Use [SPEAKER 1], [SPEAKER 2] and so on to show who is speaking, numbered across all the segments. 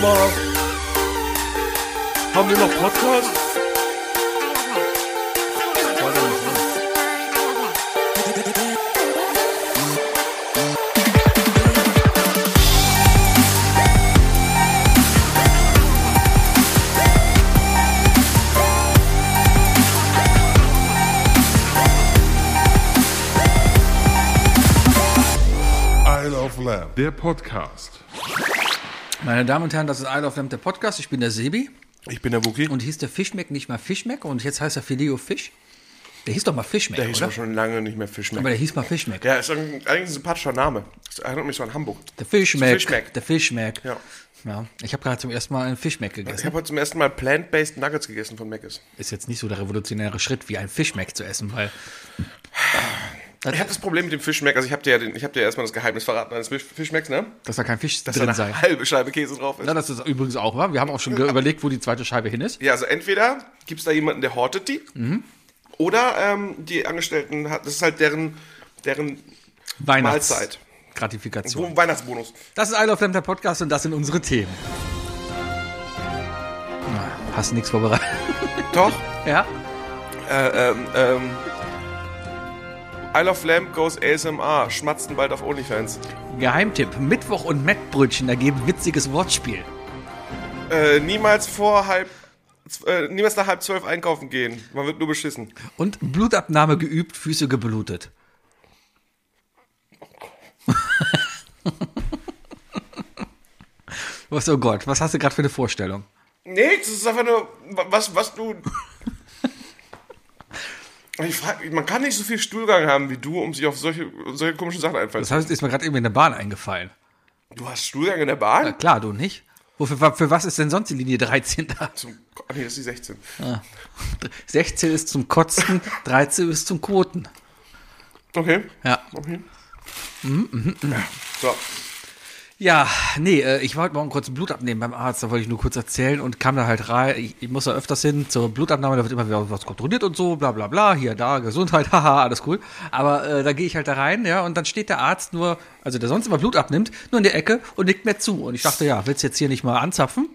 [SPEAKER 1] mal. Haben wir noch Podcast? Warte mal.
[SPEAKER 2] Isle of Lamb.
[SPEAKER 1] Der Podcast.
[SPEAKER 3] Meine Damen und Herren, das ist Isle of Lamp, der Podcast. Ich bin der Sebi
[SPEAKER 2] Ich bin der Wookie.
[SPEAKER 3] und hieß der Fischmeck nicht mal Fischmeck und jetzt heißt er Filio Fisch. Der hieß doch mal Fischmeck,
[SPEAKER 2] der hieß
[SPEAKER 3] oder?
[SPEAKER 2] auch schon lange nicht mehr Fischmeck.
[SPEAKER 3] Aber der hieß mal Fischmeck.
[SPEAKER 2] Ja, ist ein, eigentlich ein sympathischer Name. Das erinnert mich so an Hamburg.
[SPEAKER 3] Der Fischmeck.
[SPEAKER 2] Fischmeck.
[SPEAKER 3] Der Fischmeck.
[SPEAKER 2] Ja.
[SPEAKER 3] ja. Ich habe gerade zum ersten Mal einen Fischmeck
[SPEAKER 2] Ich
[SPEAKER 3] gegessen.
[SPEAKER 2] habe heute zum ersten Mal Plant-Based Nuggets gegessen von Mc's.
[SPEAKER 3] Ist jetzt nicht so der revolutionäre Schritt, wie ein Fischmeck zu essen, weil
[SPEAKER 2] Ich habe das Problem mit dem Fischmeck, also ich habe dir ja den, ich hab dir ja erstmal das Geheimnis verraten eines Fisch- Fischmecks, ne?
[SPEAKER 3] dass da kein Fisch
[SPEAKER 2] Dass da halt
[SPEAKER 3] drin
[SPEAKER 2] eine
[SPEAKER 3] sei.
[SPEAKER 2] halbe Scheibe Käse drauf ist.
[SPEAKER 3] Ja, das ist übrigens auch wahr. Wir haben auch schon ge- überlegt, wo die zweite Scheibe hin ist.
[SPEAKER 2] Ja, also entweder gibt es da jemanden, der hortet die,
[SPEAKER 3] Mhm.
[SPEAKER 2] oder ähm, die Angestellten, hat- das ist halt deren, deren
[SPEAKER 3] Weihnachts
[SPEAKER 2] Mahlzeit.
[SPEAKER 3] Gratifikation.
[SPEAKER 2] Bo- Weihnachtsbonus.
[SPEAKER 3] Das ist Isle of Lamp, der Podcast und das sind unsere Themen. Na, Hast nichts vorbereitet.
[SPEAKER 2] Doch,
[SPEAKER 3] Ja?
[SPEAKER 2] äh, ähm, ähm, Isle of Lamb goes ASMR, schmatzen bald auf Onlyfans.
[SPEAKER 3] Geheimtipp: Mittwoch und Mettbrötchen ergeben witziges Wortspiel.
[SPEAKER 2] Äh, niemals vor halb, zw- äh, niemals nach halb zwölf einkaufen gehen, man wird nur beschissen.
[SPEAKER 3] Und Blutabnahme geübt, Füße geblutet. was, oh Gott, was hast du gerade für eine Vorstellung?
[SPEAKER 2] Nee, das ist einfach nur, wa- was, was du... Ich frag, man kann nicht so viel Stuhlgang haben wie du, um sich auf solche, solche komischen Sachen einfallen
[SPEAKER 3] Das
[SPEAKER 2] zu
[SPEAKER 3] heißt, ist mir gerade irgendwie in der Bahn eingefallen.
[SPEAKER 2] Du hast Stuhlgang in der Bahn?
[SPEAKER 3] Na klar, du nicht. Wofür, für was ist denn sonst die Linie 13 da?
[SPEAKER 2] Zum, ah, nee, das ist die 16.
[SPEAKER 3] 16 ist zum Kotzen, 13 ist zum Quoten.
[SPEAKER 2] Okay.
[SPEAKER 3] Ja.
[SPEAKER 2] okay. So.
[SPEAKER 3] Ja, nee, äh, ich war heute Morgen kurz Blut abnehmen beim Arzt, da wollte ich nur kurz erzählen und kam da halt rein. Ich, ich muss da öfters hin zur Blutabnahme, da wird immer wieder was kontrolliert und so, bla bla bla, hier, da, Gesundheit, haha, alles cool. Aber äh, da gehe ich halt da rein, ja, und dann steht der Arzt nur, also der sonst immer Blut abnimmt, nur in der Ecke und nickt mir zu. Und ich dachte, ja, willst du jetzt hier nicht mal anzapfen?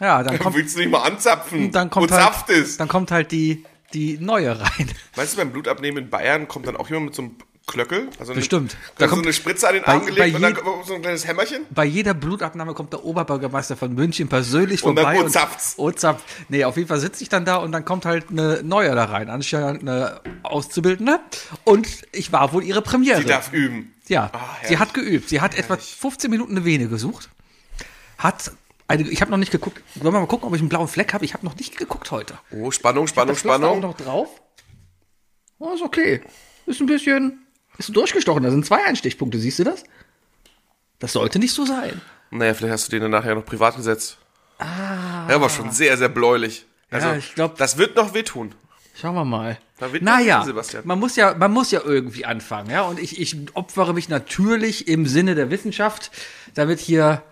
[SPEAKER 3] Ja, dann kommt,
[SPEAKER 2] Willst du nicht mal anzapfen?
[SPEAKER 3] dann kommt
[SPEAKER 2] und zapft
[SPEAKER 3] halt,
[SPEAKER 2] es.
[SPEAKER 3] dann kommt halt die, die neue rein.
[SPEAKER 2] Weißt du, beim Blutabnehmen in Bayern kommt dann auch jemand mit so einem Klöckel? Also eine,
[SPEAKER 3] Bestimmt. Da
[SPEAKER 2] Da kommt
[SPEAKER 3] kommt-
[SPEAKER 2] so eine Spritze an den
[SPEAKER 3] bei-
[SPEAKER 2] Arm gelegt
[SPEAKER 3] bei
[SPEAKER 2] und dann
[SPEAKER 3] jed-
[SPEAKER 2] kommt so ein kleines Hämmerchen?
[SPEAKER 3] bei jeder Blutabnahme kommt der Oberbürgermeister von München persönlich
[SPEAKER 2] Und dann
[SPEAKER 3] vorbei.
[SPEAKER 2] Ozapft's.
[SPEAKER 3] Ozapft. Nee, auf jeden Fall sitze ich dann da und dann kommt halt eine Neue da rein, anscheinend eine Auszubildende. Und ich war wohl ihre Premiere.
[SPEAKER 2] Die darf üben.
[SPEAKER 3] ja,
[SPEAKER 2] Ah, herrlich.
[SPEAKER 3] sie hat geübt. Sie hat etwa 15 Minuten eine Vene gesucht. Hat eine, ich habe noch nicht geguckt. Wollen wir mal gucken, ob ich einen blauen Fleck habe? Ich habe noch nicht geguckt heute.
[SPEAKER 2] Oh, Spannung, Spannung,
[SPEAKER 3] Das Pflaster
[SPEAKER 2] Spannung.
[SPEAKER 3] auch noch drauf. Oh, ist okay. Ist ein bisschen, ist durchgestochen. Da sind zwei Einstichpunkte. Siehst du das? Das sollte nicht so sein.
[SPEAKER 2] Naja, vielleicht hast du den dann nachher noch privat gesetzt. Ah. Der war schon sehr, sehr bläulich. Also,
[SPEAKER 3] ich glaub-
[SPEAKER 2] das wird noch wehtun.
[SPEAKER 3] Schauen wir mal.
[SPEAKER 2] Da wird
[SPEAKER 3] Naja,
[SPEAKER 2] noch viel, Sebastian.
[SPEAKER 3] man muss ja, man muss ja irgendwie anfangen, ja. Und ich, ich opfere mich natürlich im Sinne der Wissenschaft, damit hier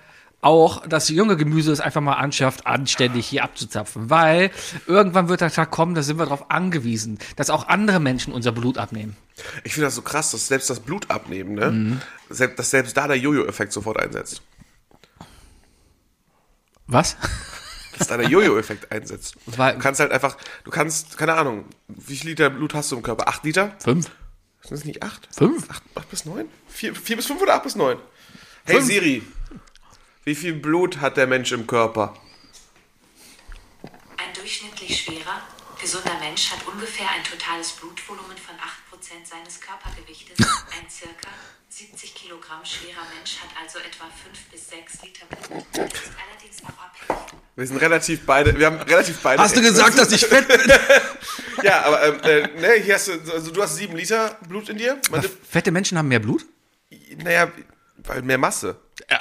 [SPEAKER 3] auch das junge Gemüse es einfach mal anschafft, anständig hier abzuzapfen. Weil irgendwann wird der Tag kommen, da sind wir darauf angewiesen, dass auch andere Menschen unser Blut abnehmen.
[SPEAKER 2] Ich finde das so krass, dass selbst das Blut abnehmen, ne?
[SPEAKER 3] Mhm.
[SPEAKER 2] Selbst, dass selbst da der Jojo-Effekt sofort einsetzt.
[SPEAKER 3] Was?
[SPEAKER 2] dass da der Jojo-Effekt einsetzt.
[SPEAKER 3] war-
[SPEAKER 2] du kannst halt einfach, du kannst, keine Ahnung, wie viel Liter Blut hast du im Körper? Acht Liter?
[SPEAKER 3] Fünf.
[SPEAKER 2] Sind es nicht acht?
[SPEAKER 3] Fünf?
[SPEAKER 2] Acht, acht bis neun? Vier, vier bis fünf oder acht bis neun? Hey
[SPEAKER 3] Fünf.
[SPEAKER 2] Siri, wie viel Blut hat der Mensch im Körper?
[SPEAKER 4] Ein durchschnittlich schwerer, gesunder Mensch hat ungefähr ein totales Blutvolumen von 8% seines Körpergewichtes. Ein circa 70 Kilogramm schwerer Mensch hat also etwa 5 bis 6 Liter Blut. Das ist allerdings auch abhängig.
[SPEAKER 2] Wir sind relativ beide, wir haben relativ beide.
[SPEAKER 3] Hast du gesagt, dass ich fett bin?
[SPEAKER 2] Ja, aber ähm, äh, ne, hier hast du, also du hast sieben Liter Blut in dir. Man nimmt,
[SPEAKER 3] Fette Menschen haben mehr Blut?
[SPEAKER 2] naja, weil mehr Masse.
[SPEAKER 3] Äh,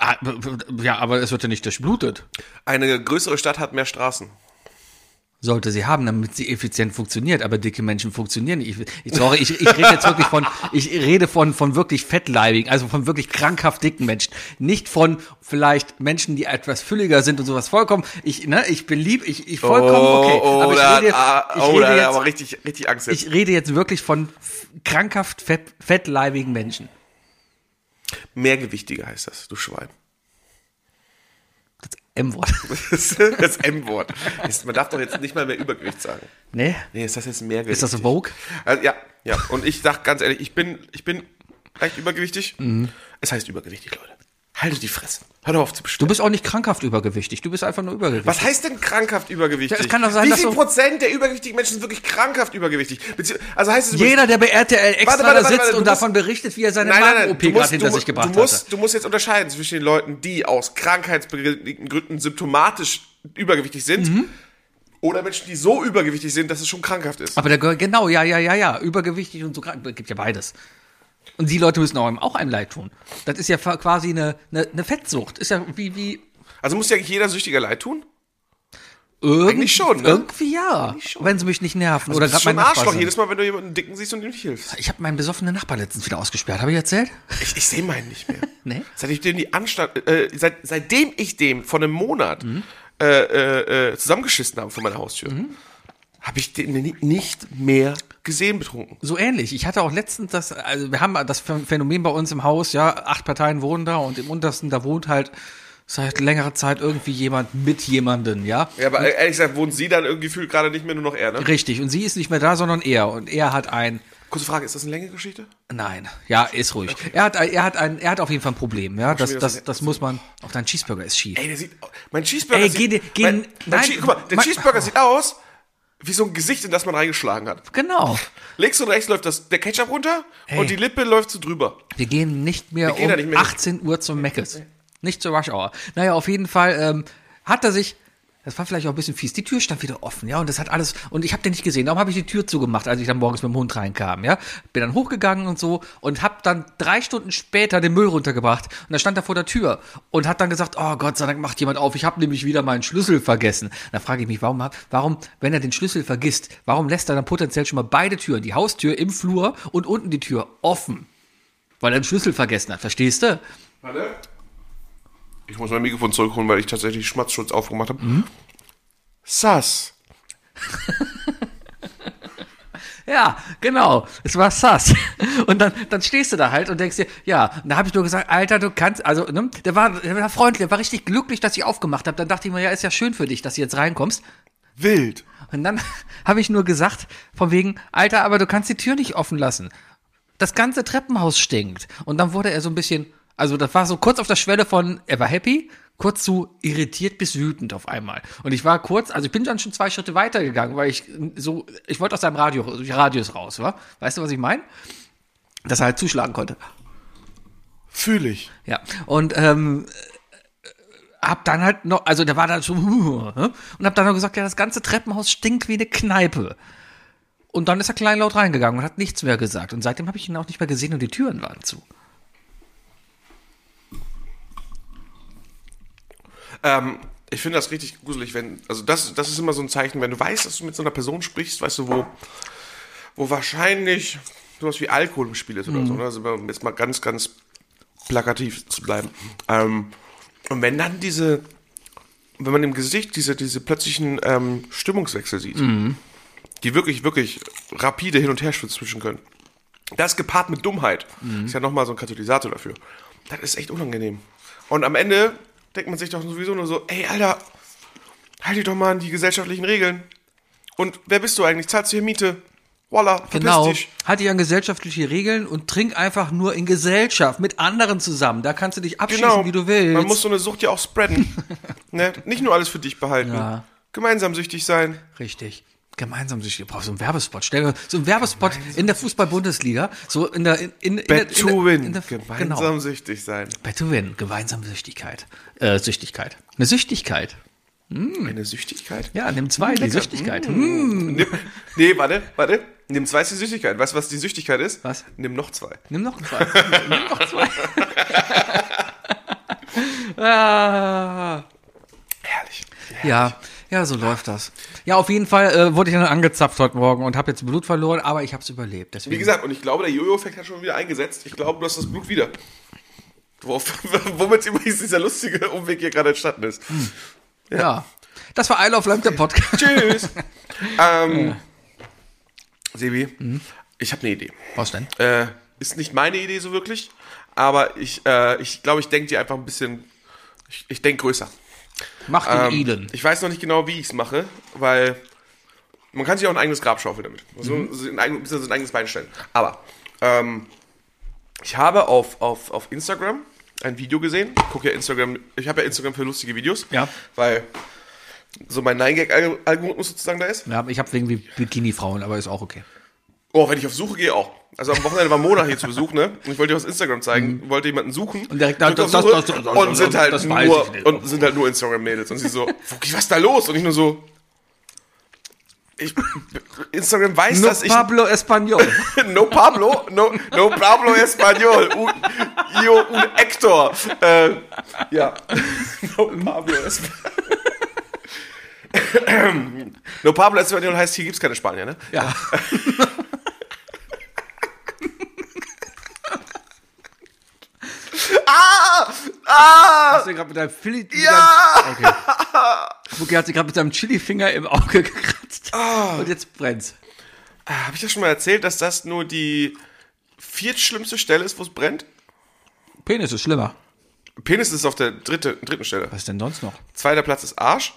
[SPEAKER 3] Ja, aber es wird ja nicht durchblutet.
[SPEAKER 2] Eine größere Stadt hat mehr Straßen.
[SPEAKER 3] sollte sie haben, damit sie effizient funktioniert. Aber dicke Menschen funktionieren nicht. Ich, ich, sorry, ich, ich rede jetzt wirklich von, ich rede von, von wirklich fettleibigen, also von wirklich krankhaft dicken Menschen. Nicht von vielleicht Menschen, die etwas fülliger sind und sowas. Vollkommen, ich, ne, ich belieb, ich, ich vollkommen okay.
[SPEAKER 2] Oh,
[SPEAKER 3] aber ich
[SPEAKER 2] da,
[SPEAKER 3] rede jetzt,
[SPEAKER 2] ah,
[SPEAKER 3] ich
[SPEAKER 2] oh, da
[SPEAKER 3] rede
[SPEAKER 2] hat er
[SPEAKER 3] jetzt,
[SPEAKER 2] aber richtig, richtig Angst jetzt.
[SPEAKER 3] ich rede jetzt wirklich von f- krankhaft fett, fettleibigen Menschen.
[SPEAKER 2] Mehrgewichtige heißt das, du Schwein.
[SPEAKER 3] M-Wort.
[SPEAKER 2] Das, das M-Wort. Ist- Man darf doch jetzt nicht mal mehr Übergewicht sagen.
[SPEAKER 3] Nee?
[SPEAKER 2] Nee, ist das jetzt ein Mehrgewicht?
[SPEAKER 3] Ist das Vogue?
[SPEAKER 2] Also, ja, ja. Und ich sag ganz ehrlich, ich bin, ich bin leicht übergewichtig.
[SPEAKER 3] Mhm.
[SPEAKER 2] Es heißt übergewichtig, Leute. Haltet die Fresse. Hört auf zu
[SPEAKER 3] Du
[SPEAKER 2] bestimmen.
[SPEAKER 3] bist auch nicht krankhaft übergewichtig, du bist einfach nur übergewichtig.
[SPEAKER 2] Was heißt denn krankhaft übergewichtig?
[SPEAKER 3] Ja, es kann doch sein,
[SPEAKER 2] Wie
[SPEAKER 3] dass
[SPEAKER 2] viel
[SPEAKER 3] du-
[SPEAKER 2] Prozent der übergewichtigen Menschen sind wirklich krankhaft übergewichtig? Bezieh also heißt es
[SPEAKER 3] Jeder, der bei RTL extra
[SPEAKER 2] Warte, warte,
[SPEAKER 3] da
[SPEAKER 2] warte,
[SPEAKER 3] sitzt
[SPEAKER 2] warte, du
[SPEAKER 3] und davon
[SPEAKER 2] musst-
[SPEAKER 3] berichtet, wie er seine
[SPEAKER 2] Nein, nein, nein.
[SPEAKER 3] Magen-OP
[SPEAKER 2] Du
[SPEAKER 3] gerade
[SPEAKER 2] musst,
[SPEAKER 3] hinter
[SPEAKER 2] du,
[SPEAKER 3] sich gebracht
[SPEAKER 2] du, musst,
[SPEAKER 3] hat.
[SPEAKER 2] du musst jetzt unterscheiden zwischen den Leuten, die aus krankheitsbedingten Gründen symptomatisch übergewichtig sind
[SPEAKER 3] Mhm.
[SPEAKER 2] oder Menschen, die so übergewichtig sind, dass es schon krankhaft ist.
[SPEAKER 3] Aber der gehört, genau, ja, ja, ja, ja, übergewichtig und so krank, gibt ja beides. Und die Leute müssen auch einem, auch einem leid tun. Das ist ja fa- quasi eine, eine, eine Fettsucht. Ist ja wie, wie,
[SPEAKER 2] Also muss ja eigentlich jeder Süchtiger leid tun?
[SPEAKER 3] irgend,
[SPEAKER 2] Eigentlich schon, ne?
[SPEAKER 3] irgendwie ja. Wenn sie mich nicht nerven
[SPEAKER 2] Das
[SPEAKER 3] oder
[SPEAKER 2] ist
[SPEAKER 3] gerade
[SPEAKER 2] schon
[SPEAKER 3] mein
[SPEAKER 2] ein
[SPEAKER 3] Nachbar
[SPEAKER 2] Arschloch
[SPEAKER 3] sind.
[SPEAKER 2] jedes Mal, wenn du jemanden dicken siehst und ihm nicht hilfst.
[SPEAKER 3] Ich habe meinen besoffenen Nachbar letztens wieder ausgesperrt, habe ich erzählt?
[SPEAKER 2] Ich, ich sehe meinen nicht mehr.
[SPEAKER 3] Nee.
[SPEAKER 2] Seit ich dem die Anstatt, äh, seit, seitdem ich dem vor einem Monat äh, äh, äh, zusammengeschissen habe vor meiner Haustür, habe ich den ni- nicht mehr gesehen betrunken.
[SPEAKER 3] So ähnlich. Ich hatte auch letztens das, also wir haben das Phän- Phänomen bei uns im Haus, ja, acht Parteien wohnen da und im untersten, da wohnt halt seit längerer Zeit irgendwie jemand mit jemanden, ja.
[SPEAKER 2] Ja, aber e-, ehrlich gesagt wohnen sie dann irgendwie gefühlt gerade nicht mehr, nur noch er, ne?
[SPEAKER 3] Richtig. Und sie ist nicht mehr da, sondern er. Und er hat ein,
[SPEAKER 2] Kurze Frage, ist das eine längere Geschichte?
[SPEAKER 3] nein, ja, ist ruhig. Er hat, ein- er hat ein, er hat auf jeden Fall ein Problem, ja. Das,
[SPEAKER 2] wieder
[SPEAKER 3] das,
[SPEAKER 2] so-
[SPEAKER 3] das muss man, auch dein Cheeseburger ist schief.
[SPEAKER 2] Ey, der sieht. Mein Cheeseburger
[SPEAKER 3] Ey,
[SPEAKER 2] sieht.
[SPEAKER 3] geh- geh-
[SPEAKER 2] mein, mein
[SPEAKER 3] nein,
[SPEAKER 2] Chee- guck mal, der
[SPEAKER 3] mein-
[SPEAKER 2] Cheeseburger sieht aus wie so ein Gesicht, in das man reingeschlagen hat.
[SPEAKER 3] Genau.
[SPEAKER 2] Links und rechts läuft das, der Ketchup runter
[SPEAKER 3] Ey.
[SPEAKER 2] und die Lippe läuft so drüber.
[SPEAKER 3] Wir gehen nicht mehr
[SPEAKER 2] gehen da
[SPEAKER 3] um
[SPEAKER 2] nicht mehr hin.
[SPEAKER 3] 18 Uhr zum Meckes. Nicht zur Rush Hour. Naja, auf jeden Fall ähm, hat er sich. Das war vielleicht auch ein bisschen fies. Die Tür stand wieder offen, ja, und das hat alles. Und ich habe den nicht gesehen. Darum habe ich die Tür zugemacht, als ich dann morgens mit dem Hund reinkam, ja. Bin dann hochgegangen und so und habe dann drei Stunden später den Müll runtergebracht. Und da stand er vor der Tür und hat dann gesagt: Oh Gott sei Dank macht jemand auf. Ich habe nämlich wieder meinen Schlüssel vergessen. Da frage ich mich, warum, hab- warum, wenn er den Schlüssel vergisst, warum lässt er dann potenziell schon mal beide Türen, die Haustür im Flur und unten die Tür offen? Weil er den Schlüssel vergessen hat, verstehst du?
[SPEAKER 2] Warte. Ich muss mein Mikrofon zurückholen, weil ich tatsächlich Schmatzschutz aufgemacht habe. Sass.
[SPEAKER 3] Ja, genau. Es war sass. Und dann, dann stehst du da halt und denkst dir, ja, und da habe ich nur gesagt, Alter, du kannst, also, ne, der war, der war freundlich, der war richtig glücklich, dass ich aufgemacht habe. Dann dachte ich mir, ja, ist ja schön für dich, dass du jetzt reinkommst.
[SPEAKER 2] Wild.
[SPEAKER 3] Und dann habe ich nur gesagt, von wegen, Alter, aber du kannst die Tür nicht offen lassen. Das ganze Treppenhaus stinkt. Und dann wurde er so ein bisschen, also das war so kurz auf der Schwelle von, er war happy, kurz zu irritiert bis wütend auf einmal. Und ich war kurz, also ich bin dann schon zwei Schritte weitergegangen, weil ich so, ich wollte aus seinem Radio, Radius raus, wa? Weißt du, was ich meine? Dass er halt zuschlagen konnte.
[SPEAKER 2] Fühl ich.
[SPEAKER 3] Ja, und ähm, äh, hab dann halt noch, also der war dann so, huh, ne? und hab dann noch gesagt, ja, das ganze Treppenhaus stinkt wie eine Kneipe. Und dann ist er kleinlaut reingegangen und hat nichts mehr gesagt. Und seitdem habe ich ihn auch nicht mehr gesehen und die Türen waren zu.
[SPEAKER 2] Ähm, ich finde das richtig gruselig, wenn, also das, das ist immer so ein Zeichen, wenn du weißt, dass du mit so einer Person sprichst, weißt du, wo, wo wahrscheinlich sowas wie Alkohol im Spiel ist oder so, ne? also um jetzt mal ganz, ganz plakativ zu bleiben. Ähm, und wenn dann diese, wenn man im Gesicht diese, diese plötzlichen ähm, Stimmungswechsel sieht, die wirklich, wirklich rapide hin und her switchen können, das gepaart mit Dummheit, ist ja nochmal so ein Katalysator dafür. Das ist echt unangenehm. Und am Ende denkt man sich doch sowieso nur so, ey, Alter, halt dich doch mal an die gesellschaftlichen Regeln. Und wer bist du eigentlich? Zahlst du hier Miete? Voila, verpiss
[SPEAKER 3] Genau.
[SPEAKER 2] dich.
[SPEAKER 3] Halt dich an gesellschaftliche Regeln und trink einfach nur in Gesellschaft mit anderen zusammen. Da kannst du dich abschießen, wie du willst.
[SPEAKER 2] Genau. Man muss so eine Sucht ja auch spreaden. ne? Nicht nur alles für dich behalten.
[SPEAKER 3] Ja.
[SPEAKER 2] Gemeinsam süchtig sein.
[SPEAKER 3] Richtig. Gemeinsam sich boah, so ein Werbespot. Stell dir so ein Werbespot in der Fußball-Bundesliga, so in der in, in, in, der-
[SPEAKER 2] Bad
[SPEAKER 3] in,
[SPEAKER 2] to
[SPEAKER 3] der- in
[SPEAKER 2] win.
[SPEAKER 3] der
[SPEAKER 2] Gemeinsam
[SPEAKER 3] Genau.
[SPEAKER 2] süchtig sein.
[SPEAKER 3] Bad to win. Gemeinsame Süchtigkeit. Äh, Süchtigkeit. Eine Süchtigkeit.
[SPEAKER 2] Eine Süchtigkeit?
[SPEAKER 3] Hm. Ja, nimm zwei,
[SPEAKER 2] Hm,
[SPEAKER 3] die Süchtigkeit. Mm.
[SPEAKER 2] Nimm, nee, warte, warte. Nimm zwei ist die Süchtigkeit. Weißt du, was die Süchtigkeit ist?
[SPEAKER 3] Was?
[SPEAKER 2] Nimm noch zwei.
[SPEAKER 3] Nimm noch zwei. nimm noch zwei. ah.
[SPEAKER 2] Herrlich.
[SPEAKER 3] Ja, ja, so läuft das. Ja, auf jeden Fall äh, wurde ich dann angezapft heute Morgen und habe jetzt Blut verloren, aber ich habe es überlebt. Deswegen.
[SPEAKER 2] Wie gesagt, und ich glaube, der Jojo-Effekt hat schon wieder eingesetzt. Ich glaube, du hast das Blut wieder. Worauf, womit übrigens dieser lustige Umweg hier gerade entstanden ist.
[SPEAKER 3] Hm. ja. Das war I Love Lamp, der Podcast.
[SPEAKER 2] Tschüss. ähm, Sebi,
[SPEAKER 3] Mhm.
[SPEAKER 2] ich habe eine Idee.
[SPEAKER 3] Was denn?
[SPEAKER 2] Äh, ist nicht meine Idee so wirklich, aber ich glaube, äh, ich, glaube, ich denke die einfach ein bisschen, ich, ich denke größer.
[SPEAKER 3] Macht den
[SPEAKER 2] Ähm,
[SPEAKER 3] Elon.
[SPEAKER 2] Ich weiß noch nicht genau, wie ich es mache, weil man kann sich auch ein eigenes Grab schaufeln damit. Also
[SPEAKER 3] Mhm.
[SPEAKER 2] ein, eigen- beziehungsweise ein eigenes Bein stellen. Aber ähm, ich habe auf, auf, auf Instagram ein Video gesehen. Ich gucke ja Instagram, ich habe ja Instagram für lustige Videos,
[SPEAKER 3] Ja.
[SPEAKER 2] weil so mein 9-Gag-Algorithmus sozusagen da ist.
[SPEAKER 3] Ja, ich habe wegen wie Bikini-Frauen, aber ist auch okay.
[SPEAKER 2] Oh, wenn ich auf Suche gehe, auch. Also am Wochenende war Mona hier zu Besuch, ne? Und ich wollte ihr was Instagram zeigen, wollte jemanden suchen.
[SPEAKER 3] Mhm. Und direkt, na,
[SPEAKER 2] Drückt auf
[SPEAKER 3] das-
[SPEAKER 2] Suche
[SPEAKER 3] das- das- das-
[SPEAKER 2] und sind
[SPEAKER 3] das-
[SPEAKER 2] halt
[SPEAKER 3] das weiß ich
[SPEAKER 2] nur
[SPEAKER 3] nicht.
[SPEAKER 2] und sind halt nur Instagram-Mädels. Und sie so, Fuki, was ist da los? Und ich nur so. Ich, Instagram weiß, dass ich.
[SPEAKER 3] Pablo Espanol.
[SPEAKER 2] no Pablo, no, no Pablo Español. Un, yo, un Hector. Äh, ja. No Pablo Español. no Pablo Español heißt, hier gibt's keine Spanier, ne?
[SPEAKER 3] ja.
[SPEAKER 2] Ah! Ah!
[SPEAKER 3] Hast du gerade mit deinem Philly. mit
[SPEAKER 2] Ja!
[SPEAKER 3] deinem- Okay. Mucki hat sich gerade mit seinem Chili-Finger im Auge gekratzt.
[SPEAKER 2] Ah.
[SPEAKER 3] Und jetzt brennt's.
[SPEAKER 2] Habe ich das schon mal erzählt, dass das nur die viertschlimmste Stelle ist, wo es brennt?
[SPEAKER 3] Penis ist schlimmer.
[SPEAKER 2] Penis ist auf der dritte, dritten Stelle.
[SPEAKER 3] Was denn sonst noch?
[SPEAKER 2] Zweiter Platz ist Arsch.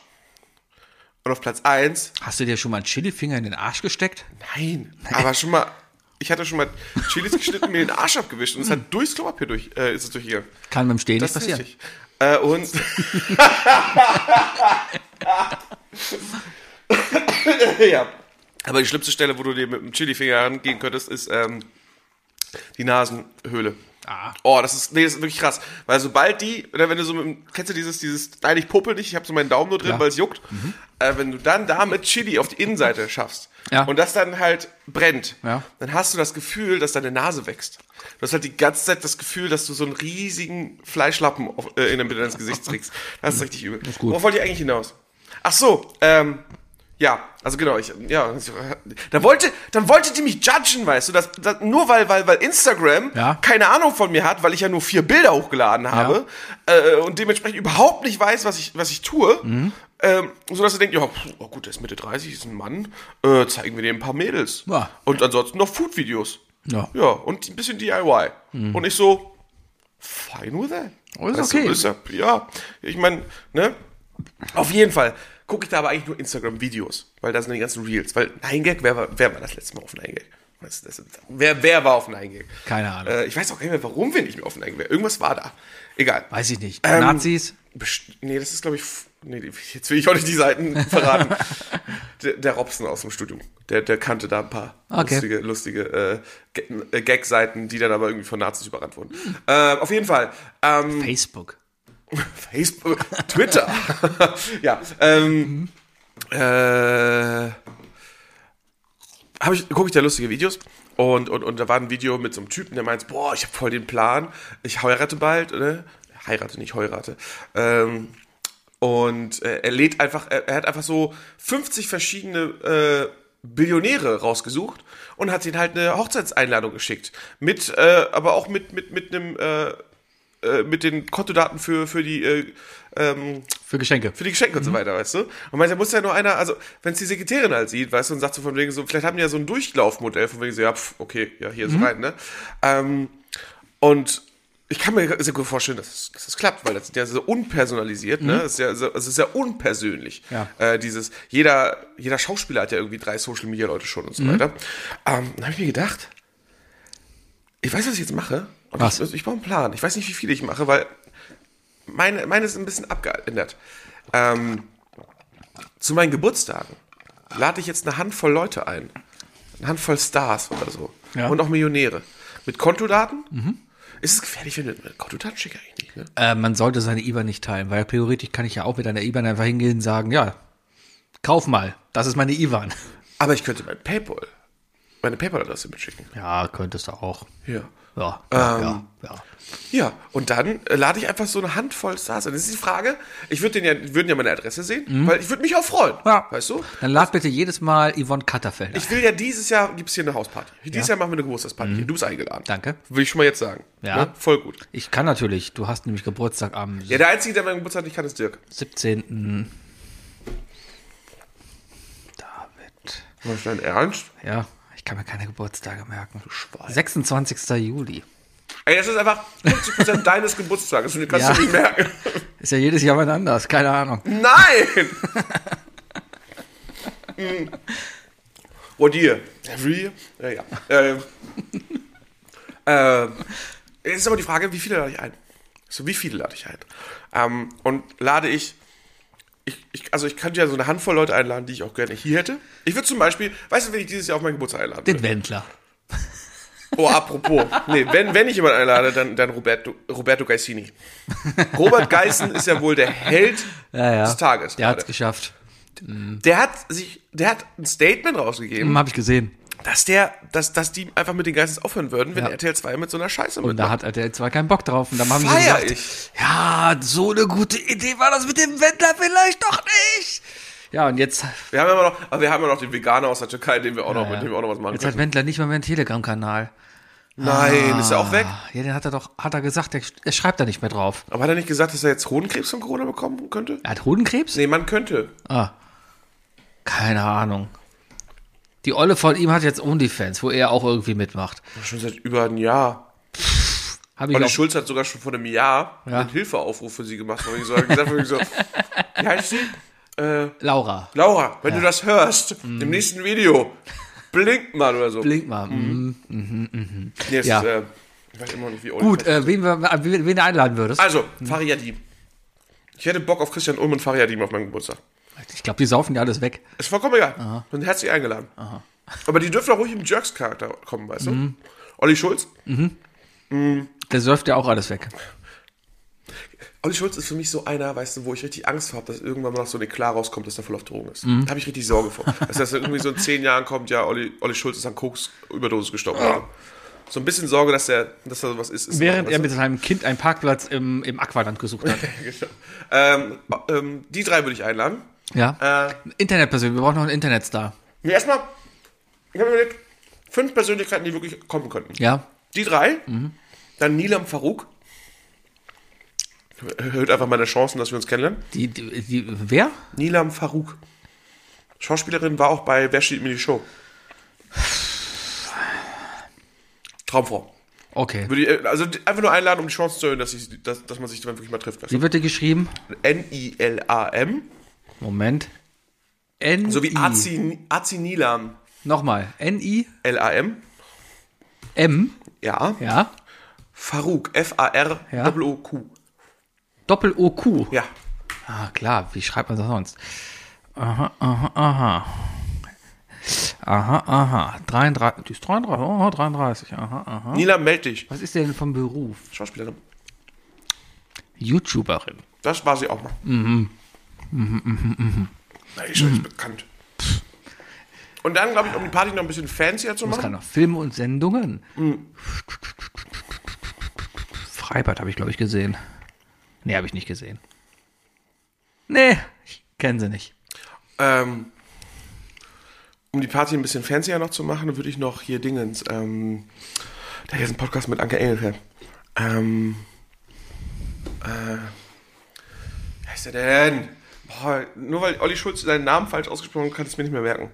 [SPEAKER 2] Und auf Platz eins.
[SPEAKER 3] Hast du dir schon mal einen Chili-Finger in den Arsch gesteckt?
[SPEAKER 2] Nein, aber schon mal. Ich hatte schon mal Chilis geschnitten und mir den Arsch abgewischt und es hat durchs Klopapier durch, äh, ist es durchgegangen.
[SPEAKER 3] Kann beim Stehen
[SPEAKER 2] Das
[SPEAKER 3] nicht
[SPEAKER 2] ist richtig.
[SPEAKER 3] passieren.
[SPEAKER 2] Äh, und. ja. Aber die schlimmste Stelle, wo du dir mit dem Chili-Finger rangehen könntest, ist ähm, die Nasenhöhle.
[SPEAKER 3] Ah.
[SPEAKER 2] Oh, das ist, nee, das ist wirklich krass. Weil sobald die, oder wenn du so mit dem, kennst du dieses, dieses, nein, ich puppel nicht, ich habe so meinen Daumen nur drin,
[SPEAKER 3] Ja. Mhm.
[SPEAKER 2] weil es juckt. Äh, wenn du dann damit Chili auf die Innenseite schaffst
[SPEAKER 3] Ja.
[SPEAKER 2] und das dann halt brennt,
[SPEAKER 3] Ja.
[SPEAKER 2] dann hast du das Gefühl, dass deine Nase wächst. Du hast halt die ganze Zeit das Gefühl, dass du so einen riesigen Fleischlappen auf, äh, in der Mitte deines Gesichts trägst. Das ist richtig übel.
[SPEAKER 3] gut.
[SPEAKER 2] Worauf wollte ich eigentlich hinaus? Ach so, ähm, ja, also genau, ich, ja, dann wollte, dann wollte die mich judgen, weißt du, dass, dass, nur weil, weil, weil Instagram
[SPEAKER 3] Ja.
[SPEAKER 2] keine Ahnung von mir hat, weil ich ja nur vier Bilder hochgeladen habe äh, und dementsprechend überhaupt nicht weiß, was ich, was ich tue,
[SPEAKER 3] Mhm.
[SPEAKER 2] ähm, sodass er denkt, ja, pf, oh gut, der ist Mitte 30, ist ein Mann, äh, zeigen wir dem ein paar Mädels.
[SPEAKER 3] Ja.
[SPEAKER 2] Und ansonsten noch Food-Videos.
[SPEAKER 3] Ja. Mhm.
[SPEAKER 2] Ja, und ein bisschen DIY. Und ich so, fine with that.
[SPEAKER 3] Oh, ist
[SPEAKER 2] Weißt du,
[SPEAKER 3] okay.
[SPEAKER 2] ja, ja, ich meine, ne? Auf jeden Fall gucke ich da aber eigentlich nur Instagram-Videos, weil da sind die ganzen Reels. Weil Nein Gag, wer war, wer war das letzte Mal auf Nein Gag? Das, das, wer, wer war auf Nein Gag?
[SPEAKER 3] Keine Ahnung.
[SPEAKER 2] Äh, ich weiß auch gar nicht mehr, warum wir nicht mehr auf Nein Gag. waren. Irgendwas war da. Egal.
[SPEAKER 3] Weiß ich nicht.
[SPEAKER 2] Ähm,
[SPEAKER 3] Nazis?
[SPEAKER 2] Best nee, das ist, glaube ich. f- Nee, die- jetzt will ich auch nicht die Seiten verraten. der, der Robson aus dem Studium, der, der kannte da ein paar
[SPEAKER 3] Okay.
[SPEAKER 2] lustige, lustige äh, Ga- äh, Gag-Seiten, die dann aber irgendwie von Nazis überrannt wurden. Äh, auf jeden Fall. Ähm,
[SPEAKER 3] Facebook.
[SPEAKER 2] Facebook, Twitter. ja. Ähm, äh, hab ich, gucke ich da lustige Videos und, und, und da war ein Video mit so einem Typen, der meint, boah, ich habe voll den Plan, ich heirate bald, ne? Heirate, nicht heurate. Ähm, und äh, er lädt einfach, er, er hat einfach so 50 verschiedene äh, Billionäre rausgesucht und hat ihnen halt eine Hochzeitseinladung geschickt. Mit, äh, aber auch mit, mit, mit einem äh, äh, mit den Kontodaten für, für die äh, ähm,
[SPEAKER 3] Für Geschenke.
[SPEAKER 2] für die Geschenke und so weiter, weißt du? Und meinte, da muss ja nur einer, also wenn es die Sekretärin halt sieht, weißt du, und sagt so von wegen so, vielleicht haben die ja so ein Durchlaufmodell, von wegen so, ja, pf, okay, ja, hier ist rein, ne? Ähm, und ich kann mir sehr gut vorstellen, dass, es- dass das klappt, weil das ist ja so unpersonalisiert, ne? Das ist ja, so, es ist ja unpersönlich.
[SPEAKER 3] Ja.
[SPEAKER 2] Äh, dieses, jeder, jeder Schauspieler hat ja irgendwie drei Social Media Leute schon und so weiter. Ähm, dann habe ich mir gedacht, ich weiß, was ich jetzt mache. Und
[SPEAKER 3] Was?
[SPEAKER 2] Ich, ich brauche einen Plan. Ich weiß nicht, wie viele ich mache, weil meine, meine ist ein bisschen abgeändert. Ähm, zu meinen Geburtstagen lade ich jetzt eine Handvoll Leute ein. Eine Handvoll Stars oder so.
[SPEAKER 3] Ja. Mhm.
[SPEAKER 2] Und auch Millionäre. Mit Kontodaten? Ist es gefährlich, wenn du mit Kontodaten schickst eigentlich nicht, ne?
[SPEAKER 3] Äh, man sollte seine IBAN nicht teilen, weil theoretisch kann ich ja auch mit einer IBAN einfach hingehen und sagen, ja, kauf mal, das ist meine IBAN.
[SPEAKER 2] Aber ich könnte mein Paypal, meine Paypal-Adresse mitschicken.
[SPEAKER 3] Ja, könntest du auch.
[SPEAKER 2] Ja.
[SPEAKER 3] Ja,
[SPEAKER 2] Ähm.
[SPEAKER 3] ja, ja.
[SPEAKER 2] Ja, und dann äh, lade ich einfach so eine Handvoll Stars ein. Das ist die Frage, ich würde ja, die würden ja meine Adresse sehen, weil ich würde mich auch freuen.
[SPEAKER 3] Mhm. Ja.
[SPEAKER 2] Weißt du?
[SPEAKER 3] Dann lad bitte jedes Mal Yvonne Katterfeld ein.
[SPEAKER 2] Ich will ja dieses Jahr, gibt's hier eine Hausparty. Dieses Jahr machen wir eine Geburtstagsparty. hier. Du bist eingeladen.
[SPEAKER 3] Mhm. Danke.
[SPEAKER 2] Will ich schon mal jetzt sagen. ne?
[SPEAKER 3] Ja.
[SPEAKER 2] Voll gut.
[SPEAKER 3] Ich kann natürlich, du hast nämlich Geburtstag am
[SPEAKER 2] Ja, der Einzige, der meinen Geburtstag nicht kann, ist Dirk.
[SPEAKER 3] 17. David.
[SPEAKER 2] Was ist dein Ernst?
[SPEAKER 3] Ja, ich kann mir keine Geburtstage merken. 26. Juli.
[SPEAKER 2] Ey, das ist einfach 50% deines Geburtstages und du kannst
[SPEAKER 3] Ja.
[SPEAKER 2] du nicht merken.
[SPEAKER 3] Ist ja jedes Jahr mal anders, keine Ahnung.
[SPEAKER 2] Nein! Mm. What year? Every year? Ja, ja. Ähm, ähm, jetzt ist aber die Frage, wie viele lade ich ein? So, wie viele lade ich ein? Ähm, und lade ich, ich, ich, also ich könnte ja so eine Handvoll Leute einladen, die ich auch gerne hier hätte. Ich würde zum Beispiel, weißt du, wenn ich dieses Jahr auf meinen Geburtstag einladen
[SPEAKER 3] Den
[SPEAKER 2] würde?
[SPEAKER 3] Wendler.
[SPEAKER 2] Oh, apropos. Nee, wenn, wenn ich jemanden einlade, dann, dann Roberto, Roberto Gaisini. Robert Geissen ist ja wohl der Held
[SPEAKER 3] Ja, ja.
[SPEAKER 2] des Tages.
[SPEAKER 3] Der hat's
[SPEAKER 2] gerade.
[SPEAKER 3] geschafft.
[SPEAKER 2] Der hat sich, der hat ein Statement rausgegeben,
[SPEAKER 3] Hm, hab ich gesehen.
[SPEAKER 2] dass der, dass, dass die einfach mit den Geistes aufhören würden, wenn
[SPEAKER 3] Ja.
[SPEAKER 2] RTL 2 mit so einer Scheiße
[SPEAKER 3] Und da hat RTL 2 keinen Bock drauf. Und dann haben
[SPEAKER 2] Feier
[SPEAKER 3] sie gesagt,
[SPEAKER 2] ich.
[SPEAKER 3] ja, so eine gute Idee war das mit dem Wendler vielleicht doch nicht. Ja, und jetzt,
[SPEAKER 2] Wir haben ja immer noch, aber wir haben ja noch den Veganer aus der Türkei, den wir auch noch, mit dem wir auch noch was machen
[SPEAKER 3] jetzt hat
[SPEAKER 2] können.
[SPEAKER 3] Wendler nicht mal mehr einen Telegram-Kanal.
[SPEAKER 2] Nein, ist er auch weg.
[SPEAKER 3] Ah, Ja, den hat er doch, hat er gesagt, der, er schreibt da nicht mehr drauf.
[SPEAKER 2] Aber hat er nicht gesagt, dass er jetzt Hodenkrebs von Corona bekommen könnte?
[SPEAKER 3] Er hat Hodenkrebs?
[SPEAKER 2] Nee, man könnte.
[SPEAKER 3] Ah. Keine Ahnung. Die Olle von ihm hat jetzt OnlyFans, wo er auch irgendwie mitmacht.
[SPEAKER 2] Schon seit über einem Jahr.
[SPEAKER 3] Hab ich
[SPEAKER 2] Olli
[SPEAKER 3] auch-
[SPEAKER 2] Schulz hat sogar schon vor einem Jahr
[SPEAKER 3] Ja.
[SPEAKER 2] einen Hilfeaufruf für sie gemacht. Und ich so, gesagt, von wegen so, wie heißt sie?
[SPEAKER 3] Laura,
[SPEAKER 2] Laura, wenn du das hörst, im nächsten Video, blink mal oder so.
[SPEAKER 3] Mhm. blink mal. Mhm.
[SPEAKER 2] Nee, es
[SPEAKER 3] Ja.
[SPEAKER 2] ist, äh, ich weiß immer noch nicht, wie Olli
[SPEAKER 3] Gut, äh, wen, wir, wen, wen du einladen würdest?
[SPEAKER 2] Also, Fariadim. Ich hätte Bock auf Christian Ulm und Fariadim auf meinem Geburtstag.
[SPEAKER 3] Ich glaube, die saufen ja alles weg.
[SPEAKER 2] Ist vollkommen egal. Sind herzlich eingeladen. Aber die dürfen auch ruhig im Jerks-Charakter kommen, weißt
[SPEAKER 3] Mhm.
[SPEAKER 2] du? Olli Schulz?
[SPEAKER 3] Der säuft ja auch alles weg.
[SPEAKER 2] Olli Schulz ist für mich so einer, weißt du, wo ich richtig Angst habe, dass irgendwann mal noch so eine Klar rauskommt, dass der voll auf Drogen ist.
[SPEAKER 3] Mhm.
[SPEAKER 2] Da habe ich richtig Sorge vor. dass das irgendwie so in zehn Jahren kommt, ja, Olli, Olli Schulz ist an Koks-Überdosis gestorben. So ein bisschen Sorge, dass der, dass da was ist. ist
[SPEAKER 3] Ah. Während
[SPEAKER 2] weißt
[SPEAKER 3] er
[SPEAKER 2] du?
[SPEAKER 3] mit seinem Kind einen Parkplatz im, im Aqualand gesucht hat.
[SPEAKER 2] ähm, ähm, die drei würde ich einladen.
[SPEAKER 3] Ja.
[SPEAKER 2] Äh.
[SPEAKER 3] Internetpersönlich, Ähm, wir brauchen noch einen Internetstar.
[SPEAKER 2] Nee, erstmal, ich habe überlegt, fünf Persönlichkeiten, die wirklich kommen könnten.
[SPEAKER 3] Ja.
[SPEAKER 2] Die drei.
[SPEAKER 3] Mhm.
[SPEAKER 2] Dann Nilam Farouk. Erhöht einfach meine Chancen, dass wir uns kennenlernen.
[SPEAKER 3] Die, die, die, wer?
[SPEAKER 2] Nilam Farouk. Schauspielerin war auch bei Wer steht mir die Show. Traumfrau.
[SPEAKER 3] Okay.
[SPEAKER 2] Würde ich, also die- einfach nur einladen, um die Chance zu erhöhen, dass, ich, dass, dass man sich dann wirklich mal trifft. Also weißt du?
[SPEAKER 3] Wie wird die geschrieben?
[SPEAKER 2] N-I-L-A-M.
[SPEAKER 3] Moment. N.
[SPEAKER 2] So wie
[SPEAKER 3] I.
[SPEAKER 2] Azi, Azi Nilam.
[SPEAKER 3] Nochmal. N-I.
[SPEAKER 2] L-A-M.
[SPEAKER 3] M.
[SPEAKER 2] Ja.
[SPEAKER 3] Ja.
[SPEAKER 2] Farouk. F-A-R-O-Q.
[SPEAKER 3] Doppel-O-Q.
[SPEAKER 2] Ja.
[SPEAKER 3] Ah, klar, wie schreibt man das sonst? Aha, aha, aha. Aha, aha. 33, die ist 33, oh, 33, aha, aha.
[SPEAKER 2] Nilam, meld dich.
[SPEAKER 3] Was ist der denn vom Beruf?
[SPEAKER 2] Schauspielerin.
[SPEAKER 3] YouTuberin.
[SPEAKER 2] Das war sie auch mal. Mhm. Mhm, mhm, Na, die schon ist bekannt. Und dann, glaube ich, um die Party noch ein bisschen fancier zu
[SPEAKER 3] Was
[SPEAKER 2] machen. Mhm.
[SPEAKER 3] kann noch? Filme und Sendungen? Freibad habe ich, glaube ich, gesehen. Nee, habe ich nicht gesehen. Nee, ich kenne sie nicht.
[SPEAKER 2] Ähm, um die Party ein bisschen fancier noch zu machen, würde ich noch hier Dingens. Ähm, da hier ist ein Podcast mit Anke Engelke. Ähm, äh, wie heißt er denn? Boah, nur weil Olli Schulz seinen Namen falsch ausgesprochen hat, kann ich es mir nicht mehr merken.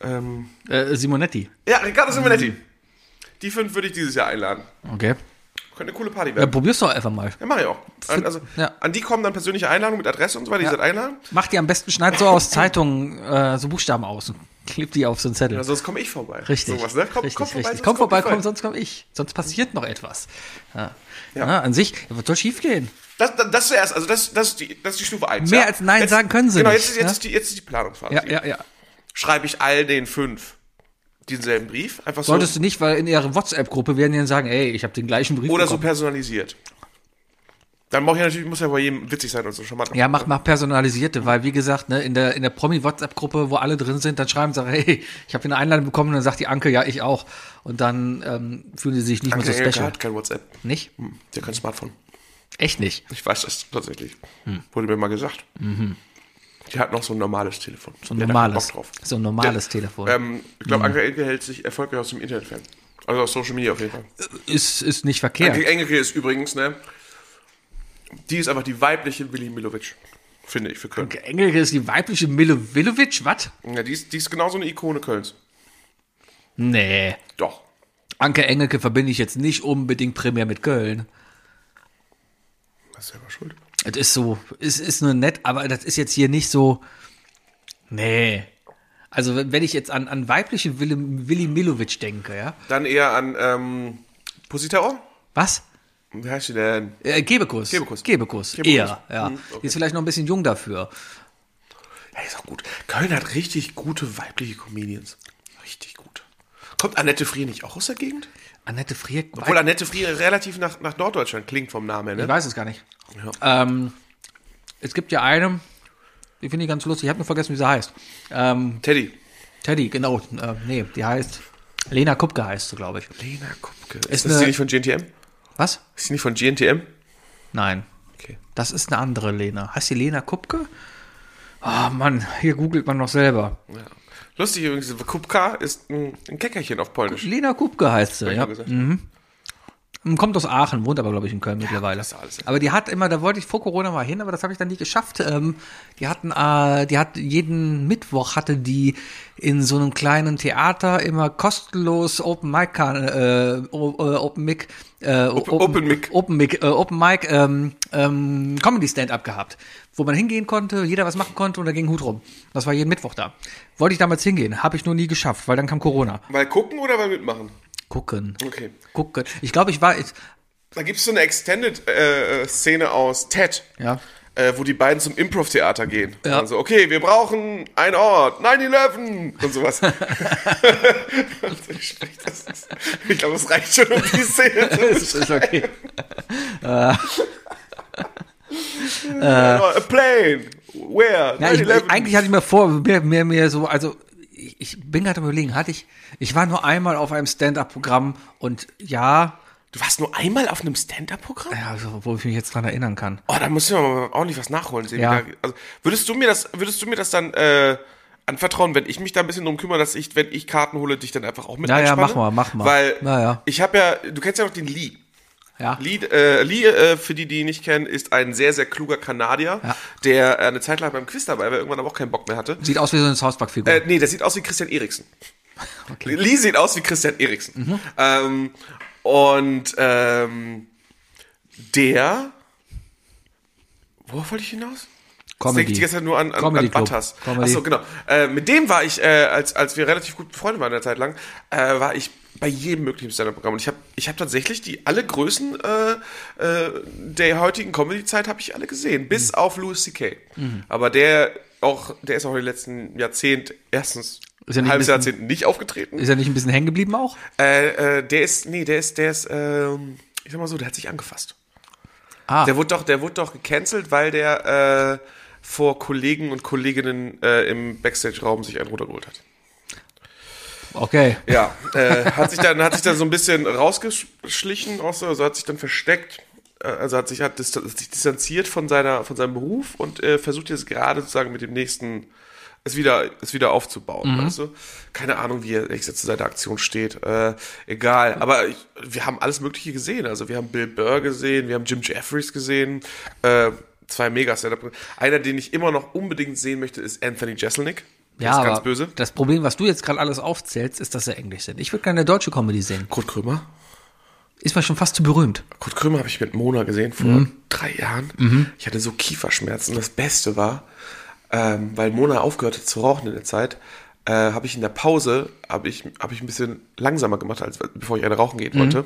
[SPEAKER 2] Ähm,
[SPEAKER 3] Äh, Simonetti.
[SPEAKER 2] ja, Riccardo Simonetti. Die fünf würde ich dieses Jahr einladen.
[SPEAKER 3] Okay.
[SPEAKER 2] Könnte eine coole Party
[SPEAKER 3] Ja,
[SPEAKER 2] werden.
[SPEAKER 3] probier's doch einfach mal.
[SPEAKER 2] Ja, mach ich auch. An, also,
[SPEAKER 3] Ja.
[SPEAKER 2] an die kommen dann persönliche Einladungen mit Adresse und so weiter. Die
[SPEAKER 3] Ja.
[SPEAKER 2] sind einladen.
[SPEAKER 3] Mach die am besten, schneid so aus Zeitungen äh, so Buchstaben aus und kleb die auf so einen Zettel.
[SPEAKER 2] Ja, Also, sonst komme ich vorbei.
[SPEAKER 3] Richtig.
[SPEAKER 2] Sowas, ne? Komm,
[SPEAKER 3] richtig,
[SPEAKER 2] komm vorbei.
[SPEAKER 3] richtig.
[SPEAKER 2] sonst
[SPEAKER 3] komm
[SPEAKER 2] kommt
[SPEAKER 3] vorbei,
[SPEAKER 2] ihr voll.
[SPEAKER 3] komm, sonst komm ich. Sonst passiert noch etwas. Ja.
[SPEAKER 2] Ja.
[SPEAKER 3] Ja. an sich, ja, was soll schief gehen?
[SPEAKER 2] Das, das, das zuerst. Also, das, das, ist die, das ist die Stufe 1.
[SPEAKER 3] Mehr
[SPEAKER 2] ja.
[SPEAKER 3] als Nein
[SPEAKER 2] jetzt,
[SPEAKER 3] sagen können sie
[SPEAKER 2] Genau,
[SPEAKER 3] nicht,
[SPEAKER 2] jetzt, ist- jetzt,
[SPEAKER 3] ne?
[SPEAKER 2] ist die, jetzt ist die Planungsphase.
[SPEAKER 3] Ja, ja, ja.
[SPEAKER 2] Schreibe ich all den fünf denselben Brief? Einfach
[SPEAKER 3] Solltest
[SPEAKER 2] so.
[SPEAKER 3] du nicht, weil in ihrer WhatsApp-Gruppe werden die dann sagen, ey, ich habe den gleichen Brief
[SPEAKER 2] Oder so
[SPEAKER 3] bekommen.
[SPEAKER 2] personalisiert. Dann brauche ich natürlich, muss ja bei jedem witzig sein und so charmant.
[SPEAKER 3] ja, mach, mach personalisierte, weil wie gesagt, ne, in der, in der Promi-WhatsApp-Gruppe, wo alle drin sind, dann schreiben sie, hey, ich habe eine Einladung bekommen und dann sagt die Anke, ja, ich auch. Und dann ähm, fühlen sie sich nicht
[SPEAKER 2] Anke
[SPEAKER 3] mehr so
[SPEAKER 2] Engelke
[SPEAKER 3] special.
[SPEAKER 2] hat kein WhatsApp.
[SPEAKER 3] Nicht?
[SPEAKER 2] Hm, Der hat kein Smartphone.
[SPEAKER 3] Echt nicht.
[SPEAKER 2] Ich weiß das tatsächlich.
[SPEAKER 3] Hm.
[SPEAKER 2] Wurde mir mal gesagt. Die hat noch so ein normales Telefon.
[SPEAKER 3] Mhm. So ein
[SPEAKER 2] Die hat da keinen
[SPEAKER 3] normales,
[SPEAKER 2] Bock drauf.
[SPEAKER 3] so Mhm. ein normales Telefon.
[SPEAKER 2] Ähm, ich glaube, Anke Engelke hält sich erfolgreich aus dem Internet fern. Also aus Social Media auf jeden Fall.
[SPEAKER 3] ist, ist nicht verkehrt.
[SPEAKER 2] Anke Engelke ist übrigens, ne? Die ist einfach die weibliche Willi Milovic. Finde ich für Köln.
[SPEAKER 3] Engelke ist die weibliche Milo Vilovic, was?
[SPEAKER 2] Ja, die, ist, die ist genauso eine Ikone Kölns.
[SPEAKER 3] Nee.
[SPEAKER 2] Doch.
[SPEAKER 3] Anke Engelke verbinde ich jetzt nicht unbedingt primär mit Köln.
[SPEAKER 2] selber schuld.
[SPEAKER 3] Es ist so, es ist nur nett, aber das ist jetzt hier nicht so. Nee. Also wenn wenn ich jetzt an, an weibliche Willi, Willi Milovic denke, ja.
[SPEAKER 2] Dann eher an ähm, Positao?
[SPEAKER 3] Was?
[SPEAKER 2] Wie heißt sie denn?
[SPEAKER 3] Äh, Gebekus.
[SPEAKER 2] Gebekus.
[SPEAKER 3] Gebekus.
[SPEAKER 2] Gebekus. Mhm.
[SPEAKER 3] Eher, ja. Die ist vielleicht noch ein bisschen jung dafür.
[SPEAKER 2] Hey, ist auch gut. Köln hat richtig gute weibliche Comedians. Richtig gut. Kommt Annette Frier nicht auch aus der Gegend?
[SPEAKER 3] Annette Frier.
[SPEAKER 2] Obwohl Annette Frier relativ nach, nach Norddeutschland klingt vom Namen her,
[SPEAKER 3] ich
[SPEAKER 2] ne?
[SPEAKER 3] weiß es gar nicht. Ähm, es gibt ja eine, die finde ich ganz lustig. Ich habe nur vergessen, wie sie heißt. Ähm,
[SPEAKER 2] Teddy.
[SPEAKER 3] Teddy, genau. Äh, nee, die heißt Lena Kupke heißt sie, glaube ich.
[SPEAKER 2] Lena Kupke. Ist,
[SPEAKER 3] Ist eine-
[SPEAKER 2] sie nicht von GNTM?
[SPEAKER 3] Was?
[SPEAKER 2] Ist sie nicht von GNTM?
[SPEAKER 3] Nein.
[SPEAKER 2] Okay.
[SPEAKER 3] Das ist eine andere Lena. Heißt die Lena Kupke? Ah, Mann, hier googelt man noch selber.
[SPEAKER 2] Ja. Lustig übrigens, Kupka ist ein, ein Keckerchen auf Polnisch.
[SPEAKER 3] Lena Kupke heißt sie, ja.
[SPEAKER 2] Hab ich gesagt.
[SPEAKER 3] Hm, Kommt aus Aachen, wohnt aber, glaube ich, in Köln mittlerweile.
[SPEAKER 2] das ist alles.
[SPEAKER 3] Aber die hat immer, da wollte ich vor Corona mal hin, aber das habe ich dann nicht geschafft. Ähm, die hatten, äh, die hat jeden Mittwoch hatte die in so einem kleinen Theater immer kostenlos Open Mic, äh, O- äh, Open Mic, äh, Open,
[SPEAKER 2] Open Mic.
[SPEAKER 3] Open Mic, äh, Open Mic, ähm, ähm, Comedy Stand-up gehabt, wo man hingehen konnte, jeder was machen konnte und da ging Hut rum. Das war jeden Mittwoch da. Wollte ich damals hingehen, habe ich nur nie geschafft, weil dann kam Corona.
[SPEAKER 2] Mal gucken oder mal mitmachen?
[SPEAKER 3] Gucken,
[SPEAKER 2] Okay.
[SPEAKER 3] gucken. Ich glaube, ich war, ich,
[SPEAKER 2] Da gibt es so eine Extended-Szene aus Ted,
[SPEAKER 3] Ja.
[SPEAKER 2] äh, wo die beiden zum Improv-Theater gehen.
[SPEAKER 3] Ja.
[SPEAKER 2] Also, okay, wir brauchen einen Ort, 9-11 und sowas. ich das ist- ich glaube, es reicht schon um die Szene.
[SPEAKER 3] ist, ist okay.
[SPEAKER 2] A plane, where,
[SPEAKER 3] Äh. Ja, ich,
[SPEAKER 2] 9-11.
[SPEAKER 3] eigentlich hatte ich mir vor, mehr, mehr, mehr so, also ich, ich bin gerade am überlegen, hatte ich, ich war nur einmal auf einem Stand-Up-Programm und ja,
[SPEAKER 2] Du warst nur einmal auf einem Stand-Up-Programm?
[SPEAKER 3] ja, also, wo ich mich jetzt dran erinnern kann.
[SPEAKER 2] Oh, da musst du mir auch nicht was nachholen. Sebi. Da-
[SPEAKER 3] Ja.
[SPEAKER 2] Also, würdest du mir das, würdest du mir das dann äh, anvertrauen, wenn ich mich da ein bisschen drum kümmere, dass ich, wenn ich Karten hole, dich dann einfach auch mit
[SPEAKER 3] Ja, ja,
[SPEAKER 2] einspanne?
[SPEAKER 3] mach mal, mach mal.
[SPEAKER 2] Weil
[SPEAKER 3] Na ja.
[SPEAKER 2] ich habe ja, du kennst ja noch den Lee.
[SPEAKER 3] Ja.
[SPEAKER 2] Lee, äh, Lee äh, für die, die ihn nicht kennen, ist ein sehr, sehr kluger Kanadier, der äh, eine Zeit lang beim Quiz dabei war, irgendwann aber auch keinen Bock mehr hatte.
[SPEAKER 3] Sieht aus wie so eine South Park-Figur.
[SPEAKER 2] Äh, nee, der sieht aus wie Christian Eriksen. Lee sieht aus wie Christian Eriksen. Ähm, und ähm, der. Worauf wollte ich hinaus? Das denke ich die ganze Zeit nur an, an,
[SPEAKER 3] Comedy
[SPEAKER 2] an
[SPEAKER 3] Club.
[SPEAKER 2] Butters.
[SPEAKER 3] Comedy.
[SPEAKER 2] Achso, genau. Äh, mit dem war ich, äh, als, als wir relativ gut befreundet waren eine Zeit lang, äh, war ich bei jedem möglichen Stand-Up-Programm. Und ich habe ich hab tatsächlich die alle Größen äh, äh, der heutigen Comedy-Zeit habe ich alle gesehen, bis
[SPEAKER 3] Mhm.
[SPEAKER 2] auf Louis C.K. Aber der auch, der ist auch in den letzten Jahrzehnt erstens
[SPEAKER 3] Ist ja nicht ein
[SPEAKER 2] halbes
[SPEAKER 3] bisschen-
[SPEAKER 2] Jahrzehnt nicht aufgetreten.
[SPEAKER 3] Ist er nicht ein bisschen hängen geblieben auch?
[SPEAKER 2] Äh, äh, der ist, nee, der ist, der ist, ähm, ich sag mal so, der hat sich angefasst.
[SPEAKER 3] Ah.
[SPEAKER 2] Der wurde doch, der wurde doch gecancelt, weil der äh, vor Kollegen und Kolleginnen äh, im Backstage-Raum sich einen runtergeholt hat.
[SPEAKER 3] Okay.
[SPEAKER 2] Ja, äh, hat sich dann, hat sich dann so ein bisschen rausgeschlichen, auch so, also hat sich dann versteckt, äh, also hat sich, hat, dist hat sich distanziert von seiner, von seinem Beruf und äh, versucht jetzt gerade sozusagen mit dem nächsten es wieder, es wieder aufzubauen, weißt du? Keine Ahnung, wie er ehrlich gesagt, zu seiner Aktion steht. Äh, egal. Aber ich, wir haben alles Mögliche gesehen. Also wir haben Bill Burr gesehen, wir haben Jim Jeffries gesehen, äh, zwei Megasetup. Einer, den ich immer noch unbedingt sehen möchte, ist Anthony Jeselnik. Der
[SPEAKER 3] Ja,
[SPEAKER 2] ist ganz
[SPEAKER 3] aber
[SPEAKER 2] böse.
[SPEAKER 3] das Problem, was du jetzt gerade alles aufzählst, ist, dass er Englisch sind. Ich würde gerne eine deutsche Comedy sehen.
[SPEAKER 2] Kurt Krömer.
[SPEAKER 3] Ist mir schon fast zu berühmt.
[SPEAKER 2] Kurt Krömer habe ich mit Mona gesehen vor drei Jahren. Ich hatte so Kieferschmerzen. Das Beste war, ähm, weil Mona aufgehört hat zu rauchen in der Zeit, äh, habe ich in der Pause habe ich, hab ich ein bisschen langsamer gemacht, als bevor ich eine rauchen
[SPEAKER 3] Mhm.
[SPEAKER 2] gehen wollte.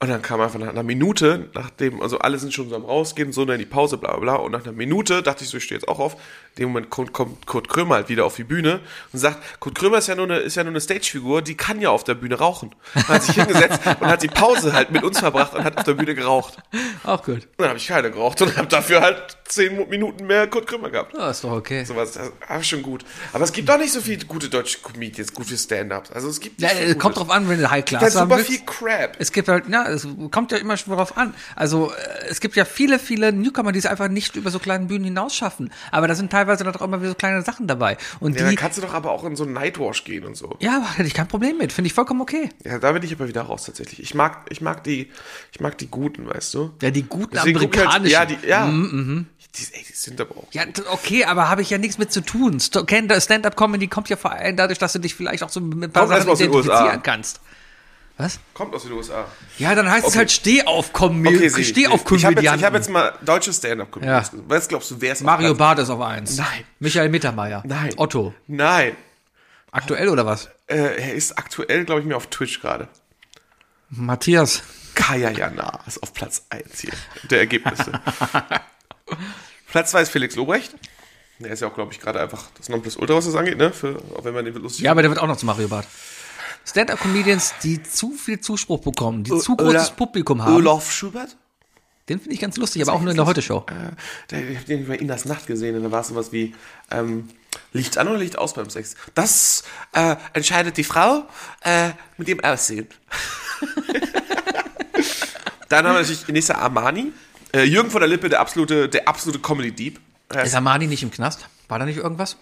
[SPEAKER 2] Und dann kam einfach nach einer Minute, nachdem, also alle sind schon so am Rausgehen, so dann in die Pause, bla bla bla. Und nach einer Minute dachte ich so, ich stehe jetzt auch auf. In dem Moment kommt, kommt Kurt Krömer halt wieder auf die Bühne und sagt, Kurt Krömer ist ja nur eine, ist ja nur eine Stagefigur, die kann ja auf der Bühne rauchen. Dann hat sich hingesetzt und hat die Pause halt mit uns verbracht und hat auf der Bühne geraucht. Und
[SPEAKER 3] Auch gut.
[SPEAKER 2] dann habe ich keine geraucht und habe dafür halt zehn Minuten mehr Kurt Krömer gehabt.
[SPEAKER 3] Ja, ist doch okay.
[SPEAKER 2] Sowas, das war schon gut. Aber es gibt auch nicht so viele gute deutsche Comedians, gute Stand-Ups. Also es gibt
[SPEAKER 3] Ja,
[SPEAKER 2] nicht
[SPEAKER 3] äh, kommt drauf an, wenn du High
[SPEAKER 2] Da
[SPEAKER 3] Class
[SPEAKER 2] ist
[SPEAKER 3] haben
[SPEAKER 2] super
[SPEAKER 3] willst.
[SPEAKER 2] viel Crap.
[SPEAKER 3] Es gibt halt, ja, es kommt ja immer schon drauf an. Also äh, es gibt ja viele, viele Newcomer, die es einfach nicht über so kleinen Bühnen hinaus schaffen. Aber da sind teilweise dann auch immer wieder so kleine Sachen dabei. Und
[SPEAKER 2] Ja,
[SPEAKER 3] die,
[SPEAKER 2] dann
[SPEAKER 3] ja,
[SPEAKER 2] kannst du doch aber auch in so einen Nightwash gehen und so.
[SPEAKER 3] ja, aber hätte ich kein Problem mit. Finde ich vollkommen okay.
[SPEAKER 2] Ja, da bin ich aber wieder raus tatsächlich. Ich mag, ich mag die, ich mag die Guten, weißt du?
[SPEAKER 3] Ja, die guten
[SPEAKER 2] Deswegen guck ich
[SPEAKER 3] amerikanischen. Mhm,
[SPEAKER 2] Halt, ja, die, ja. Die, ey, die sind aber auch.
[SPEAKER 3] Ja, t- okay, aber habe ich ja nichts mit zu tun. Sto- äh, Stand- Stand-up-Comedy kommt ja vor allem dadurch, dass du dich vielleicht auch so mit ein paar
[SPEAKER 2] Kommt erst
[SPEAKER 3] Sachen
[SPEAKER 2] mal aus den
[SPEAKER 3] identifizieren
[SPEAKER 2] USA.
[SPEAKER 3] kannst. Was?
[SPEAKER 2] Kommt aus den USA.
[SPEAKER 3] Ja, dann heißt es
[SPEAKER 2] Okay.
[SPEAKER 3] halt Steh auf, komm,
[SPEAKER 2] sie-
[SPEAKER 3] Steh auf,
[SPEAKER 2] Ich habe jetzt, ich hab
[SPEAKER 3] Komödianten.
[SPEAKER 2] jetzt mal deutsche Stand-Up-Comedians. Was glaubst du, wer ist auf
[SPEAKER 3] Mario
[SPEAKER 2] Platz-
[SPEAKER 3] Barth ist auf eins.
[SPEAKER 2] Nein.
[SPEAKER 3] Michael Mittermeier.
[SPEAKER 2] Nein.
[SPEAKER 3] Otto.
[SPEAKER 2] Nein.
[SPEAKER 3] Aktuell oder was?
[SPEAKER 2] Äh, er ist aktuell, glaube ich, mehr auf Twitch gerade.
[SPEAKER 3] Matthias.
[SPEAKER 2] Kaya Jana ist auf Platz 1 hier der Ergebnisse. Platz 2 ist Felix Lobrecht. Der ist ja auch, glaube ich, gerade einfach das Nonplusultra, was das angeht, ne? Für, auch wenn man den lustig
[SPEAKER 3] Ja, aber der wird auch noch zu Mario Barth. Stand-up-Comedians, die zu viel Zuspruch bekommen, die zu großes Publikum haben,
[SPEAKER 2] Olaf Schubert?
[SPEAKER 3] den finde ich ganz lustig, aber auch nur in der Heute-Show.
[SPEAKER 2] Äh, der, ich habe den bei Inas Nacht gesehen und da war es sowas wie ähm, Licht an oder Licht aus beim Sex. Das äh, entscheidet die Frau äh, mit dem Aussehen. Dann haben wir natürlich Inessa Armani. Äh, Jürgen von der Lippe, der absolute, der absolute Comedy-Dieb. Äh, Er
[SPEAKER 3] Ist Amani nicht im Knast? War da nicht irgendwas?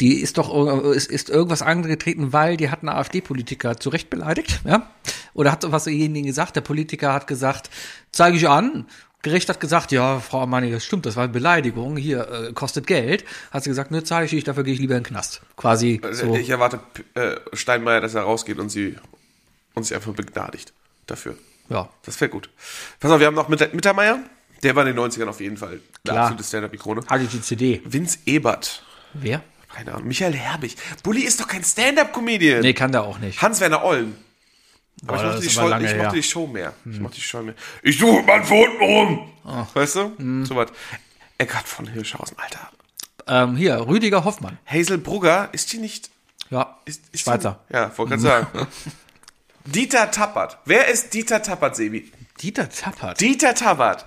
[SPEAKER 3] Die ist doch irg- ist, ist irgendwas angetreten, weil die hat einen AfD-Politiker zu Recht beleidigt, ja? Oder hat was derjenigen gesagt? Der Politiker hat gesagt, zeige ich an. Gericht hat gesagt, ja, Frau Amani, das stimmt, das war eine Beleidigung, hier äh, kostet Geld. Hat sie gesagt, ne, zeige ich nicht, dafür gehe ich lieber in den Knast. Quasi
[SPEAKER 2] Also
[SPEAKER 3] so.
[SPEAKER 2] Ich erwarte P- äh, Steinmeier, dass er rausgeht und sie uns einfach begnadigt dafür.
[SPEAKER 3] Ja.
[SPEAKER 2] Das wäre gut. Pass auf, wir haben noch Mitter- Mittermeier. Der war in den 90ern auf jeden Fall eine
[SPEAKER 3] Klar.
[SPEAKER 2] absolute Stand-Up-Ikone.
[SPEAKER 3] Hatte ich die CD.
[SPEAKER 2] Vince Ebert.
[SPEAKER 3] Wer?
[SPEAKER 2] Keine Ahnung. Michael Herbig. Bulli ist doch kein Stand-Up-Comedian.
[SPEAKER 3] Nee, kann der auch nicht.
[SPEAKER 2] Hans-Werner Ollen. Aber ich
[SPEAKER 3] Boah,
[SPEAKER 2] mochte,
[SPEAKER 3] das
[SPEAKER 2] die
[SPEAKER 3] ist
[SPEAKER 2] Show,
[SPEAKER 3] aber lange
[SPEAKER 2] ich
[SPEAKER 3] her. Hm.
[SPEAKER 2] mochte die Show mehr. Ich mochte die Show mehr. Ich suche mein Pfoten rum.
[SPEAKER 3] Ah.
[SPEAKER 2] Weißt du?
[SPEAKER 3] Hm.
[SPEAKER 2] So was. Eckart von Hirschhausen, Alter.
[SPEAKER 3] Ähm, hier, Rüdiger Hoffmann.
[SPEAKER 2] Hazel Brugger, ist die nicht
[SPEAKER 3] Ja,
[SPEAKER 2] Ist, ist
[SPEAKER 3] Schweizer.
[SPEAKER 2] Die, ja, wollte gerade sagen. Dieter Tappert. Wer ist Dieter Tappert, Sebi?
[SPEAKER 3] Dieter Zappert.
[SPEAKER 2] Dieter Tappert.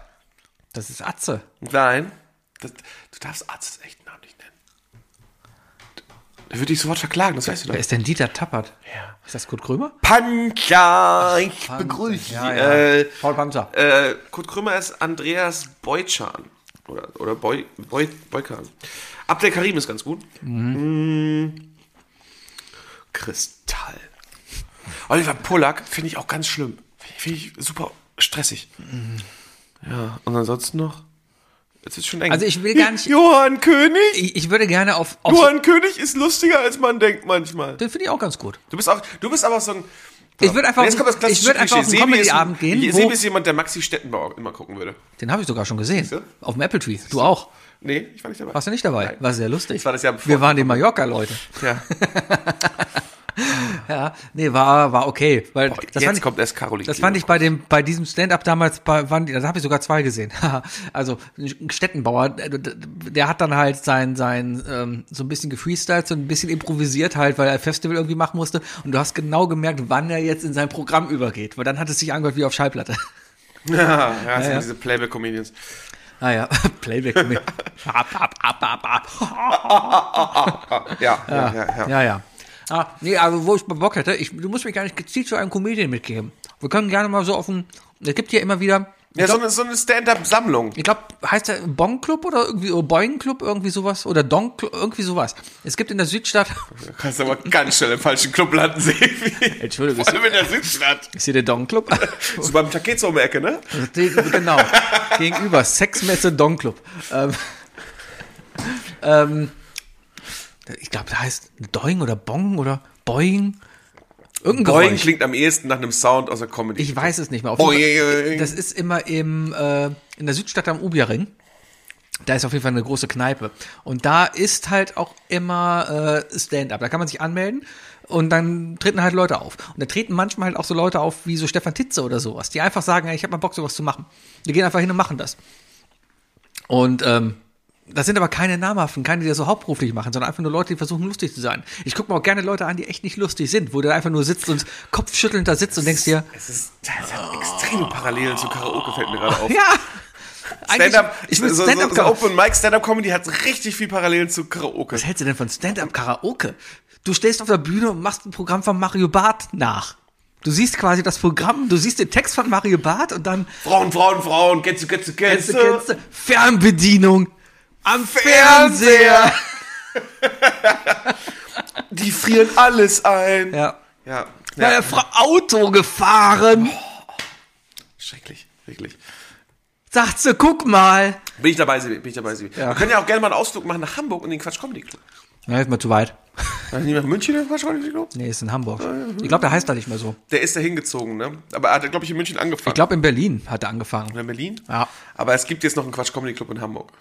[SPEAKER 3] Das ist Atze.
[SPEAKER 2] Nein. Das, du darfst Arzt echten Namen nicht nennen. Der würde dich sofort verklagen, das weißt du
[SPEAKER 3] Wer
[SPEAKER 2] doch.
[SPEAKER 3] ist denn Dieter Tappert?
[SPEAKER 2] Ja.
[SPEAKER 3] Ist das Kurt Krömer?
[SPEAKER 2] Panzer, ich begrüße
[SPEAKER 3] Ja,
[SPEAKER 2] Sie.
[SPEAKER 3] ja.
[SPEAKER 2] Äh,
[SPEAKER 3] Paul Panzer.
[SPEAKER 2] äh, Kurt Krümmer ist Andreas Beutschan. Oder, oder Boy, Boy, Boykan. Abdel Karim ist ganz gut.
[SPEAKER 3] Mhm.
[SPEAKER 2] Mm. Kristall. Oliver Pollack finde ich auch ganz schlimm. Finde ich, find ich super stressig.
[SPEAKER 3] Mhm.
[SPEAKER 2] Ja, und ansonsten noch? Jetzt ist schon eng.
[SPEAKER 3] Also ich will gar nicht-
[SPEAKER 2] Johann König?
[SPEAKER 3] Ich, ich würde gerne auf. auf
[SPEAKER 2] Johann König ist lustiger, als man denkt manchmal.
[SPEAKER 3] den finde ich auch ganz gut.
[SPEAKER 2] Du bist auch, du bist aber so ein.
[SPEAKER 3] Ich würd einfach-
[SPEAKER 2] Jetzt kommt das klassische
[SPEAKER 3] ich würd einfach
[SPEAKER 2] Klischee.
[SPEAKER 3] auf einen
[SPEAKER 2] Sebi ist ein-
[SPEAKER 3] Comedy-Abend gehen,
[SPEAKER 2] Je-
[SPEAKER 3] wo-
[SPEAKER 2] Sebi ist jemand, der Maxi Stettenbauer immer gucken würde.
[SPEAKER 3] Den habe ich sogar schon gesehen.
[SPEAKER 2] Siehste?
[SPEAKER 3] Auf dem Apple Tree. Du auch.
[SPEAKER 2] Nee, ich war nicht dabei.
[SPEAKER 3] Warst du nicht dabei?
[SPEAKER 2] Nein.
[SPEAKER 3] War sehr lustig.
[SPEAKER 2] Das war das Jahr bevor.
[SPEAKER 3] Wir waren in Mallorca, Leute.
[SPEAKER 2] Ja.
[SPEAKER 3] Ja, nee, war, war okay. Weil das
[SPEAKER 2] jetzt
[SPEAKER 3] fand ich,
[SPEAKER 2] kommt erst Caroline.
[SPEAKER 3] Das fand ich bei dem, bei diesem Stand-up damals, bei, waren die, da habe ich sogar zwei gesehen. also ein Stettenbauer, der- der hat dann halt sein, sein ähm, so ein bisschen gefreestylt, so ein bisschen improvisiert halt, weil er Festival irgendwie machen musste. Und du hast genau gemerkt, wann er jetzt in sein Programm übergeht, weil dann hat es sich angehört wie auf Schallplatte.
[SPEAKER 2] Ja, ja, das sind diese Playback-Comedians.
[SPEAKER 3] Ah ja, Playback. mit- ab, ab, ab, ab, ab.
[SPEAKER 2] Ja, ja, ja. ja,
[SPEAKER 3] ah, Ja, ja. Ah, nee, also wo ich mal Bock hätte, ich, du musst mich gar nicht gezielt zu einem Comedian mitgeben. Wir können gerne mal so auf ein, es gibt hier immer wieder,
[SPEAKER 2] Ja, so eine, so eine Stand-Up-Sammlung.
[SPEAKER 3] ich glaube, heißt der Bon Club oder irgendwie oder Boing Club, irgendwie sowas, oder Don Club, irgendwie sowas. Es gibt in der Südstadt,
[SPEAKER 2] Du kannst aber ganz schnell im falschen Club landen, Sebi.
[SPEAKER 3] Entschuldigung.
[SPEAKER 2] Vor allem in der Südstadt.
[SPEAKER 3] ist hier der Don Club?
[SPEAKER 2] So beim Taket so um die Ecke, ne?
[SPEAKER 3] Die- genau. Gegenüber. Sexmesse Don Club. Ähm, ähm, ich glaube, da heißt Doing oder Bong oder Boing. Irgendein
[SPEAKER 2] Boing
[SPEAKER 3] Geräusch.
[SPEAKER 2] klingt am ehesten nach einem Sound aus der Comedy.
[SPEAKER 3] Ich weiß es nicht mehr. Auf
[SPEAKER 2] Boing.
[SPEAKER 3] jeden Fall, das ist immer im, äh, in der Südstadt am Ubierring. Da ist auf jeden Fall eine große Kneipe. Und da ist halt auch immer äh, Stand-up. Da kann man sich anmelden und dann treten halt Leute auf. Und da treten manchmal halt auch so Leute auf wie so Stefan Titze oder sowas, die einfach sagen, ey, ich habe mal Bock, sowas zu machen. Wir gehen einfach hin und machen das. Und ähm, das sind aber keine namhaften, keine, die das so hauptberuflich machen, sondern einfach nur Leute, die versuchen lustig zu sein. Ich gucke mir auch gerne Leute an, die echt nicht lustig sind, wo du einfach nur sitzt und kopfschüttelnd da sitzt und denkst dir,
[SPEAKER 2] Es ist, das hat extreme Parallelen zu Karaoke, fällt mir gerade auf.
[SPEAKER 3] Ja! Eigentlich-
[SPEAKER 2] Stand-up,
[SPEAKER 3] ich will
[SPEAKER 2] so, so,
[SPEAKER 3] Stand-up
[SPEAKER 2] so
[SPEAKER 3] Karaoke.
[SPEAKER 2] Open Mic, Stand-Up Comedy hat richtig viel Parallelen zu Karaoke.
[SPEAKER 3] Was hältst du denn von Stand-up Karaoke? Du stehst auf der Bühne und machst ein Programm von Mario Barth nach. Du siehst quasi das Programm, du siehst den Text von Mario Barth und dann
[SPEAKER 2] Frauen, Frauen, Frauen, Gänse, Gänse,
[SPEAKER 3] kennst du,
[SPEAKER 2] Gänse.
[SPEAKER 3] kennst du, Fernbedienung am Fernseher.
[SPEAKER 2] Die frieren alles ein.
[SPEAKER 3] Ja.
[SPEAKER 2] Ja.
[SPEAKER 3] Ja.
[SPEAKER 2] ja.
[SPEAKER 3] Frau Auto gefahren.
[SPEAKER 2] Schrecklich, wirklich.
[SPEAKER 3] Sagt sie, guck mal.
[SPEAKER 2] Bin ich dabei, Sebi, bin ich dabei, Sebi. Wir können ja auch gerne mal einen Ausflug machen nach Hamburg in den Quatsch Comedy Club.
[SPEAKER 3] Ja, ist mal zu weit.
[SPEAKER 2] Hat niemand in München den Verschwörungsglob?
[SPEAKER 3] Nee, ist in Hamburg. Ich glaube, der heißt da nicht mehr so.
[SPEAKER 2] Der ist da hingezogen, ne? Aber er hat, glaube ich, in München angefangen.
[SPEAKER 3] Ich glaube, in Berlin hat er angefangen.
[SPEAKER 2] Oder in Berlin?
[SPEAKER 3] Ja.
[SPEAKER 2] Aber es gibt jetzt noch einen Quatsch Comedy Club in Hamburg.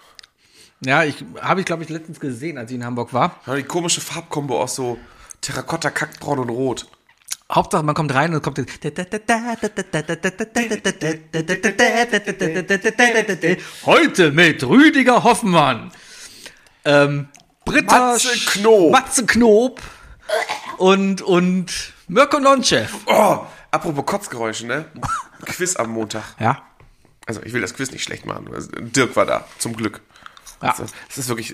[SPEAKER 3] Ja, ich habe ich, glaube ich, letztens gesehen, als ich in Hamburg war.
[SPEAKER 2] Ja, Die komische Farbkombo aus so Terrakotta, Kackbraun und Rot.
[SPEAKER 3] Hauptsache, man kommt rein und kommt. jetzt- Heute mit Rüdiger Hoffmann. Ähm, Britta
[SPEAKER 2] Matze Knob.
[SPEAKER 3] Matze Knob und, und Mirko Nonchev.
[SPEAKER 2] Oh, apropos Kotzgeräusche, ne? Quiz am Montag.
[SPEAKER 3] Ja.
[SPEAKER 2] Also, ich will das Quiz nicht schlecht machen. Also, Dirk war da, zum Glück.
[SPEAKER 3] Ja.
[SPEAKER 2] Also, das ist wirklich.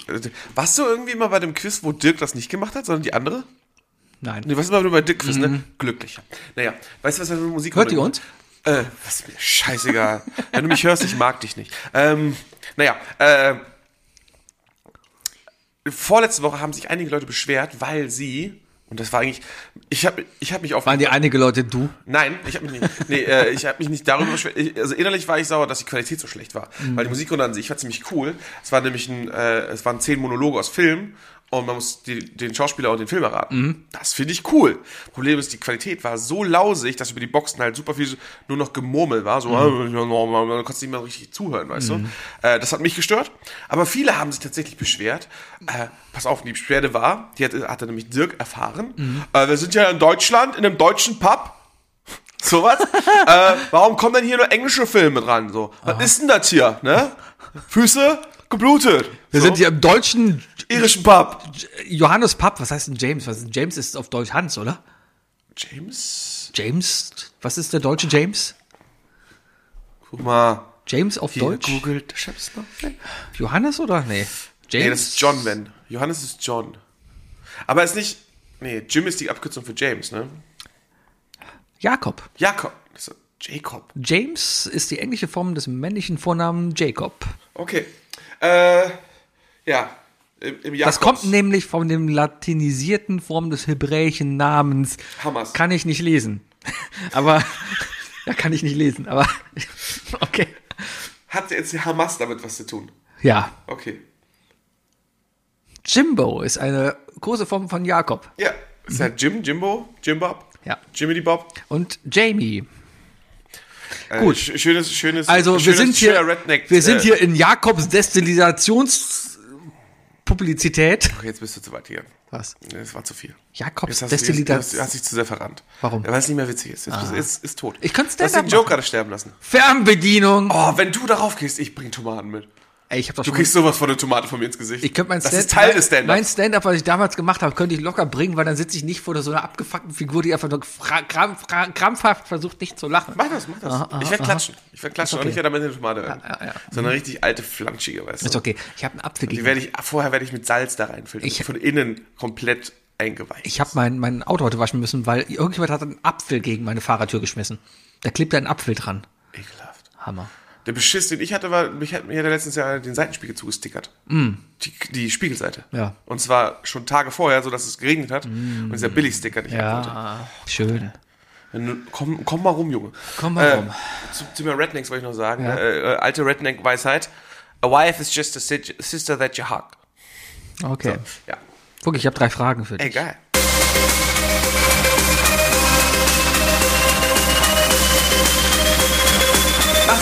[SPEAKER 2] Warst du irgendwie mal bei dem Quiz, wo Dirk das nicht gemacht hat, sondern die andere?
[SPEAKER 3] Nein.
[SPEAKER 2] Nee, was ist mal bei Dirk Quiz, ne? Glücklich. Naja, weißt du, was wir mit Musik
[SPEAKER 3] Mhm. Hört
[SPEAKER 2] haben?
[SPEAKER 3] ihr uns?
[SPEAKER 2] Äh, was ist mir scheißegal. Wenn du mich hörst, ich mag dich nicht. Ähm, naja, äh, vorletzte Woche haben sich einige Leute beschwert, weil sie, und das war eigentlich, ich habe ich hab mich auf...
[SPEAKER 3] Waren die einige Leute du?
[SPEAKER 2] Nein, ich habe mich nicht, nee, äh, ich habe mich nicht darüber beschwert. Ich, also innerlich war ich sauer, dass die Qualität so schlecht war, weil die Musikrunde an sich war ziemlich cool. Es war nämlich ein, äh, es waren zehn Monologe aus Film und man muss die, den Schauspieler und den Film erraten. Das finde ich cool. Problem ist, die Qualität war so lausig, dass über die Boxen halt super viel nur noch Gemurmel war. So, mhm. man konnte nicht mehr richtig zuhören, weißt du. Äh, das hat mich gestört. Aber viele haben sich tatsächlich beschwert. Äh, pass auf, die Beschwerde war, die hat, hatte nämlich Dirk erfahren. Äh, wir sind ja in Deutschland, in einem deutschen Pub. Sowas? äh, warum kommen denn hier nur englische Filme dran? So, was
[SPEAKER 3] Ah.
[SPEAKER 2] ist denn das hier? Ne? Füße geblutet.
[SPEAKER 3] Wir
[SPEAKER 2] so.
[SPEAKER 3] sind hier im deutschen
[SPEAKER 2] irischen Pub.
[SPEAKER 3] Johannes Papp. Was heißt denn James? Was, James ist auf Deutsch Hans, oder?
[SPEAKER 2] James?
[SPEAKER 3] James? Was ist der deutsche James?
[SPEAKER 2] Guck mal.
[SPEAKER 3] James auf
[SPEAKER 2] Hier
[SPEAKER 3] Deutsch?
[SPEAKER 2] googelt Chefs noch. Nee,
[SPEAKER 3] Johannes oder? Nee. James?
[SPEAKER 2] Nee, das ist John, wenn. Johannes ist John. Aber ist nicht. Nee, Jim ist die Abkürzung für James, ne?
[SPEAKER 3] Jakob.
[SPEAKER 2] Jakob. Das ist Jacob.
[SPEAKER 3] James ist die englische Form des männlichen Vornamen Jacob.
[SPEAKER 2] Okay. Äh, ja. Im, im
[SPEAKER 3] Das
[SPEAKER 2] Jakobs-
[SPEAKER 3] kommt nämlich von dem latinisierten Form des hebräischen Namens.
[SPEAKER 2] Hamas.
[SPEAKER 3] Kann ich nicht lesen. Aber, ja, kann ich nicht lesen, aber, okay.
[SPEAKER 2] Hat jetzt Hamas damit was zu tun?
[SPEAKER 3] Ja.
[SPEAKER 2] Okay.
[SPEAKER 3] Jimbo ist eine große Form von Jakob.
[SPEAKER 2] Ja. Ist ja Jim, Jimbo, Jim Bob?
[SPEAKER 3] Ja.
[SPEAKER 2] Jiminy Bob?
[SPEAKER 3] Und Jamie.
[SPEAKER 2] Äh,
[SPEAKER 3] Gut.
[SPEAKER 2] sch- Schönes, schönes.
[SPEAKER 3] Also, wir
[SPEAKER 2] schönes,
[SPEAKER 3] sind hier,
[SPEAKER 2] schöner Redneck.
[SPEAKER 3] wir sind
[SPEAKER 2] äh,
[SPEAKER 3] hier in Jakobs Destillationspublizität.
[SPEAKER 2] Okay, jetzt bist du zu weit hier.
[SPEAKER 3] Was?
[SPEAKER 2] Das war zu viel.
[SPEAKER 3] Jakobs
[SPEAKER 2] Jetzt hast du, jetzt, du hast,
[SPEAKER 3] Destillation.
[SPEAKER 2] hast dich zu sehr verrannt.
[SPEAKER 3] Warum? Ah.
[SPEAKER 2] Weil es nicht mehr witzig ist. Jetzt bist, ist, ist tot.
[SPEAKER 3] Ich kann
[SPEAKER 2] Du hast
[SPEAKER 3] Stand-up
[SPEAKER 2] den Joker da sterben lassen.
[SPEAKER 3] Fernbedienung.
[SPEAKER 2] Oh, wenn du darauf gehst, ich bring Tomaten mit.
[SPEAKER 3] Ey, ich hab doch
[SPEAKER 2] Du
[SPEAKER 3] schon-
[SPEAKER 2] kriegst sowas von der Tomate von mir ins Gesicht.
[SPEAKER 3] ich könnte mein
[SPEAKER 2] Das
[SPEAKER 3] Stand-
[SPEAKER 2] ist Teil des
[SPEAKER 3] Mein
[SPEAKER 2] Stand-Ups.
[SPEAKER 3] Stand-up, was ich damals gemacht habe, könnte ich locker bringen, weil dann sitze ich nicht vor so einer abgefuckten Figur, die einfach nur fra- kram- fra- krampfhaft versucht, nicht zu lachen.
[SPEAKER 2] Mach das, mach das. ich werde klatschen. Ich werde klatschen
[SPEAKER 3] Ist
[SPEAKER 2] und ich
[SPEAKER 3] okay. Ah,
[SPEAKER 2] werde am Ende eine Tomate rein.
[SPEAKER 3] Ja, ja, ja.
[SPEAKER 2] So eine richtig alte, flanschige, weißt du.
[SPEAKER 3] Ist okay. Ich habe einen Apfel
[SPEAKER 2] Die
[SPEAKER 3] gegen.
[SPEAKER 2] werde ich, vorher werde ich mit Salz da reinfüllen.
[SPEAKER 3] Ich-
[SPEAKER 2] von innen komplett eingeweicht.
[SPEAKER 3] Ich habe mein, mein Auto heute waschen müssen, weil irgendjemand hat einen Apfel gegen meine Fahrertür geschmissen. Da klebt ein Apfel dran.
[SPEAKER 2] Ekelhaft.
[SPEAKER 3] Hammer.
[SPEAKER 2] Der Beschiss, den ich hatte, war, mich hat mir ja letztens ja den Seitenspiegel zugestickert. Die, die Spiegelseite.
[SPEAKER 3] Mm. Ja. Mm.
[SPEAKER 2] Und zwar schon Tage vorher, so dass es geregnet hat. Und dieser Billigsticker nicht ab wollte.
[SPEAKER 3] Ja, schön.
[SPEAKER 2] Wenn du- Komm, komm mal rum, Junge.
[SPEAKER 3] Komm mal
[SPEAKER 2] äh,
[SPEAKER 3] rum.
[SPEAKER 2] Zum Thema Rednecks wollte ich noch sagen.
[SPEAKER 3] Ja.
[SPEAKER 2] Äh, äh, alte Redneck-Weisheit. A wife is just a sit- sister that you hug.
[SPEAKER 3] Okay.
[SPEAKER 2] Ja.
[SPEAKER 3] Guck, ich habe drei Fragen für dich.
[SPEAKER 2] Ey, geil.
[SPEAKER 5] Was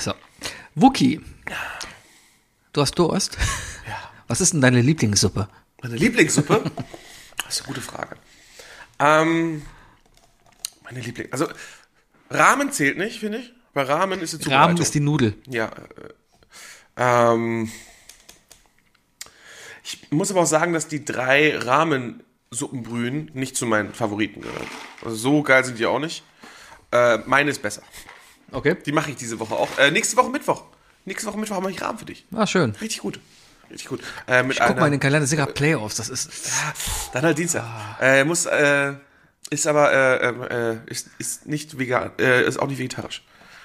[SPEAKER 3] So. Wookie. Du hast Durst? Ja. Was ist denn deine Lieblingssuppe?
[SPEAKER 2] Meine Lieblingssuppe? das ist eine gute Frage. Ähm, meine Liebling. Also, Rahmen zählt nicht, finde ich. Bei Rahmen ist die Zubereitung.
[SPEAKER 3] Rahmen ist die Nudel.
[SPEAKER 2] Ja. äh, Ähm, ich muss aber auch sagen, dass die drei Rahmensuppenbrühen nicht zu meinen Favoriten gehören. Also so geil sind die auch nicht. Äh, meine ist besser.
[SPEAKER 3] Okay.
[SPEAKER 2] Die mache ich diese Woche auch. Äh, nächste Woche Mittwoch. Nächste Woche Mittwoch mache ich Rahmen für dich.
[SPEAKER 3] Ah, schön.
[SPEAKER 2] Richtig gut. Richtig gut. Äh, mit
[SPEAKER 3] Ich guck
[SPEAKER 2] einer-
[SPEAKER 3] mal in den Kalender, Sega Playoffs, das ist.
[SPEAKER 2] Dann halt Dienstag. Äh, muss, äh, ist aber, äh, ähm, äh, ist, ist nicht vegan, äh, ist auch nicht vegetarisch.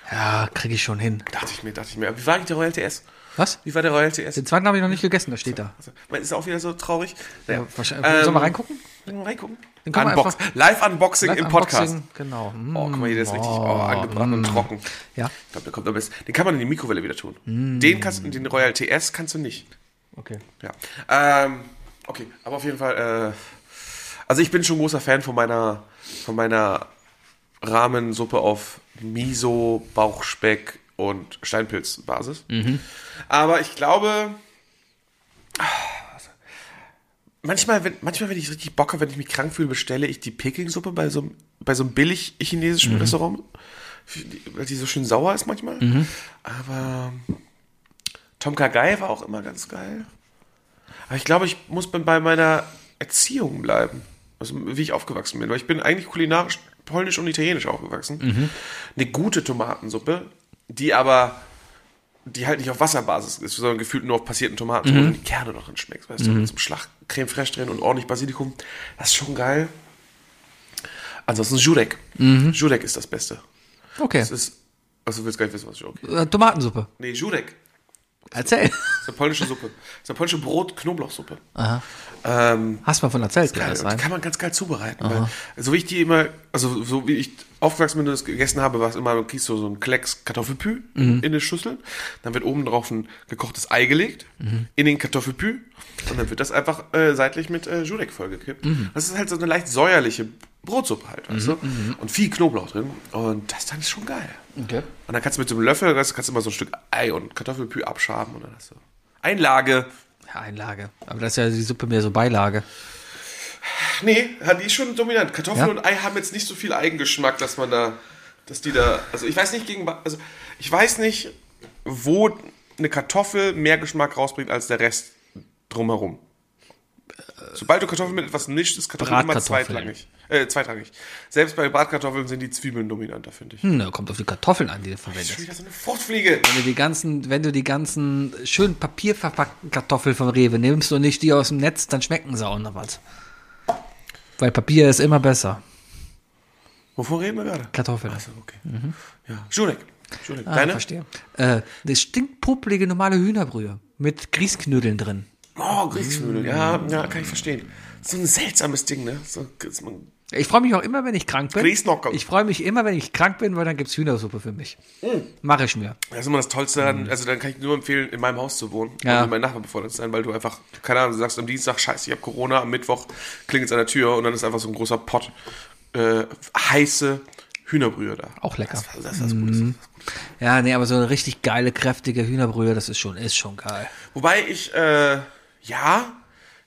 [SPEAKER 3] Ja, krieg ich schon hin.
[SPEAKER 2] Dachte ich mir, dachte ich mir. Wie war eigentlich der Royal TS?
[SPEAKER 3] Was?
[SPEAKER 2] Wie war der Royal TS?
[SPEAKER 3] Den zweiten habe ich noch nicht gegessen, das steht da.
[SPEAKER 2] Man Also, ist auch wieder so traurig. Naja. Ähm,
[SPEAKER 3] Ja, wahrscheinlich- Sollen wir reingucken?
[SPEAKER 2] Reingucken.
[SPEAKER 3] Dann können wir
[SPEAKER 2] Unbox
[SPEAKER 3] einfach-
[SPEAKER 2] Live-Unboxing im Podcast.
[SPEAKER 3] Unboxing, Genau. Mm.
[SPEAKER 2] Oh, guck mal, hier der ist richtig oh, angebrannt und trocken.
[SPEAKER 3] Ja,
[SPEAKER 2] Ich glaube, der kommt am besten. Den kann man in die Mikrowelle wieder tun. Den kannst du, den Royal TS kannst du nicht.
[SPEAKER 3] okay.
[SPEAKER 2] Ja. Ähm, okay, aber auf jeden Fall, äh, also ich bin schon großer Fan von meiner, von meiner Rahmensuppe auf Miso, Bauchspeck und Steinpilzbasis.
[SPEAKER 3] Mhm.
[SPEAKER 2] Aber ich glaube, manchmal, wenn, manchmal, wenn ich richtig Bock habe, wenn ich mich krank fühle, bestelle ich die Peking-Suppe bei so, einem- bei so einem billig chinesischen
[SPEAKER 3] Mhm.
[SPEAKER 2] Restaurant, weil die so schön sauer ist manchmal. Aber Tom Kagai war auch immer ganz geil. Aber ich glaube, ich muss bei- bei meiner Erziehung bleiben. Also, wie ich aufgewachsen bin. Weil ich bin eigentlich kulinarisch polnisch und italienisch aufgewachsen. Eine gute Tomatensuppe, die aber, die halt nicht auf Wasserbasis ist, sondern gefühlt nur auf passierten Tomaten, wo du die Kerne noch drin schmeckst. Weißt du, zum Schlag Creme Fraiche drin und ordentlich Basilikum. Das ist schon geil. Ansonsten Jurek. Jurek ist das Beste.
[SPEAKER 3] Okay.
[SPEAKER 2] Das ist, also du willst gar nicht wissen, was Jurek ist.
[SPEAKER 3] Äh, Tomatensuppe.
[SPEAKER 2] Nee, Jurek.
[SPEAKER 3] Erzähl.
[SPEAKER 2] Das ist eine polnische Suppe. Das ist eine polnische Brot-Knoblauchsuppe. Ähm,
[SPEAKER 3] Hast mal von erzählt,
[SPEAKER 2] Geil,
[SPEAKER 3] kann das
[SPEAKER 2] und die
[SPEAKER 3] sein?
[SPEAKER 2] kann man ganz geil zubereiten. Weil, so wie ich die immer, also so wie ich aufgewachsen bin und das gegessen habe, war es immer, du kriegst so, so einen Klecks Kartoffelpü
[SPEAKER 3] Mhm.
[SPEAKER 2] in eine Schüssel, dann wird oben drauf ein gekochtes Ei gelegt,
[SPEAKER 3] Mhm.
[SPEAKER 2] in den Kartoffelpü und dann wird das einfach äh, seitlich mit äh, Jurek vollgekippt.
[SPEAKER 3] Mhm.
[SPEAKER 2] Das ist halt so eine leicht säuerliche Brotsuppe halt, weißt du? Und viel Knoblauch drin und das dann ist schon geil.
[SPEAKER 3] Mhm. Okay.
[SPEAKER 2] Und dann kannst du mit so einem Löffel, weißt du, kannst du immer so ein Stück Ei und Kartoffelpü abschaben und dann hast du Einlage.
[SPEAKER 3] Ja, Einlage. Aber das ist ja die Suppe mehr so Beilage.
[SPEAKER 2] Nee, die ist schon dominant. Kartoffeln
[SPEAKER 3] Ja?
[SPEAKER 2] und Ei haben jetzt nicht so viel Eigengeschmack, dass man da, dass die da, also ich weiß nicht gegen, wa- also ich weiß nicht, wo eine Kartoffel mehr Geschmack rausbringt als der Rest drumherum. Sobald du Kartoffeln mit etwas mischst, ist Kartoffel immer
[SPEAKER 3] Bratkartoffeln.
[SPEAKER 2] zweitrangig. Äh, zweitrangig. Selbst bei Bratkartoffeln sind die Zwiebeln dominanter, finde ich.
[SPEAKER 3] Hm, da kommt auf die Kartoffeln an, die du verwendest.
[SPEAKER 2] Schon wieder so eine Fruchtfliege.
[SPEAKER 3] Wenn du die ganzen, wenn du die ganzen schön papierverpackten Kartoffeln von Rewe nimmst und nicht die aus dem Netz, dann schmecken sie auch noch was. Weil Papier ist immer besser.
[SPEAKER 2] Wovon reden wir gerade?
[SPEAKER 3] Kartoffeln.
[SPEAKER 2] Also, okay. Ja. Schulek. Schulek.
[SPEAKER 3] Mhm. Ah,
[SPEAKER 2] Deine?
[SPEAKER 3] verstehe. Äh, eine stinkpopelige normale Hühnerbrühe mit Grießknödeln drin.
[SPEAKER 2] Oh, Grießknödel. Ja, ja, kann ich verstehen. So ein seltsames Ding, ne? So, ist man
[SPEAKER 3] Ich freue mich auch immer, wenn ich krank bin.
[SPEAKER 2] Grießnocker.
[SPEAKER 3] Ich freue mich immer, wenn ich krank bin, weil dann gibt es Hühnersuppe für mich. Mache ich mir.
[SPEAKER 2] Das ist immer das Tollste daran, also dann kann ich nur empfehlen, in meinem Haus zu wohnen
[SPEAKER 3] Mhm. Ja.
[SPEAKER 2] und mit meinen Nachbarn befreundet zu sein, weil du einfach, keine Ahnung, du sagst am Dienstag, scheiße, ich habe Corona, am Mittwoch klingelt es an der Tür und dann ist einfach so ein großer Pott äh, heiße Hühnerbrühe da.
[SPEAKER 3] Auch lecker. Mhm.
[SPEAKER 2] Das, das ist das Gute. das ist das Gute.
[SPEAKER 3] Ja, nee, aber so eine richtig geile, kräftige Hühnerbrühe, das ist schon, ist schon geil.
[SPEAKER 2] Wobei ich, äh, ja,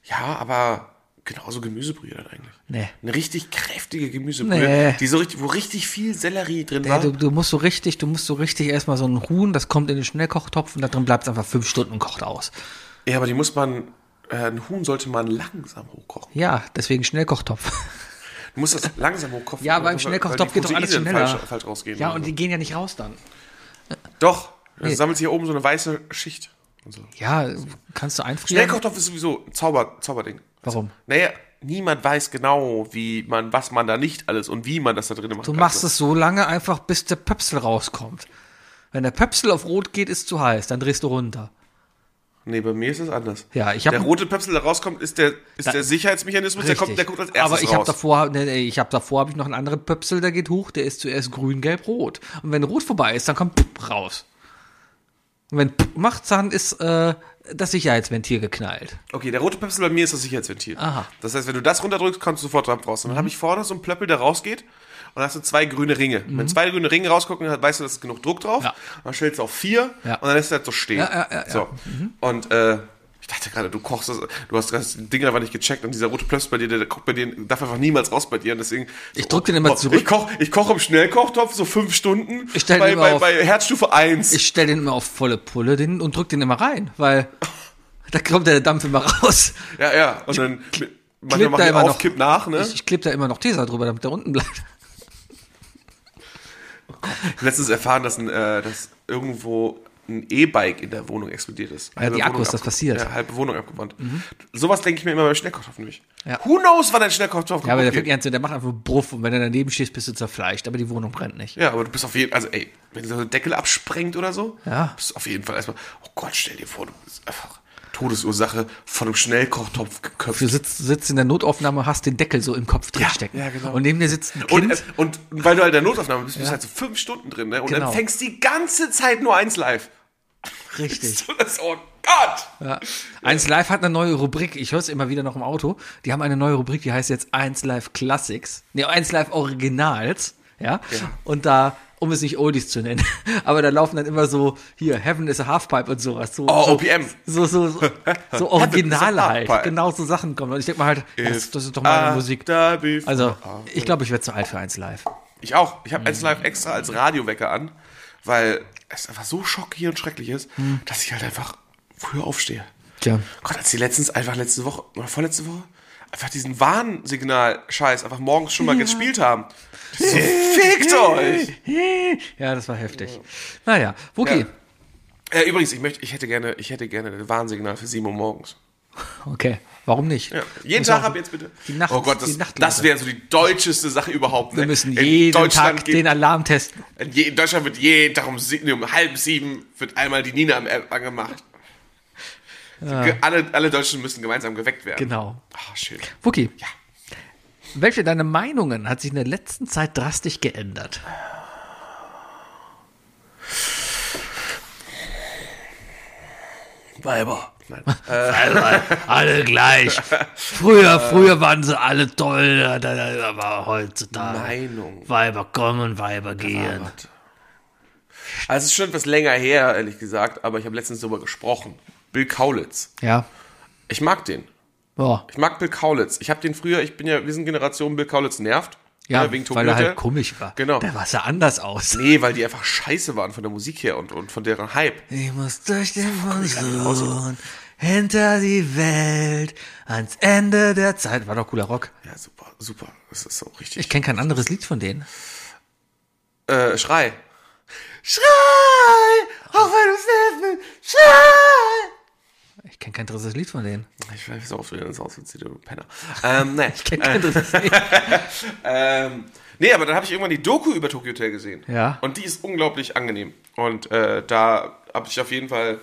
[SPEAKER 2] ja, aber genauso Gemüsebrühe dann eigentlich.
[SPEAKER 3] Nee.
[SPEAKER 2] Eine richtig kräftige Gemüsebrühe,
[SPEAKER 3] Nee.
[SPEAKER 2] die so richtig, wo richtig viel Sellerie drin
[SPEAKER 3] Ja,
[SPEAKER 2] war.
[SPEAKER 3] du, du musst so richtig, du musst so richtig erstmal so ein Huhn, das kommt in den Schnellkochtopf und da drin bleibt es einfach fünf Stunden und kocht aus.
[SPEAKER 2] Ja, aber die muss man, äh, ein Huhn sollte man langsam hochkochen.
[SPEAKER 3] Ja, deswegen Schnellkochtopf.
[SPEAKER 2] Du musst das langsam hochkochen.
[SPEAKER 3] Ja, beim
[SPEAKER 2] weil-
[SPEAKER 3] Schnellkochtopf
[SPEAKER 2] weil
[SPEAKER 3] geht
[SPEAKER 2] die
[SPEAKER 3] doch alles
[SPEAKER 2] Proteine
[SPEAKER 3] schneller.
[SPEAKER 2] Falsch, falsch rausgehen
[SPEAKER 3] ja,
[SPEAKER 2] oder
[SPEAKER 3] und
[SPEAKER 2] so.
[SPEAKER 3] die gehen ja nicht raus dann.
[SPEAKER 2] Doch, dann sammelt sich hier oben so eine weiße Schicht. Und so.
[SPEAKER 3] Ja, kannst du einfrieren.
[SPEAKER 2] Schnellkochtopf ist sowieso ein Zauber, Zauberding.
[SPEAKER 3] Warum?
[SPEAKER 2] Naja, niemand weiß genau, wie man, was man da nicht alles und wie man das da drin macht. Also,
[SPEAKER 3] Du machst es so lange einfach, bis der Pöpsel rauskommt. Wenn der Pöpsel auf rot geht, ist zu heiß, dann drehst du runter.
[SPEAKER 2] Nee, bei mir ist es anders.
[SPEAKER 3] Ja, ich hab-
[SPEAKER 2] Der rote Pöpsel, der rauskommt, ist der, ist
[SPEAKER 3] Da-
[SPEAKER 2] der Sicherheitsmechanismus, der, kommt, der guckt als erstes
[SPEAKER 3] Aber ich habe
[SPEAKER 2] raus.
[SPEAKER 3] davor, nee, nee, ich habe davor, habe ich noch einen anderen Pöpsel, der geht hoch, der ist zuerst grün, gelb, rot. Und wenn rot vorbei ist, dann kommt Pup raus. Und wenn Pup macht, dann ist äh, das Sicherheitsventil geknallt.
[SPEAKER 2] Okay, der rote Pöpsel bei mir ist das Sicherheitsventil.
[SPEAKER 3] Aha.
[SPEAKER 2] Das heißt, wenn du das runterdrückst, kommst du sofort drauf raus. Und dann habe ich vorne so einen Plöppel, der rausgeht und hast du zwei grüne Ringe. Wenn zwei grüne Ringe rausgucken, dann weißt du, dass ist genug Druck drauf.
[SPEAKER 3] Mhm. Ja.
[SPEAKER 2] Und dann stellst du auf vier
[SPEAKER 3] Ja.
[SPEAKER 2] und dann lässt du das so stehen.
[SPEAKER 3] Ja, ja, Mhm. ja,
[SPEAKER 2] so. Und äh, ich dachte gerade, du kochst das, du hast das Ding einfach nicht gecheckt und dieser rote Plöpsel bei dir, der, der guckt bei dir, darf einfach niemals raus bei dir. Und deswegen,
[SPEAKER 3] Ich drück den immer zurück.
[SPEAKER 2] Ich koche ich koch im Schnellkochtopf so fünf Stunden
[SPEAKER 3] Ich stell den
[SPEAKER 2] bei,
[SPEAKER 3] immer
[SPEAKER 2] bei,
[SPEAKER 3] auf.
[SPEAKER 2] bei Herzstufe eins.
[SPEAKER 3] Ich stell den immer auf volle Pulle den, und drück den immer rein, weil da kommt der Dampf immer raus.
[SPEAKER 2] ja, ja. Und dann manchmal
[SPEAKER 3] Klebt
[SPEAKER 2] mach
[SPEAKER 3] da
[SPEAKER 2] ich
[SPEAKER 3] immer
[SPEAKER 2] auf,
[SPEAKER 3] noch,
[SPEAKER 2] kipp nach, ne?
[SPEAKER 3] Ich, ich klebe da immer noch Tesa drüber, damit der unten bleibt.
[SPEAKER 2] letztens erfahren, dass, ein, äh, dass irgendwo ein E-Bike in der Wohnung explodiert ist.
[SPEAKER 3] Ah Ja, die
[SPEAKER 2] Halbe
[SPEAKER 3] Akkus,
[SPEAKER 2] Wohnung
[SPEAKER 3] das
[SPEAKER 2] abge-
[SPEAKER 3] passiert. Mhm.
[SPEAKER 2] Ja, halbe Wohnung abgebrannt. Sowas denke ich mir immer beim Schnellkochtopf nämlich.
[SPEAKER 3] Ja.
[SPEAKER 2] Who knows, wann ein Schnellkochtopf
[SPEAKER 3] Ja, aber der
[SPEAKER 2] kaputt
[SPEAKER 3] fängt ernst an, der macht einfach Bruff und wenn du daneben stehst, bist du zerfleischt, aber die Wohnung brennt nicht.
[SPEAKER 2] Ja, aber du bist auf jeden also ey, wenn so ein Deckel absprengt oder so,
[SPEAKER 3] Ja.
[SPEAKER 2] bist du auf jeden Fall erstmal, oh Gott, stell dir vor, du bist einfach Todesursache von einem Schnellkochtopf geköpft.
[SPEAKER 3] Du sitzt, sitzt in der Notaufnahme, hast den Deckel so im Kopf drinstecken.
[SPEAKER 2] ja, genau.
[SPEAKER 3] Und neben dir sitzt ein Kind.
[SPEAKER 2] Und, äh, und weil du halt in der Notaufnahme bist, bist du halt so fünf Stunden drin, ne? Und
[SPEAKER 3] Genau.
[SPEAKER 2] dann fängst die ganze Zeit nur eins live.
[SPEAKER 3] richtig.
[SPEAKER 2] So, das, oh Gott!
[SPEAKER 3] Ja. Eins Live hat eine neue Rubrik. Ich höre es immer wieder noch im Auto. Die haben eine neue Rubrik, die heißt jetzt Eins Live Classics. Ne, Eins Live Originals. Ja?
[SPEAKER 2] Genau.
[SPEAKER 3] Und da, um es nicht Oldies zu nennen, aber da laufen dann immer so, hier, Heaven is a Halfpipe und sowas. So,
[SPEAKER 2] Oh,
[SPEAKER 3] so,
[SPEAKER 2] OPM.
[SPEAKER 3] So, so, so, so
[SPEAKER 2] Heaven is
[SPEAKER 3] Originale
[SPEAKER 2] a
[SPEAKER 3] halt.
[SPEAKER 2] Halfpipe.
[SPEAKER 3] Genau so Sachen kommen. Und ich denke mal halt, ja, das, das ist doch meine
[SPEAKER 2] Ah,
[SPEAKER 3] Musik.
[SPEAKER 2] da bin-
[SPEAKER 3] Also, Hm. ich glaube, ich werde zu alt für Eins Live.
[SPEAKER 2] Ich auch. Ich habe eins live extra als Radiowecker an, weil es einfach so schockierend schrecklich ist, dass ich halt einfach früher aufstehe.
[SPEAKER 3] Hm. Tja.
[SPEAKER 2] Gott, als die letztens einfach letzte Woche oder vorletzte Woche einfach diesen Warnsignal-Scheiß einfach morgens schon mal gespielt haben. So, fickt euch!
[SPEAKER 3] Ja, das war heftig. Naja, Wookie.
[SPEAKER 2] Äh, übrigens, ich möchte, ich hätte gerne, ich hätte gerne ein Warnsignal für 7 Uhr morgens.
[SPEAKER 3] Okay, warum nicht?
[SPEAKER 2] Ja. Jeden
[SPEAKER 3] Muss
[SPEAKER 2] Tag
[SPEAKER 3] auch-
[SPEAKER 2] ab jetzt bitte.
[SPEAKER 3] Die Nacht,
[SPEAKER 2] oh Gott,
[SPEAKER 3] die
[SPEAKER 2] das,
[SPEAKER 3] Nacht
[SPEAKER 2] das wäre so die deutscheste Sache überhaupt.
[SPEAKER 3] Wir
[SPEAKER 2] ne?
[SPEAKER 3] müssen
[SPEAKER 2] In
[SPEAKER 3] jeden
[SPEAKER 2] Deutschland
[SPEAKER 3] Tag
[SPEAKER 2] geht-
[SPEAKER 3] den Alarm testen.
[SPEAKER 2] In je- in Deutschland wird jeden Tag um, sie- nee, um halb sieben wird einmal die Nina am- äh, angemacht. Ge- Alle, alle Deutschen müssen gemeinsam geweckt werden.
[SPEAKER 3] Ah. Genau.
[SPEAKER 2] Ah, schön.
[SPEAKER 3] Wookie. Welche deiner Meinungen hat sich in der letzten Zeit drastisch geändert?
[SPEAKER 2] Weiber. Nein.
[SPEAKER 3] Äh, Alle, alle gleich. Früher, früher waren sie alle toll, aber heutzutage.
[SPEAKER 2] Meinung.
[SPEAKER 3] Weiber kommen, Weiber gehen.
[SPEAKER 2] Also es ist schon etwas länger her, ehrlich gesagt, aber ich habe letztens darüber gesprochen. Bill Kaulitz.
[SPEAKER 3] Ja.
[SPEAKER 2] Ich mag den.
[SPEAKER 3] Ja,
[SPEAKER 2] Ich mag Bill Kaulitz. Ich habe den früher, ich bin ja, wir sind Generation Bill Kaulitz nervt.
[SPEAKER 3] ja
[SPEAKER 2] Ne, wegen
[SPEAKER 3] weil er
[SPEAKER 2] Tokyo
[SPEAKER 3] halt
[SPEAKER 2] Hotel.
[SPEAKER 3] komisch war.
[SPEAKER 2] Genau.
[SPEAKER 3] Der war ja anders aus.
[SPEAKER 2] Nee, weil die einfach scheiße waren von der Musik her und, und von deren Hype.
[SPEAKER 3] Ich muss durch den Monsun, hinter die Welt, ans Ende der Zeit. War doch cooler Rock.
[SPEAKER 2] Ja, super, super. Das ist so richtig.
[SPEAKER 3] Ich kenne kein anderes Lied von denen.
[SPEAKER 2] Äh, Schrei. Schrei! Auch wenn du es bist, Schrei!
[SPEAKER 3] Ich kenne kein drittes Lied von denen.
[SPEAKER 2] Ich weiß auch, wie das aussieht, du Penner. Ähm, nee.
[SPEAKER 3] Ich kenne kein drittes Lied.
[SPEAKER 2] ähm, nee, aber dann habe ich irgendwann die Doku über Tokyo Hotel gesehen.
[SPEAKER 3] Ja.
[SPEAKER 2] Und die ist unglaublich angenehm. Und äh, da habe ich auf jeden Fall,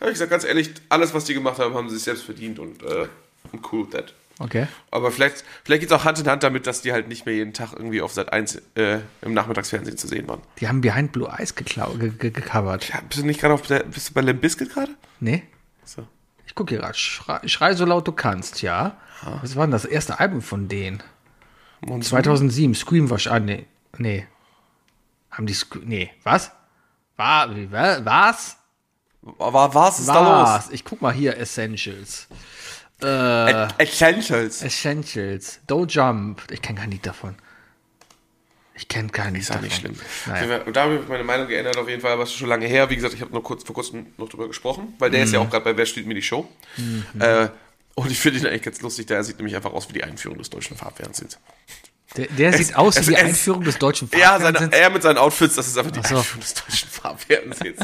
[SPEAKER 2] habe ich gesagt, ganz ehrlich, alles, was die gemacht haben, haben sie sich selbst verdient und äh, I'm cool with that.
[SPEAKER 3] Okay.
[SPEAKER 2] Aber vielleicht, vielleicht geht es auch Hand in Hand damit, dass die halt nicht mehr jeden Tag irgendwie auf Sat 1 äh, im Nachmittagsfernsehen zu sehen waren.
[SPEAKER 3] Die haben Behind Blue Eyes geklau- ge ge gecovert.
[SPEAKER 2] Ja, bist du nicht gerade auf der, bist du bei Limp Bizkit gerade?
[SPEAKER 3] Nee?
[SPEAKER 2] So.
[SPEAKER 3] Ich gucke hier gerade. Schrei, schrei so laut du kannst, ja? Was war denn das erste Album von denen?
[SPEAKER 2] Monsun?
[SPEAKER 3] 2007, Scream wahrscheinlich. Ah, nee. Nee. Haben die Scream. Nee. Was? War, wie- wa- was?
[SPEAKER 2] Aber was ist
[SPEAKER 3] Was? Ich guck mal hier. Essentials.
[SPEAKER 2] da los? Essentials.
[SPEAKER 3] Essentials. Don't Jump. Ich kenne kein Lied davon. Ich kenne kein Lied
[SPEAKER 2] Ist auch
[SPEAKER 3] davon.
[SPEAKER 2] nicht schlimm.
[SPEAKER 3] Naja.
[SPEAKER 2] Und da habe ich meine Meinung geändert, auf jeden Fall, aber es ist schon lange her. Wie gesagt, ich habe nur kurz vor kurzem noch drüber gesprochen, weil der ist
[SPEAKER 3] Mhm.
[SPEAKER 2] ja auch gerade bei Wer steht mir die Show. Äh, und ich finde ihn eigentlich ganz lustig, der sieht nämlich einfach aus wie die Einführung des deutschen Farbfernsehens.
[SPEAKER 3] Der, der sieht aus wie
[SPEAKER 2] es-
[SPEAKER 3] die
[SPEAKER 2] es-
[SPEAKER 3] Einführung des deutschen
[SPEAKER 2] Ja, seine,
[SPEAKER 3] Farbfernsehens.
[SPEAKER 2] er mit seinen Outfits, das ist einfach die
[SPEAKER 3] so.
[SPEAKER 2] Einführung des deutschen Farbfernsehens.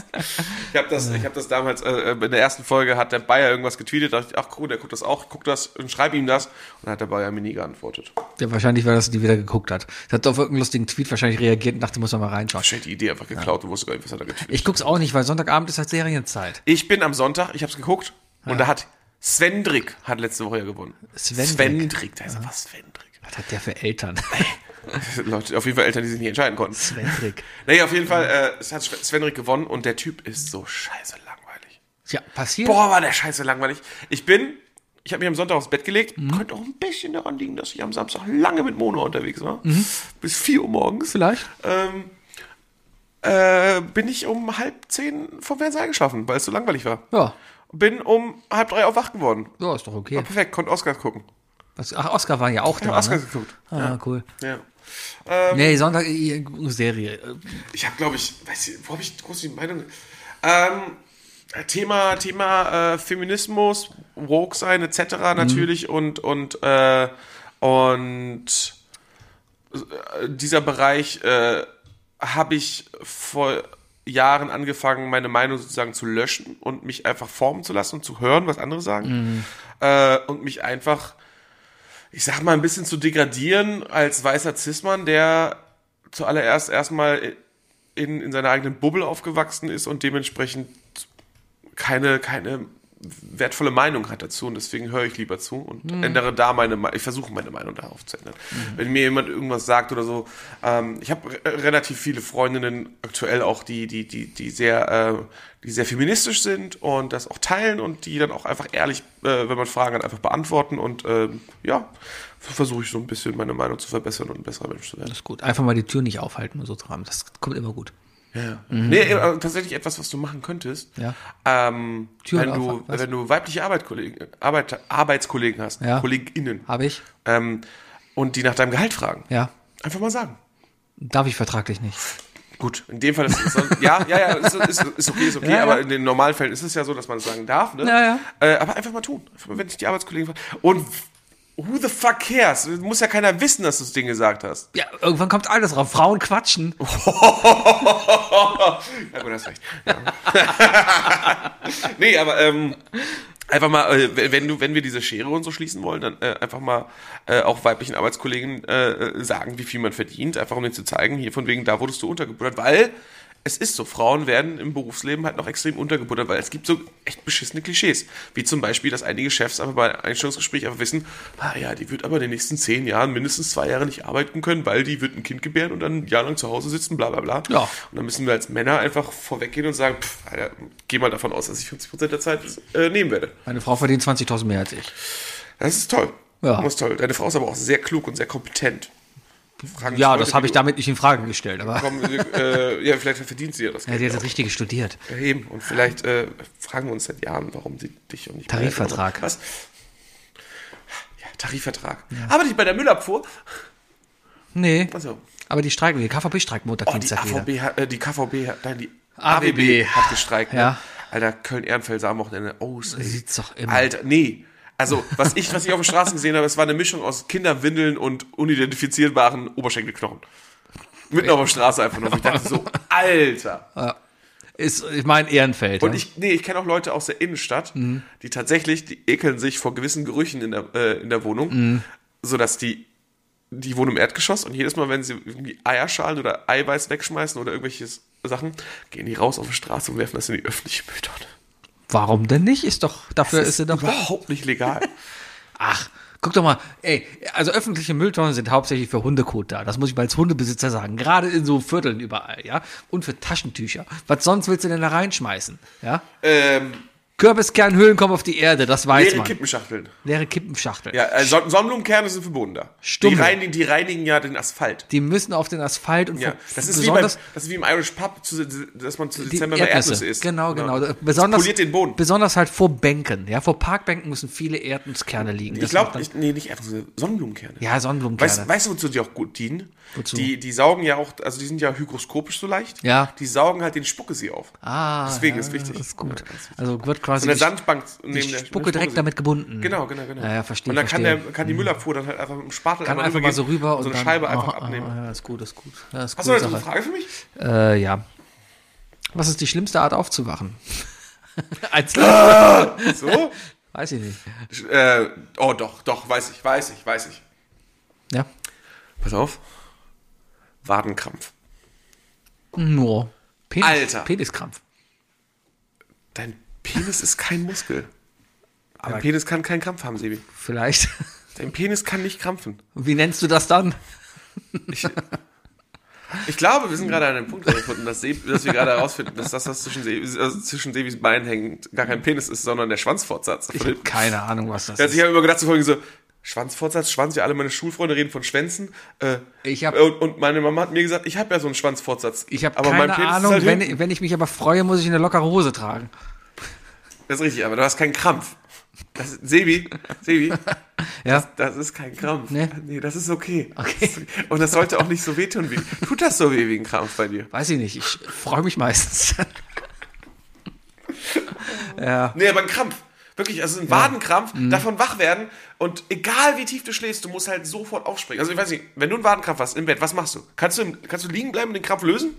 [SPEAKER 2] ich habe das, ich hab das damals, äh, in der ersten Folge hat der Bayer irgendwas getweetet, da dachte ich, ach cool, der guckt das auch, guck das und schreib ihm das. Und dann hat der Bayer mir nie geantwortet.
[SPEAKER 3] Ja, wahrscheinlich, weil das die wieder geguckt hat. Das hat auf irgendeinen lustigen Tweet wahrscheinlich reagiert und dachte, muss man mal reinschauen.
[SPEAKER 2] Wahrscheinlich die Idee einfach geklaut und wusste gar nicht, was hat er getweetet.
[SPEAKER 3] Ich guck's auch nicht, weil Sonntagabend ist halt Serienzeit.
[SPEAKER 2] Ich bin am Sonntag, ich habe es geguckt und da hat Svendrik hat letzte Woche ja gewonnen.
[SPEAKER 3] Svendrik.
[SPEAKER 2] Svendrik, da ist ja. was Svendrik.
[SPEAKER 3] Was hat der für Eltern?
[SPEAKER 2] Leute, auf jeden Fall Eltern, die sich nicht entscheiden konnten.
[SPEAKER 3] Svendrik.
[SPEAKER 2] Naja, auf jeden Fall, äh, es hat Svendrik gewonnen und der Typ ist so scheiße langweilig.
[SPEAKER 3] Ja, passiert.
[SPEAKER 2] Boah, war der scheiße langweilig. Ich bin, ich habe mich am Sonntag aufs Bett gelegt.
[SPEAKER 3] Mhm.
[SPEAKER 2] Könnte auch ein bisschen daran liegen, dass ich am Samstag lange mit Mona unterwegs war. Bis 4 Uhr morgens.
[SPEAKER 3] Mhm. Vielleicht.
[SPEAKER 2] Ähm, äh, bin ich um halb zehn vom Fernseher eingeschlafen, weil es so langweilig war.
[SPEAKER 3] Ja.
[SPEAKER 2] Bin um halb drei auch wach geworden.
[SPEAKER 3] Ja, ist doch okay.
[SPEAKER 2] War perfekt, konnte Oscars gucken.
[SPEAKER 3] Was- Ach, Oscar war ja auch
[SPEAKER 2] Ich
[SPEAKER 3] da.
[SPEAKER 2] habe Oscars
[SPEAKER 3] ne?
[SPEAKER 2] geguckt.
[SPEAKER 3] Ah, cool.
[SPEAKER 2] Ja. Ähm.
[SPEAKER 3] Nee, Sonntag, äh, äh, Serie. Äh,
[SPEAKER 2] Ich habe, glaube ich, weiß ich, wo habe ich groß die Meinung? Ähm, Thema, Thema äh, Feminismus, woke sein etc. natürlich und und äh, und äh, dieser Bereich äh, habe ich voll Jahren angefangen, meine Meinung sozusagen zu löschen und mich einfach formen zu lassen und zu hören, was andere sagen. Äh, und mich einfach, ich sag mal, ein bisschen zu degradieren als weißer Zismann, der zuallererst erstmal in, in seiner eigenen Bubble aufgewachsen ist und dementsprechend keine, keine wertvolle Meinung hat dazu und deswegen höre ich lieber zu und ändere da meine Meinung. Ich versuche meine Meinung darauf zu ändern. Wenn mir jemand irgendwas sagt oder so, ähm, ich habe re relativ viele Freundinnen aktuell auch, die, die, die, die sehr, äh, die sehr feministisch sind und das auch teilen und die dann auch einfach ehrlich, äh, wenn man Fragen hat, einfach beantworten und ähm, ja, versuche ich so ein bisschen meine Meinung zu verbessern und ein besserer Mensch zu werden.
[SPEAKER 3] Das ist gut. Einfach mal die Tür nicht aufhalten und so zu haben. Das kommt immer gut.
[SPEAKER 2] Ja. Nee, aber tatsächlich etwas, was du machen könntest.
[SPEAKER 3] Mhm. Ja.
[SPEAKER 2] Ähm,
[SPEAKER 3] Tür
[SPEAKER 2] wenn,
[SPEAKER 3] auf,
[SPEAKER 2] du,
[SPEAKER 3] was?
[SPEAKER 2] wenn du weibliche Arbeitkollegen, Arbeit, Arbeitskollegen hast,
[SPEAKER 3] Ja.
[SPEAKER 2] KollegInnen,
[SPEAKER 3] Habe ich?
[SPEAKER 2] ähm, und die nach deinem Gehalt fragen,
[SPEAKER 3] Ja.
[SPEAKER 2] einfach mal sagen.
[SPEAKER 3] Darf ich vertraglich nicht.
[SPEAKER 2] Gut, in dem Fall ist es so, ja, ja, ja, ist, ist, ist okay, ist okay,
[SPEAKER 3] Ja, ja.
[SPEAKER 2] aber in den normalen Fällen ist es ja so, dass man es sagen darf, ne?
[SPEAKER 3] Ja, ja.
[SPEAKER 2] Äh, aber einfach mal tun. Einfach mal, wenn sich die Arbeitskollegen fragen. Und who the fuck cares? Muss ja keiner wissen, dass du das Ding gesagt hast.
[SPEAKER 3] Ja, irgendwann kommt alles rauf. Frauen quatschen.
[SPEAKER 2] Ja, gut, hast recht. Ja. nee, aber ähm, einfach mal, äh, wenn- wenn, du, wenn wir diese Schere und so schließen wollen, dann äh, einfach mal äh, auch weiblichen Arbeitskollegen äh, äh, sagen, wie viel man verdient, einfach um denen zu zeigen, hier von wegen, da wurdest du untergebuttert, weil es ist so, Frauen werden im Berufsleben halt noch extrem untergebuttert, weil es gibt so echt beschissene Klischees. Wie zum Beispiel, dass einige Chefs einfach bei Einstellungsgespräch einfach wissen, ah ja, die wird aber in den nächsten zehn Jahren mindestens zwei Jahre nicht arbeiten können, weil die wird ein Kind gebären und dann ein Jahr lang zu Hause sitzen, bla bla bla.
[SPEAKER 3] Ja.
[SPEAKER 2] Und dann müssen wir als Männer einfach vorweggehen und sagen, pff, Alter, geh mal davon aus, dass ich 50% der Zeit äh, nehmen werde.
[SPEAKER 3] Meine Frau verdient 20.000 mehr als ich.
[SPEAKER 2] Das ist toll.
[SPEAKER 3] Ja.
[SPEAKER 2] Das ist toll. Deine Frau ist aber auch sehr klug und sehr kompetent. Fragen
[SPEAKER 3] Ja,
[SPEAKER 2] sich
[SPEAKER 3] das
[SPEAKER 2] Leute,
[SPEAKER 3] habe ich
[SPEAKER 2] wie du-
[SPEAKER 3] damit nicht in Frage gestellt, aber.
[SPEAKER 2] Komm, äh, ja, vielleicht verdient sie ja das
[SPEAKER 3] Ja,
[SPEAKER 2] Geld.
[SPEAKER 3] die hat das Richtige studiert.
[SPEAKER 2] Ja, eben. Und vielleicht äh, fragen wir uns seit Jahren, warum sie dich und nicht mehr-
[SPEAKER 3] Tarifvertrag.
[SPEAKER 2] Was? Ja, Tarifvertrag. Aber nicht bei der Müllabfuhr.
[SPEAKER 3] Nee,
[SPEAKER 2] Also,
[SPEAKER 3] aber die streiken. Die KVB streikt Montag,
[SPEAKER 2] oh, die
[SPEAKER 3] Dienstag wieder.
[SPEAKER 2] AVB, hat, äh, die KVB, hat, nein, die
[SPEAKER 3] AWB.
[SPEAKER 2] AWB hat gestreikt. ne?
[SPEAKER 3] Ja.
[SPEAKER 2] Alter, Köln-Ehrenfelser am Wochenende aus. ey.
[SPEAKER 3] Sieht's doch immer.
[SPEAKER 2] Alter, nee. Also, was ich, was ich auf den Straßen gesehen habe, es war eine Mischung aus Kinderwindeln und unidentifizierbaren Oberschenkelknochen. Mitten auf der Straße einfach nur. Und Ich dachte so, Alter.
[SPEAKER 3] Ist, ich meine, Ehrenfeld.
[SPEAKER 2] Und
[SPEAKER 3] ja. Mhm.
[SPEAKER 2] ich, nee, ich kenne auch Leute aus der Innenstadt, die tatsächlich, die ekeln sich vor gewissen Gerüchen in der, äh, in der Wohnung,
[SPEAKER 3] Mhm.
[SPEAKER 2] sodass die, die wohnen im Erdgeschoss und jedes Mal, wenn sie irgendwie Eierschalen oder Eiweiß wegschmeißen oder irgendwelche Sachen, gehen die raus auf die Straße und werfen das in die öffentliche Mülltonne.
[SPEAKER 3] Warum denn nicht? Ist doch, dafür ist, sie doch da.
[SPEAKER 2] überhaupt nicht legal.
[SPEAKER 3] Ach, guck doch mal, ey, also öffentliche Mülltonnen sind hauptsächlich für Hundekot da. Das muss ich mal als Hundebesitzer sagen. Gerade in so Vierteln überall, ja. Und für Taschentücher. Was sonst willst du denn da reinschmeißen? Ja?
[SPEAKER 2] ähm,
[SPEAKER 3] Kürbiskernhüllen kommen auf die Erde, das weiß
[SPEAKER 2] leere
[SPEAKER 3] man.
[SPEAKER 2] Kippenschachteln.
[SPEAKER 3] Leere Kippenschachtel.
[SPEAKER 2] Ja, äh, Son Sonnenblumenkerne sind verboten da.
[SPEAKER 3] Stumme.
[SPEAKER 2] Die reinigen, die reinigen ja den Asphalt.
[SPEAKER 3] Die müssen auf den Asphalt und
[SPEAKER 2] Ja,
[SPEAKER 3] ver-
[SPEAKER 2] das ist, wie beim,
[SPEAKER 3] besonders
[SPEAKER 2] das ist wie im Irish Pub, zu, dass man zu
[SPEAKER 3] die
[SPEAKER 2] Dezember
[SPEAKER 3] Erdnüsse.
[SPEAKER 2] bei Erdnüsse isst.
[SPEAKER 3] Genau, genau.
[SPEAKER 2] Das
[SPEAKER 3] Besonders,
[SPEAKER 2] poliert den Boden.
[SPEAKER 3] besonders halt vor Bänken, ja. Vor Parkbänken müssen viele Erdnusskerne liegen.
[SPEAKER 2] Ich
[SPEAKER 3] Das macht
[SPEAKER 2] glaube,
[SPEAKER 3] dann-
[SPEAKER 2] nee, nicht Erdnüsse, Sonnenblumenkerne.
[SPEAKER 3] Ja, Sonnenblumenkerne.
[SPEAKER 2] Weißt, weißt du, wozu die auch gut dienen? Die, die saugen ja auch, also die sind ja hygroskopisch so leicht.
[SPEAKER 3] Ja.
[SPEAKER 2] Die saugen halt den Spuckesee auf.
[SPEAKER 3] ah,
[SPEAKER 2] Deswegen
[SPEAKER 3] ja,
[SPEAKER 2] ist wichtig.
[SPEAKER 3] Das ist gut. Also wird quasi.
[SPEAKER 2] So eine
[SPEAKER 3] die-
[SPEAKER 2] Sandbank neben der
[SPEAKER 3] Spucke direkt
[SPEAKER 2] Spuckesee.
[SPEAKER 3] damit gebunden.
[SPEAKER 2] Genau, genau, genau.
[SPEAKER 3] Ja, ja, verstehe,
[SPEAKER 2] Und dann kann,
[SPEAKER 3] verstehe. Mhm.
[SPEAKER 2] der, kann die Müllabfuhr dann halt einfach mit dem Spatel
[SPEAKER 3] Kann einfach mal
[SPEAKER 2] rübergehen
[SPEAKER 3] so rüber und
[SPEAKER 2] so eine
[SPEAKER 3] dann,
[SPEAKER 2] Scheibe
[SPEAKER 3] Ah,
[SPEAKER 2] einfach
[SPEAKER 3] ah,
[SPEAKER 2] abnehmen.
[SPEAKER 3] ah, ja, ist gut, ist gut. Ja, ist
[SPEAKER 2] Hast du
[SPEAKER 3] coole
[SPEAKER 2] noch eine
[SPEAKER 3] Sache.
[SPEAKER 2] Frage für mich?
[SPEAKER 3] Äh, ja. Was ist die schlimmste Art aufzuwachen? Als
[SPEAKER 2] So?
[SPEAKER 3] Weiß ich nicht.
[SPEAKER 2] äh, oh, doch, doch, weiß ich, weiß ich, weiß ich.
[SPEAKER 3] Ja.
[SPEAKER 2] Pass auf. Wadenkrampf.
[SPEAKER 3] Nur. Penis,
[SPEAKER 2] Alter.
[SPEAKER 3] Peniskrampf.
[SPEAKER 2] Dein Penis ist kein Muskel. Aber Dein Penis kann keinen Krampf haben, Sebi.
[SPEAKER 3] Vielleicht.
[SPEAKER 2] Dein Penis kann nicht krampfen.
[SPEAKER 3] Wie nennst du das dann?
[SPEAKER 2] Ich glaube, wir sind gerade an einem Punkt gefunden, dass, Sebi, dass wir gerade herausfinden, dass das, was zwischen, Sebi, also zwischen Sebis Beinen hängt, gar kein Penis ist, sondern der Schwanzfortsatz.
[SPEAKER 3] Ich habe keine Ahnung, was das
[SPEAKER 2] Also ich
[SPEAKER 3] ist.
[SPEAKER 2] habe immer gedacht, so folgendes so, Schwanzfortsatz, Schwanz, ja alle meine Schulfreunde reden von Schwänzen. Äh,
[SPEAKER 3] Ich hab-
[SPEAKER 2] und, und meine Mama hat mir gesagt, ich habe ja so einen Schwanzfortsatz.
[SPEAKER 3] Ich habe
[SPEAKER 2] Aber mein
[SPEAKER 3] keine
[SPEAKER 2] Penis ist
[SPEAKER 3] Ahnung.
[SPEAKER 2] halt hinten.
[SPEAKER 3] wenn, wenn ich mich aber freue, muss ich eine lockere Hose tragen.
[SPEAKER 2] Das ist richtig, aber du hast keinen Krampf. Das, Sebi, Sebi,
[SPEAKER 3] Ja.
[SPEAKER 2] das ist kein Krampf.
[SPEAKER 3] Nee.
[SPEAKER 2] Nee, das ist okay.
[SPEAKER 3] Ne? Okay.
[SPEAKER 2] Und das sollte auch nicht so wehtun wie. Tut das so weh wie ein Krampf bei dir?
[SPEAKER 3] Weiß ich nicht. Ich freue mich meistens.
[SPEAKER 2] Nee, aber ein Krampf. Wirklich, also ein Wadenkrampf,
[SPEAKER 3] Mhm.
[SPEAKER 2] davon wach werden und egal wie tief du schläfst, du musst halt sofort aufspringen. Also ich weiß nicht, wenn du einen Wadenkrampf hast im Bett, was machst du? Kannst du, im, kannst du liegen bleiben und den Krampf lösen?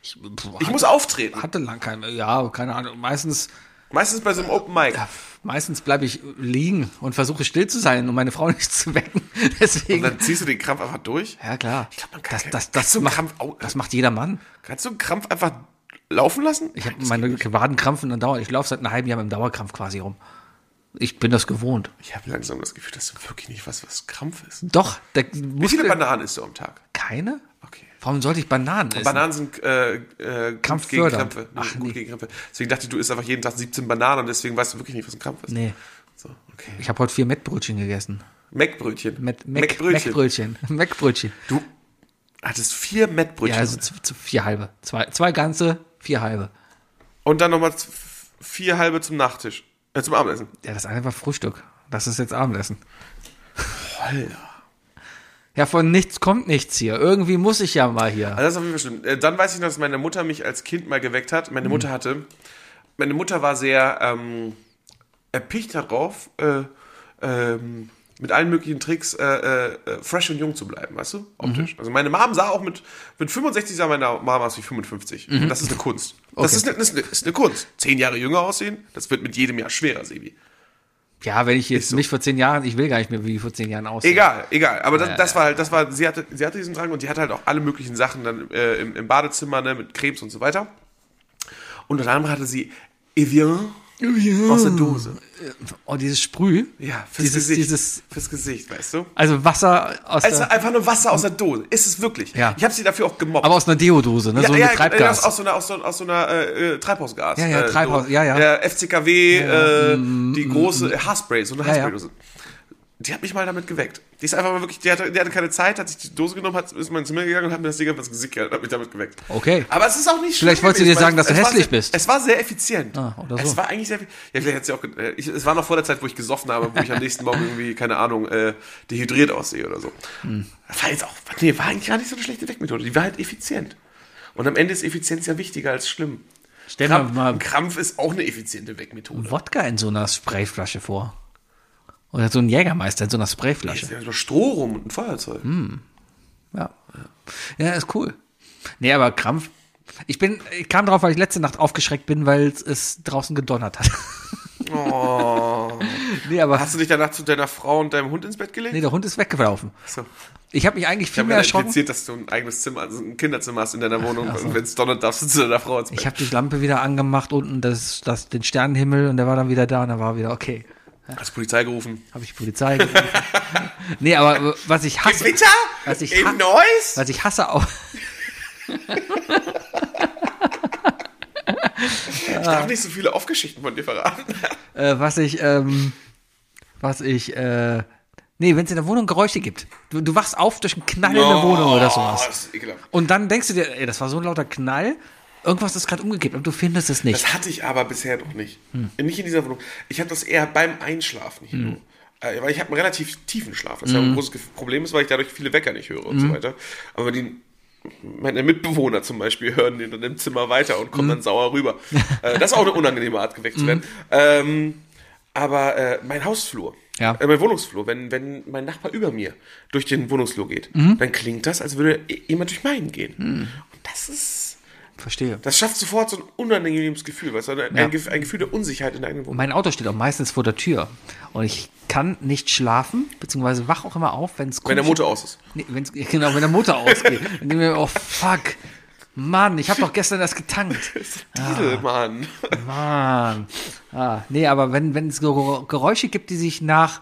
[SPEAKER 3] Ich, puh,
[SPEAKER 2] Ich
[SPEAKER 3] hatte-
[SPEAKER 2] muss auftreten.
[SPEAKER 3] hatte lang keine, ja, keine Ahnung. Meistens,
[SPEAKER 2] Meistens bei so einem Open Mic.
[SPEAKER 3] meistens bleibe ich liegen und versuche still zu sein, um meine Frau nicht zu wecken. Deswegen.
[SPEAKER 2] Und dann ziehst du den Krampf einfach durch.
[SPEAKER 3] ja, klar.
[SPEAKER 2] glaub, man kann
[SPEAKER 3] das,
[SPEAKER 2] kein-
[SPEAKER 3] das,
[SPEAKER 2] kannst
[SPEAKER 3] das,
[SPEAKER 2] du
[SPEAKER 3] macht,
[SPEAKER 2] Krampf au-
[SPEAKER 3] das macht jeder Mann.
[SPEAKER 2] Kannst du den Krampf einfach laufen lassen?
[SPEAKER 3] Ich habe meine Wadenkrampfen dann dauernd. Ich laufe seit einem halben Jahr mit dem Dauerkrampf quasi rum. Ich bin das gewohnt.
[SPEAKER 2] Ich habe langsam das Gefühl, dass du wirklich nicht was, was Krampf ist.
[SPEAKER 3] Doch, der
[SPEAKER 2] Wie viele
[SPEAKER 3] Muskel,
[SPEAKER 2] Bananen isst du am Tag?
[SPEAKER 3] keine?
[SPEAKER 2] Okay.
[SPEAKER 3] Warum sollte ich Bananen essen?
[SPEAKER 2] Bananen sind äh, äh, gut gegen
[SPEAKER 3] Krampffördernd.
[SPEAKER 2] Krämpfe.
[SPEAKER 3] Ach,
[SPEAKER 2] gut
[SPEAKER 3] nee.
[SPEAKER 2] gegen Krämpfe. Deswegen dachte ich, du isst einfach jeden Tag 17 Bananen und deswegen weißt du wirklich nicht, was ein Krampf ist.
[SPEAKER 3] Nee.
[SPEAKER 2] So, okay.
[SPEAKER 3] Ich habe heute vier Mettbrötchen gegessen.
[SPEAKER 2] Mettbrötchen.
[SPEAKER 3] Met, Mac,
[SPEAKER 2] Mettbrötchen.
[SPEAKER 3] Mettbrötchen. Mettbrötchen.
[SPEAKER 2] Du hattest Ah, vier Mettbrötchen.
[SPEAKER 3] Ja, also z- z- vier halbe. Zwei, zwei ganze, vier halbe.
[SPEAKER 2] und dann nochmal z- vier halbe zum Nachtisch. Äh, zum Abendessen.
[SPEAKER 3] Ja, das eine war Frühstück. Das ist jetzt Abendessen.
[SPEAKER 2] Alter.
[SPEAKER 3] Ja, von nichts kommt nichts hier. Irgendwie muss ich ja mal hier.
[SPEAKER 2] Also das ist auf jeden Fall schlimm. Äh, Dann weiß ich noch, dass meine Mutter mich als Kind mal geweckt hat.
[SPEAKER 3] Mhm.
[SPEAKER 2] Meine Mutter hatte. Meine Mutter war sehr ähm, erpicht darauf, äh, ähm, mit allen möglichen Tricks äh, äh, äh, fresh und jung zu bleiben, weißt
[SPEAKER 3] Mhm.
[SPEAKER 2] du? Optisch. Also meine Mom sah auch mit, mit 65 sah meine Mom aus wie 55. Und das ist eine Kunst. Das
[SPEAKER 3] Mhm. Okay.
[SPEAKER 2] ist, eine, das ist eine- ist eine Kunst. Zehn Jahre jünger aussehen, das wird mit jedem Jahr schwerer, Sebi.
[SPEAKER 3] Ja, wenn ich jetzt mich vor zehn Jahren, ich will gar nicht mehr wie vor zehn Jahren aussehen.
[SPEAKER 2] Egal, egal. Aber das, das war halt, das war, sie hatte, sie hatte diesen Drang und sie hatte halt auch alle möglichen Sachen dann äh, im, im Badezimmer, ne, mit Cremes und so weiter. Und unter anderem hatte sie Evian aus der Dose.
[SPEAKER 3] Oh, dieses Sprüh.
[SPEAKER 2] Ja, fürs
[SPEAKER 3] dieses,
[SPEAKER 2] Gesicht.
[SPEAKER 3] dieses,
[SPEAKER 2] fürs Gesicht, weißt du?
[SPEAKER 3] also Wasser aus
[SPEAKER 2] Es ist
[SPEAKER 3] der,
[SPEAKER 2] einfach nur Wasser aus der Dose. Ist es wirklich.
[SPEAKER 3] Ja.
[SPEAKER 2] Ich habe sie dafür auch gemobbt.
[SPEAKER 3] aber aus einer Deodose, ne? so mit Treibgas.
[SPEAKER 2] Aus, aus so einer, aus so, aus so einer äh, äh, Treibhausgas.
[SPEAKER 3] Ja, ja,
[SPEAKER 2] äh,
[SPEAKER 3] Treibhaus-
[SPEAKER 2] so,
[SPEAKER 3] ja, ja. Mm,
[SPEAKER 2] Der FCKW, äh, die große Haarspray, so eine
[SPEAKER 3] Ja, ja.
[SPEAKER 2] Haarspraydose. Die hat mich mal damit geweckt. Die ist einfach mal wirklich, die hatte, die hatte keine Zeit, hat sich die Dose genommen, hat, ist mal ins Zimmer gegangen und hat mir das Ding einfach ins Gesicht gehalten und hat mich damit geweckt.
[SPEAKER 3] Okay.
[SPEAKER 2] Aber es ist auch nicht
[SPEAKER 3] Vielleicht
[SPEAKER 2] schlimm
[SPEAKER 3] wolltest du
[SPEAKER 2] gewesen,
[SPEAKER 3] dir sagen,
[SPEAKER 2] weil
[SPEAKER 3] dass du
[SPEAKER 2] es war
[SPEAKER 3] hässlich
[SPEAKER 2] sehr,
[SPEAKER 3] bist.
[SPEAKER 2] Es war sehr effizient.
[SPEAKER 3] Ah, oder so.
[SPEAKER 2] Es war eigentlich sehr, ja, vielleicht hat sie auch, ge- äh, ich, es war noch vor der Zeit, wo ich gesoffen habe, wo ich am nächsten Morgen irgendwie, keine Ahnung, äh, dehydriert aussehe oder so.
[SPEAKER 3] Hm.
[SPEAKER 2] Das war jetzt auch, nee, war eigentlich gar nicht so eine schlechte Wegmethode. Die war halt effizient. Und am Ende ist Effizienz ja wichtiger als schlimm.
[SPEAKER 3] Stell mir
[SPEAKER 2] Krampf,
[SPEAKER 3] mal
[SPEAKER 2] Krampf ist auch eine effiziente Wegmethode.
[SPEAKER 3] Wodka in so einer Sprayflasche vor. Oder so ein Jägermeister in so einer Sprayflasche.
[SPEAKER 2] Jetzt ist ja nur Stroh rum und ein Feuerzeug.
[SPEAKER 3] Hm. Ja. Ja, ist cool. Nee, aber Krampf. Ich bin, ich kam drauf, weil ich letzte Nacht aufgeschreckt bin, weil es draußen gedonnert hat. nee, aber
[SPEAKER 2] Oh. Hast du dich danach zu deiner Frau und deinem Hund ins Bett gelegt?
[SPEAKER 3] nee, der Hund ist weggelaufen.
[SPEAKER 2] So.
[SPEAKER 3] Ich habe mich eigentlich
[SPEAKER 2] Ich
[SPEAKER 3] viel
[SPEAKER 2] habe
[SPEAKER 3] mehr
[SPEAKER 2] mir
[SPEAKER 3] erschrocken.
[SPEAKER 2] impliziert, dass du ein eigenes Zimmer, also ein Kinderzimmer hast in deiner Wohnung und wenn es donnert, darfst du zu deiner Frau ins Bett.
[SPEAKER 3] Ich habe die Lampe wieder angemacht unten, das, das, den Sternenhimmel und der war dann wieder da und da war wieder okay.
[SPEAKER 2] Hast Polizei gerufen.
[SPEAKER 3] Habe ich die Polizei gerufen. Nee, aber was ich hasse,
[SPEAKER 2] Gewitter?
[SPEAKER 3] Was ich ha-
[SPEAKER 2] In Neuss?
[SPEAKER 3] was ich hasse auch,
[SPEAKER 2] Ich darf nicht so viele Aufgeschichten von dir verraten.
[SPEAKER 3] äh, was ich, ähm, was ich, äh, nee, wenn es in der Wohnung Geräusche gibt. Du, du wachst auf durch einen Knall in der Wohnung oder sowas.
[SPEAKER 2] Oh, Das ist ekelhaft.
[SPEAKER 3] Und dann denkst du dir, ey, das war so ein lauter Knall, irgendwas ist gerade umgekippt und du findest es nicht. Hm.
[SPEAKER 2] Das hatte ich aber bisher noch nicht. Nicht in dieser Wohnung. Ich habe das eher beim Einschlafen hier. nur. Äh, Weil ich habe einen relativ tiefen Schlaf. Das ist ja
[SPEAKER 3] Hm.
[SPEAKER 2] ein großes Ge- Problem ist, weil ich dadurch viele Wecker nicht höre und so weiter. Aber die, meine Mitbewohner zum Beispiel hören den dann im Zimmer weiter und kommen
[SPEAKER 3] Hm.
[SPEAKER 2] dann sauer rüber. äh, das ist auch eine unangenehme Art, geweckt zu werden. Ähm, aber äh, mein Hausflur,
[SPEAKER 3] Ja.
[SPEAKER 2] äh, mein Wohnungsflur, wenn, wenn mein Nachbar über mir durch den Wohnungsflur geht,
[SPEAKER 3] Mhm.
[SPEAKER 2] dann klingt das, als würde jemand durch meinen gehen.
[SPEAKER 3] Hm.
[SPEAKER 2] Und das ist
[SPEAKER 3] Verstehe.
[SPEAKER 2] das schafft sofort so ein unangenehmes Gefühl, weißt du? Ein, ein, Gef- ein Gefühl der Unsicherheit in der eigenen Wohnung.
[SPEAKER 3] Mein Auto steht auch meistens vor der Tür und ich kann nicht schlafen, beziehungsweise wach auch immer auf, wenn es
[SPEAKER 2] Wenn der Motor aus ist.
[SPEAKER 3] Nee, wenn's, genau, wenn der Motor ausgeht. Dann denke ich mir, oh fuck. Mann, ich habe doch gestern das getankt. Ah.
[SPEAKER 2] Diesel, Mann.
[SPEAKER 3] Mann. Ah, nee, aber wenn wenn es Ger- Geräusche gibt, die sich nach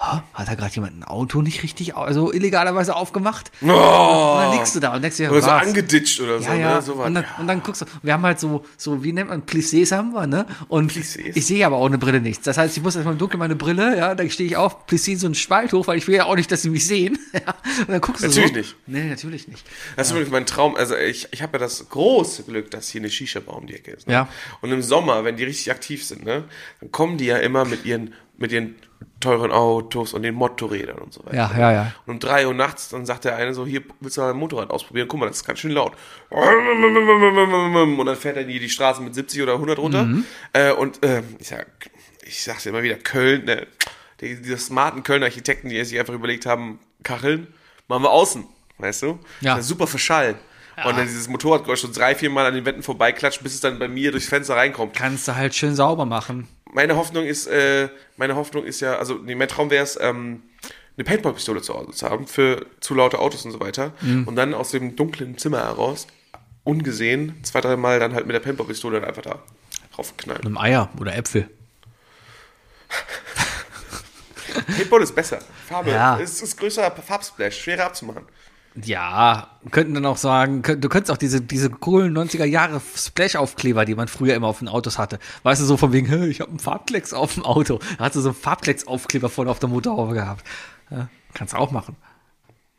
[SPEAKER 3] "Hä, hat da gerade jemand ein Auto nicht richtig, au- also illegalerweise aufgemacht? Und dann liegst du da und denkst dir,
[SPEAKER 2] Oh. Oder so
[SPEAKER 3] was?
[SPEAKER 2] angeditscht oder so,
[SPEAKER 3] Ja, ja.
[SPEAKER 2] ne? So was.
[SPEAKER 3] und, dann, und dann guckst du, wir haben halt so, so wie nennt man, Plissés haben wir, ne? Und
[SPEAKER 2] Plissés.
[SPEAKER 3] ich sehe aber ohne Brille nichts. Das heißt, ich muss erstmal im Dunkeln meine Brille, ja, dann stehe ich auf, Plissé so einen Spalt hoch, weil ich will ja auch nicht, dass sie mich sehen. Ja. Und dann guckst
[SPEAKER 2] Natürlich
[SPEAKER 3] du so.
[SPEAKER 2] nicht.
[SPEAKER 3] Nee, natürlich nicht.
[SPEAKER 2] Das ist übrigens mein Traum. Also ich, ich habe ja das große Glück, dass hier eine Shisha-Bar um die Ecke ist. Ne?
[SPEAKER 3] Ja.
[SPEAKER 2] Und im Sommer, wenn die richtig aktiv sind, ne, dann kommen die ja immer mit ihren, mit ihren teuren Autos und den Motorrädern und so weiter.
[SPEAKER 3] Ja, ja, ja.
[SPEAKER 2] Und um drei Uhr nachts, dann sagt der eine so, hier, willst du mal ein Motorrad ausprobieren? Guck mal, das ist ganz schön laut. Und dann fährt er die, die Straße mit 70 oder 100 runter.
[SPEAKER 3] Mhm.
[SPEAKER 2] Äh, und ähm, ich sag, ich sag's immer wieder, Köln, ne, die, diese smarten Kölner Architekten, die sich einfach überlegt haben, Kacheln, machen wir außen, weißt du?
[SPEAKER 3] Ja.
[SPEAKER 2] Das ist super verschallen. Und dann dieses Motorrad glaub ich, schon drei, vier Mal an den Wänden vorbeiklatscht, bis es dann bei mir durchs Fenster reinkommt.
[SPEAKER 3] Kannst du halt schön sauber machen.
[SPEAKER 2] Meine Hoffnung ist, äh, meine Hoffnung ist ja, also nee, mein Traum wäre es, ähm, eine Paintball-Pistole zu Hause zu haben für zu laute Autos und so weiter.
[SPEAKER 3] Mhm.
[SPEAKER 2] Und dann aus dem dunklen Zimmer heraus, ungesehen, zwei, dreimal dann halt mit der Paintball-Pistole dann einfach da drauf knallen.
[SPEAKER 3] Einem Eier oder Äpfel.
[SPEAKER 2] Paintball ist besser. Farbe.
[SPEAKER 3] Ja.
[SPEAKER 2] Es ist größer Farbsplash, schwerer abzumachen.
[SPEAKER 3] Ja, könnten dann auch sagen, könnt- du könntest auch diese, diese coolen 90er Jahre Splash-Aufkleber, die man früher immer auf den Autos hatte. Weißt du, so von wegen, "Hä, ich habe einen Farbklecks auf dem Auto. Da hast du so einen Farbklecks-Aufkleber vorne auf der Motorhaube gehabt. Ja, kannst du auch machen.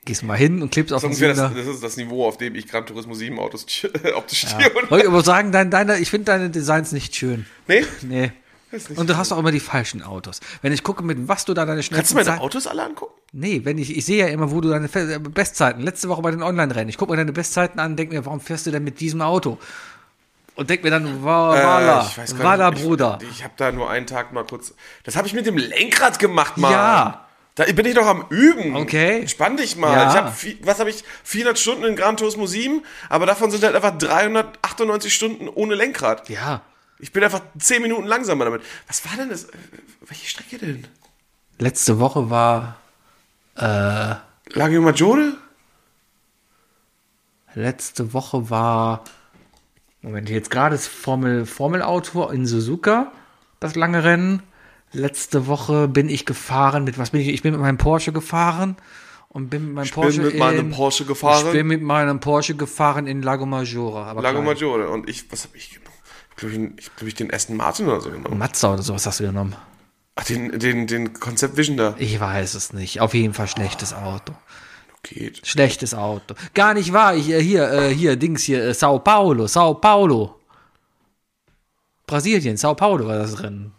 [SPEAKER 3] Gehst mal hin und klebst auf
[SPEAKER 2] Das ist,
[SPEAKER 3] den
[SPEAKER 2] ungefähr das,
[SPEAKER 3] Zylinder.
[SPEAKER 2] das ist das Niveau, auf dem ich Gran Turismo 7 Autos auf die Stirn.
[SPEAKER 3] Wollte ich aber sagen, dein, deine, ich finde deine Designs nicht schön.
[SPEAKER 2] Nee?
[SPEAKER 3] Nee.
[SPEAKER 2] Ist nicht
[SPEAKER 3] Und du hast auch immer die falschen Autos. Wenn ich gucke, mit was du da deine
[SPEAKER 2] Kannst du
[SPEAKER 3] schnellsten
[SPEAKER 2] meine
[SPEAKER 3] Zeit-
[SPEAKER 2] Autos alle angucken?
[SPEAKER 3] Nee, wenn ich, ich sehe ja immer, wo du deine Fe- äh, Bestzeiten, letzte Woche bei den Online-Rennen, ich gucke mir deine Bestzeiten an und denke mir, warum fährst du denn mit diesem Auto? Und denke mir dann, wa-
[SPEAKER 2] Äh,
[SPEAKER 3] wala,
[SPEAKER 2] ich weiß gar
[SPEAKER 3] wala,
[SPEAKER 2] nicht.
[SPEAKER 3] Bruder.
[SPEAKER 2] Ich, ich habe da nur einen Tag mal kurz. Das habe ich mit dem Lenkrad gemacht, Mann.
[SPEAKER 3] Ja.
[SPEAKER 2] Da bin ich doch am Üben.
[SPEAKER 3] Okay.
[SPEAKER 2] Entspann dich mal.
[SPEAKER 3] Ja.
[SPEAKER 2] Ich hab, vi- was habe ich? 400 Stunden in Gran Turismo 7, aber davon sind halt einfach 398 Stunden ohne Lenkrad.
[SPEAKER 3] Ja,
[SPEAKER 2] Ich bin einfach 10 Minuten langsamer damit. Was war denn das? Äh, Welche Strecke denn?
[SPEAKER 3] letzte Woche war, äh,
[SPEAKER 2] Lagio Maggiore?
[SPEAKER 3] letzte Woche war, Moment, jetzt gerade ist Formel, Formelauto in Suzuka, das lange Rennen. Letzte Woche bin ich gefahren mit, was bin ich, ich bin mit meinem Porsche gefahren und bin mit meinem
[SPEAKER 2] bin
[SPEAKER 3] Porsche
[SPEAKER 2] mit meinem
[SPEAKER 3] in,
[SPEAKER 2] Porsche gefahren.
[SPEAKER 3] Ich bin mit meinem Porsche gefahren in Lago Maggiore. aber
[SPEAKER 2] Lago
[SPEAKER 3] klein.
[SPEAKER 2] Maggiore. Und ich, was habe ich genommen? Ich glaube, ich, ich, glaub, ich den Aston Martin oder so genommen.
[SPEAKER 3] Mazda oder sowas hast du genommen.
[SPEAKER 2] Ach, den, den, den Concept Vision da.
[SPEAKER 3] Ich weiß es nicht. Auf jeden Fall schlechtes Auto.
[SPEAKER 2] Geht.
[SPEAKER 3] Schlechtes Auto. Gar nicht wahr. Ich, äh, hier, äh, hier, Dings hier, äh, Sao Paulo, Sao Paulo. Brasilien, Sao Paulo war das Rennen.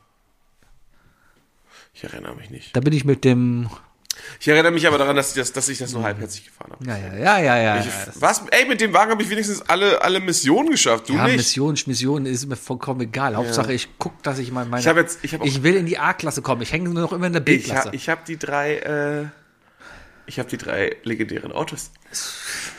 [SPEAKER 2] Ich erinnere mich nicht.
[SPEAKER 3] Da bin ich mit dem.
[SPEAKER 2] Ich erinnere mich aber daran, dass, ich das- dass ich das nur halbherzig gefahren habe.
[SPEAKER 3] Mhm. Ja, ja, ja, ja, ja.
[SPEAKER 2] Ich,
[SPEAKER 3] ja, das-
[SPEAKER 2] was? Ey, mit dem Wagen habe ich wenigstens alle, alle Missionen geschafft. Du
[SPEAKER 3] ja
[SPEAKER 2] nicht?
[SPEAKER 3] Mission, Mission ist mir vollkommen egal. Hauptsache, ich guck, dass ich mal meine.
[SPEAKER 2] Ich hab jetzt- ich hab auch-
[SPEAKER 3] will in die A-Klasse kommen. Ich hänge nur noch immer in der
[SPEAKER 2] ich
[SPEAKER 3] B-Klasse.
[SPEAKER 2] habe ich hab die drei. Äh, ich habe die drei legendären Autos.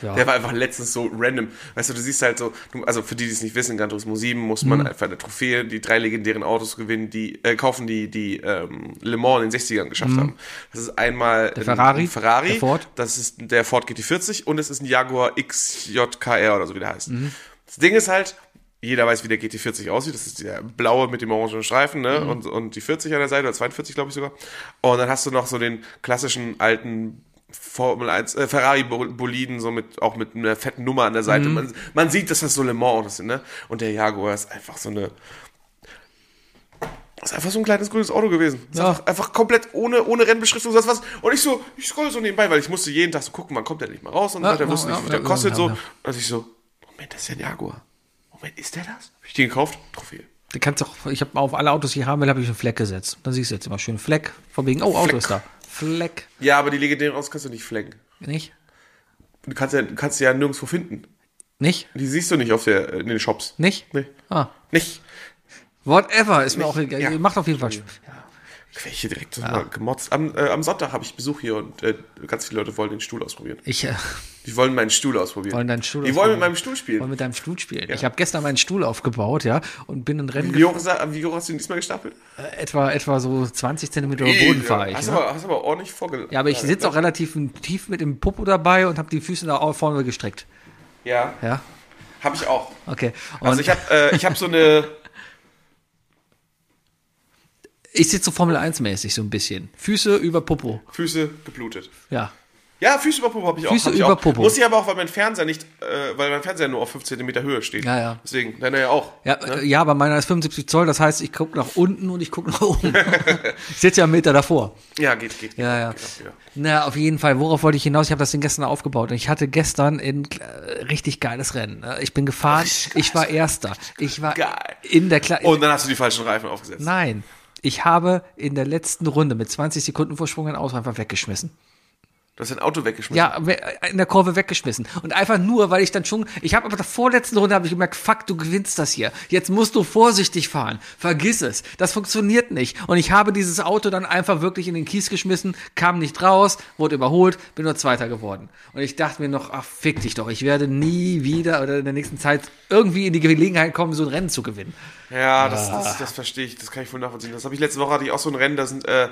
[SPEAKER 3] Ja.
[SPEAKER 2] Der war einfach letztens so random. Weißt du, du siehst halt so, du, also für die, die es nicht wissen, Gran Turismo 7 muss
[SPEAKER 3] Mhm.
[SPEAKER 2] man einfach eine Trophäe, die drei legendären Autos gewinnen, die äh, kaufen, die die ähm, Le Mans in den 60ern
[SPEAKER 3] Mhm.
[SPEAKER 2] geschafft haben. Das ist einmal der
[SPEAKER 3] Ferrari,
[SPEAKER 2] Äh, ein Ferrari
[SPEAKER 3] der Ford.
[SPEAKER 2] das ist der Ford GT40 und es ist ein Jaguar XJKR oder so wie der heißt.
[SPEAKER 3] Mhm.
[SPEAKER 2] Das Ding ist halt, jeder weiß, wie der GT40 aussieht. Das ist der blaue mit dem orangenen Streifen
[SPEAKER 3] Mhm.
[SPEAKER 2] ne? und, und die 40 an der Seite oder 42, glaube ich sogar. Und dann hast du noch so den klassischen alten Formel 1, äh, Ferrari Bo- Boliden, so mit, auch mit einer fetten Nummer an der Seite.
[SPEAKER 3] Mhm.
[SPEAKER 2] Man, man sieht, dass das so Le Mans Autos sind, ne? Und der Jaguar ist einfach so eine, das ist einfach so ein kleines grünes Auto gewesen. Ist
[SPEAKER 3] Ja.
[SPEAKER 2] Einfach, einfach komplett ohne, ohne Rennbeschriftung, sonst was. Und ich so, ich scroll so nebenbei, weil ich musste jeden Tag so gucken, wann kommt der nicht mal raus und
[SPEAKER 3] Ja,
[SPEAKER 2] ja, der
[SPEAKER 3] ja,
[SPEAKER 2] wusste nicht, wie
[SPEAKER 3] ja,
[SPEAKER 2] viel der
[SPEAKER 3] ja,
[SPEAKER 2] kostet.
[SPEAKER 3] ja,
[SPEAKER 2] so.
[SPEAKER 3] ja.
[SPEAKER 2] Und ich so, Moment, das ist ja ein Jaguar. Moment, ist der das? Hab ich den gekauft? Trophäe.
[SPEAKER 3] Du kannst auch, ich habe auf alle Autos, die ich haben will, habe ich einen Fleck gesetzt. Dann siehst du jetzt immer schön Fleck. Von wegen, oh, Auto
[SPEAKER 2] Fleck.
[SPEAKER 3] ist da. Fleck.
[SPEAKER 2] Ja, aber die legendären Autos kannst du nicht flecken.
[SPEAKER 3] Nicht?
[SPEAKER 2] Du kannst ja, du kannst sie ja nirgendwo finden.
[SPEAKER 3] Nicht?
[SPEAKER 2] Die siehst du nicht auf der, äh, in den Shops.
[SPEAKER 3] Nicht?
[SPEAKER 2] Nee.
[SPEAKER 3] Ah.
[SPEAKER 2] Nicht.
[SPEAKER 3] Whatever, ist mir
[SPEAKER 2] Nicht-
[SPEAKER 3] auch egal.
[SPEAKER 2] ja.
[SPEAKER 3] Macht auf jeden Fall Spaß.
[SPEAKER 2] Welche direkt so mal gemotzt. Am, äh, am Sonntag habe ich Besuch hier und äh, ganz viele Leute wollen den Stuhl ausprobieren.
[SPEAKER 3] Ich äh,
[SPEAKER 2] Die wollen meinen Stuhl ausprobieren.
[SPEAKER 3] Wollen deinen Stuhl
[SPEAKER 2] Die wollen mit
[SPEAKER 3] ausprobieren.
[SPEAKER 2] meinem Stuhl spielen.
[SPEAKER 3] wollte mit deinem Stuhl spielen. Ich habe gestern meinen Stuhl aufgebaut, ja, und bin ein Rennen
[SPEAKER 2] Wie hoch, ist er, wie hoch hast du ihn diesmal gestapelt?
[SPEAKER 3] gef- etwa, etwa so 20 Zentimeter über Boden fahre ich.
[SPEAKER 2] Hast,
[SPEAKER 3] Ne?
[SPEAKER 2] aber, hast aber ordentlich vorgelegt.
[SPEAKER 3] Ja, aber ich sitze auch relativ tief mit dem Popo dabei und habe die Füße nach vorne gestreckt.
[SPEAKER 2] Ja,
[SPEAKER 3] Ja,
[SPEAKER 2] habe ich auch.
[SPEAKER 3] okay. Und
[SPEAKER 2] Also
[SPEAKER 3] ich
[SPEAKER 2] ich habe äh, ich hab so eine.
[SPEAKER 3] sitze so Formel 1-mäßig so ein bisschen. Füße über Popo.
[SPEAKER 2] Füße geblutet.
[SPEAKER 3] Ja.
[SPEAKER 2] Ja, Füße über Popo habe ich auch.
[SPEAKER 3] Füße
[SPEAKER 2] hab ich
[SPEAKER 3] über
[SPEAKER 2] auch.
[SPEAKER 3] Popo.
[SPEAKER 2] Muss ich aber auch, weil mein Fernseher nicht, äh, weil mein Fernseher nur auf 15 Meter Höhe steht.
[SPEAKER 3] Ja, ja.
[SPEAKER 2] Deswegen, deiner ja auch.
[SPEAKER 3] Ja, äh, ja, aber meiner ist 75 Zoll, das heißt, ich gucke nach unten und ich gucke nach oben. ich sitze ja einen Meter davor.
[SPEAKER 2] Ja, geht, geht.
[SPEAKER 3] Ja, ja.
[SPEAKER 2] Geht, auch wieder.
[SPEAKER 3] Na, auf jeden Fall. Worauf wollte ich hinaus? Ich habe das Ding gestern aufgebaut und ich hatte gestern ein äh, richtig geiles Rennen. Äh, Ich bin gefahren. Ich war Erster. Ich war
[SPEAKER 2] Geil.
[SPEAKER 3] in der Kle
[SPEAKER 2] Und dann hast du die falschen Reifen aufgesetzt.
[SPEAKER 3] Nein. Ich habe in der letzten Runde mit 20 Sekunden Vorsprung einen Ausreifer weggeschmissen.
[SPEAKER 2] Du hast dein Auto weggeschmissen.
[SPEAKER 3] Ja, äh, in der Kurve weggeschmissen. Und einfach nur, weil ich dann schon, ich habe aber der vorletzten Runde habe ich gemerkt, fuck, du gewinnst das hier. Jetzt musst du vorsichtig fahren. Vergiss es. Das funktioniert nicht. Und ich habe dieses Auto dann einfach wirklich in den Kies geschmissen, kam nicht raus, wurde überholt, bin nur Zweiter geworden. Und ich dachte mir noch, ach, fick dich doch. Ich werde nie wieder oder in der nächsten Zeit irgendwie in die Gelegenheit kommen, so ein Rennen zu gewinnen. Ah.
[SPEAKER 2] Ja, das, das, das verstehe ich, das kann ich wohl nachvollziehen. Das habe ich letzte Woche hatte ich auch so ein Rennen, da sind, äh,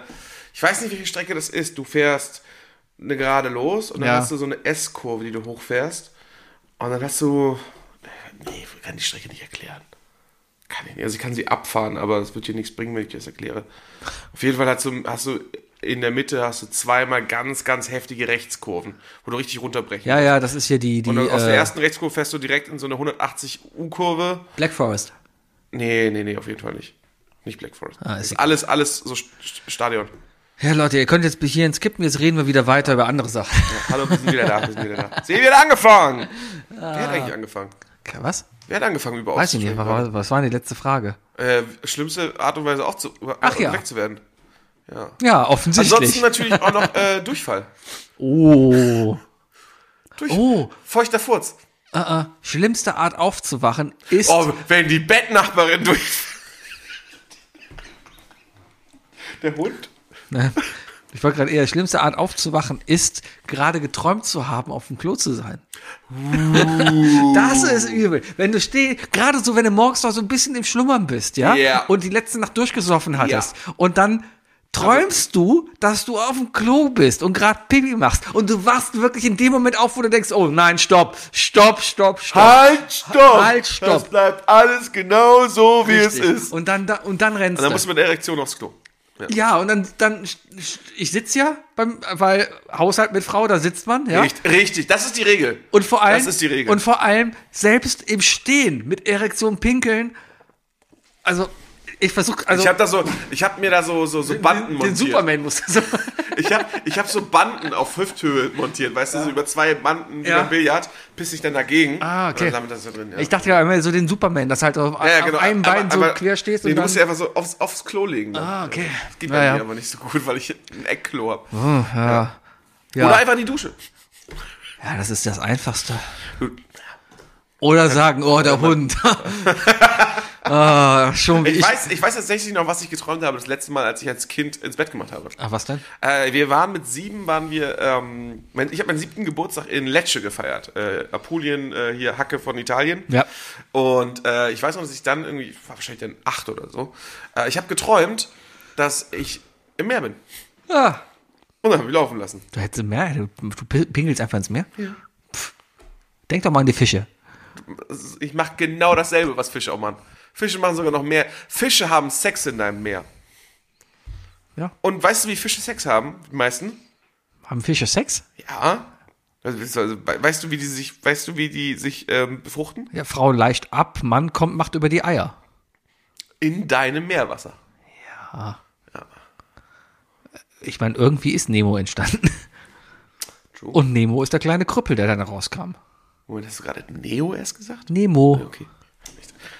[SPEAKER 2] ich weiß nicht, welche Strecke das ist. Du fährst eine Gerade los und dann
[SPEAKER 3] Ja.
[SPEAKER 2] hast du so eine S-Kurve, die du hochfährst. Und dann hast du. Nee, ich kann die Strecke nicht erklären. Kann ich nicht. Also ich kann sie abfahren, aber das wird dir nichts bringen, wenn ich dir das erkläre. Auf jeden Fall hast du, hast du in der Mitte hast du zweimal ganz, ganz heftige Rechtskurven, wo du richtig runterbrechen.
[SPEAKER 3] Ja, ja, das ist hier die, die
[SPEAKER 2] Und dann aus der
[SPEAKER 3] äh,
[SPEAKER 2] ersten Rechtskurve fährst du direkt in so eine 180 U-Kurve.
[SPEAKER 3] Black Forest.
[SPEAKER 2] Nee, nee, nee, auf jeden Fall nicht. Nicht Black Forest.
[SPEAKER 3] Ah, ist
[SPEAKER 2] ist alles, alles so St- St- Stadion.
[SPEAKER 3] Ja, Leute, ihr könnt jetzt bis hierhin skippen, jetzt reden wir wieder weiter über andere Sachen.
[SPEAKER 2] Hallo, wir sind wieder da, wir sind wieder da. Sie wieder angefangen! Wer hat eigentlich angefangen?
[SPEAKER 3] Was?
[SPEAKER 2] Wer hat angefangen über
[SPEAKER 3] Ah. Weiß ich nicht, was, was war denn die letzte Frage?
[SPEAKER 2] Äh, schlimmste Art und Weise auch zu, äh,
[SPEAKER 3] Ach ja.
[SPEAKER 2] wegzuwerden.
[SPEAKER 3] Ja, offensichtlich.
[SPEAKER 2] Ansonsten natürlich auch noch äh, Durchfall.
[SPEAKER 3] oh.
[SPEAKER 2] Durch,
[SPEAKER 3] Oh.
[SPEAKER 2] Feuchter Furz.
[SPEAKER 3] Äh, äh, schlimmste Art aufzuwachen ist.
[SPEAKER 2] Oh, wenn die Bettnachbarin durch. Der Hund?
[SPEAKER 3] Ne? ich wollte gerade eher, schlimmste Art aufzuwachen ist, gerade geträumt zu haben, auf dem Klo zu sein.
[SPEAKER 2] Uh.
[SPEAKER 3] das ist übel. Wenn du stehst, gerade so, wenn du morgens noch so ein bisschen im Schlummern bist, ja?
[SPEAKER 2] Ja.
[SPEAKER 3] Und die letzte Nacht durchgesoffen hattest. Und dann träumst du, dass du auf dem Klo bist und gerade Pipi machst. Und du wachst wirklich in dem Moment auf, wo du denkst, oh nein, stopp, stopp, stopp, stopp.
[SPEAKER 2] Halt, stopp!
[SPEAKER 3] Halt, stopp.
[SPEAKER 2] Das bleibt alles genau so, wie
[SPEAKER 3] Richtig.
[SPEAKER 2] es ist.
[SPEAKER 3] Und dann, da, und dann rennst
[SPEAKER 2] Und dann
[SPEAKER 3] du.
[SPEAKER 2] muss man der Erektion aufs Klo.
[SPEAKER 3] Ja, und dann, dann ich sitze ja beim, weil Haushalt mit Frau, da sitzt man, ja.
[SPEAKER 2] Richt- Richtig, das ist die Regel.
[SPEAKER 3] Und vor allem,
[SPEAKER 2] Das ist die Regel.
[SPEAKER 3] und vor allem selbst im Stehen mit Erektion pinkeln. Also, ich versuche, also
[SPEAKER 2] ich habe da so, ich habe mir da so so, so Banden
[SPEAKER 3] den
[SPEAKER 2] montiert.
[SPEAKER 3] Superman muss so.
[SPEAKER 2] Ich habe ich hab so Banden auf Hüfthöhe montiert, weißt du, so über zwei Banden wie
[SPEAKER 3] Ja.
[SPEAKER 2] beim Billard, pisse ich dann dagegen.
[SPEAKER 3] Ah, okay.
[SPEAKER 2] Und dann landet das da drin, ja.
[SPEAKER 3] Ich dachte ja immer so den Superman, dass halt auf,
[SPEAKER 2] ja, ja,
[SPEAKER 3] auf
[SPEAKER 2] genau.
[SPEAKER 3] einem
[SPEAKER 2] Aber-
[SPEAKER 3] Bein so
[SPEAKER 2] aber-
[SPEAKER 3] quer stehst
[SPEAKER 2] Nee,
[SPEAKER 3] und
[SPEAKER 2] du
[SPEAKER 3] dann.
[SPEAKER 2] musst ja einfach so aufs, aufs Klo legen. Dann. Also,
[SPEAKER 3] ah, okay.
[SPEAKER 2] Das geht bei
[SPEAKER 3] Naja.
[SPEAKER 2] mir aber nicht so gut, weil ich ein Eckklo habe. Oder
[SPEAKER 3] ja. Ja.
[SPEAKER 2] einfach in die Dusche.
[SPEAKER 3] ja, das ist das Einfachste.
[SPEAKER 2] Gut.
[SPEAKER 3] Oder sagen, oh, der Hund. ah, schon wie
[SPEAKER 2] Ich,
[SPEAKER 3] ich.
[SPEAKER 2] weiß, ich weiß tatsächlich noch, was ich geträumt habe das letzte Mal, als ich als Kind ins Bett gemacht habe.
[SPEAKER 3] Ach, Ah, was denn?
[SPEAKER 2] Äh, wir waren mit sieben, waren wir, ähm, mein, ich habe meinen siebten Geburtstag in Lecce gefeiert. Äh, Apulien, äh, hier Hacke von Italien.
[SPEAKER 3] Ja.
[SPEAKER 2] Und äh, ich weiß noch, dass ich dann irgendwie, ich war wahrscheinlich dann acht oder so, äh, ich habe geträumt, dass ich im Meer bin.
[SPEAKER 3] Ah.
[SPEAKER 2] Und dann habe ich laufen lassen.
[SPEAKER 3] Du hättest im Meer, du, du pingelst einfach ins Meer? Ja. Pff, denk doch mal an die Fische.
[SPEAKER 2] Also Ich mache genau dasselbe, was Fische auch machen. Fische machen sogar noch mehr. Fische haben Sex in deinem Meer.
[SPEAKER 3] Ja.
[SPEAKER 2] Und weißt du, wie Fische Sex haben, die meisten?
[SPEAKER 3] Haben Fische Sex?
[SPEAKER 2] Ja. Also, weißt du, also, we- weißt du, wie die sich, weißt du, wie die sich ähm, befruchten?
[SPEAKER 3] Ja, Frau leicht ab, Mann kommt, macht über die Eier.
[SPEAKER 2] In deinem Meerwasser.
[SPEAKER 3] Ich meine, irgendwie ist Nemo entstanden.
[SPEAKER 2] True.
[SPEAKER 3] Und Nemo ist der kleine Krüppel, der dann rauskam.
[SPEAKER 2] Moment, hast du gerade Neo erst gesagt?
[SPEAKER 3] Nemo.
[SPEAKER 2] Okay.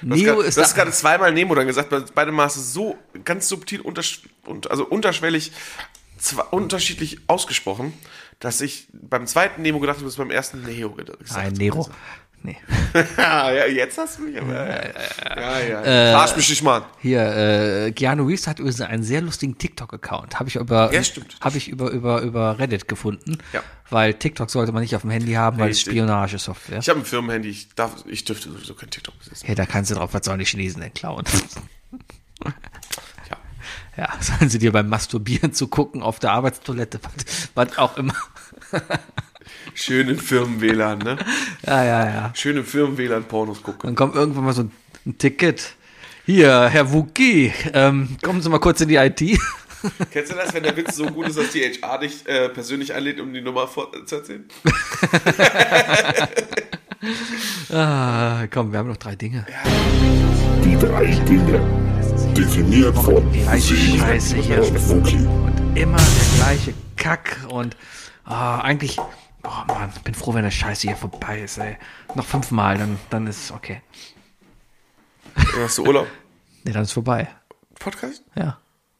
[SPEAKER 2] Du hast
[SPEAKER 3] Neo
[SPEAKER 2] gerade-
[SPEAKER 3] ist
[SPEAKER 2] du hast
[SPEAKER 3] der,
[SPEAKER 2] gerade zweimal Nemo dann gesagt, weil beide Maße so ganz subtil untersch und, also unterschwellig zwei, unterschiedlich ausgesprochen, dass ich beim zweiten Nemo gedacht habe, dass beim ersten Neo ge- gesagt
[SPEAKER 3] Nein,
[SPEAKER 2] habe.
[SPEAKER 3] Nero. Nee.
[SPEAKER 2] Ja, ja, jetzt hast du mich aber. Ja, ja.
[SPEAKER 3] Äh,
[SPEAKER 2] Verarsch mich nicht mal.
[SPEAKER 3] Hier, äh, Keanu Reeves hat übrigens einen sehr lustigen TikTok-Account. Habe ich über,
[SPEAKER 2] Ja, stimmt.
[SPEAKER 3] habe ich über, über, über Reddit gefunden.
[SPEAKER 2] Ja.
[SPEAKER 3] Weil TikTok sollte man nicht auf dem Handy haben, weil es
[SPEAKER 2] Richtig.
[SPEAKER 3] Spionagesoftware.
[SPEAKER 2] Ich habe ein Firmenhandy, ich, darf, ich dürfte sowieso kein TikTok besitzen.
[SPEAKER 3] Hey, da kannst du drauf, was sollen die Chinesen denn klauen?
[SPEAKER 2] Ja.
[SPEAKER 3] Ja, sollen sie dir beim Masturbieren zu gucken auf der Arbeitstoilette, was- was auch immer.
[SPEAKER 2] Schön im Firmen-WLAN, ne?
[SPEAKER 3] Ja, ja, ja.
[SPEAKER 2] Schön im Firmen-WLAN Pornos gucken.
[SPEAKER 3] Dann kommt irgendwann mal so ein, ein Ticket. Hier, Herr Wuki, ähm, kommen Sie mal kurz in die IT.
[SPEAKER 2] Kennst du das, wenn der Witz so gut ist, dass die HR dich äh, persönlich einlädt, um die Nummer vor zu erzählen?
[SPEAKER 3] Ah, komm, wir haben noch drei Dinge.
[SPEAKER 6] Die drei Dinge. Definiert von
[SPEAKER 3] Gleiche
[SPEAKER 6] Sie
[SPEAKER 3] Scheiße hier.
[SPEAKER 6] und Fuki.
[SPEAKER 3] Und immer der gleiche Kack. Und ah, eigentlich, oh Mann, bin froh, wenn der Scheiße hier vorbei ist, ey. Noch fünfmal, dann, dann ist okay.
[SPEAKER 2] Hast du Urlaub?
[SPEAKER 3] Nee, dann ist vorbei.
[SPEAKER 2] Podcast?
[SPEAKER 3] Ja.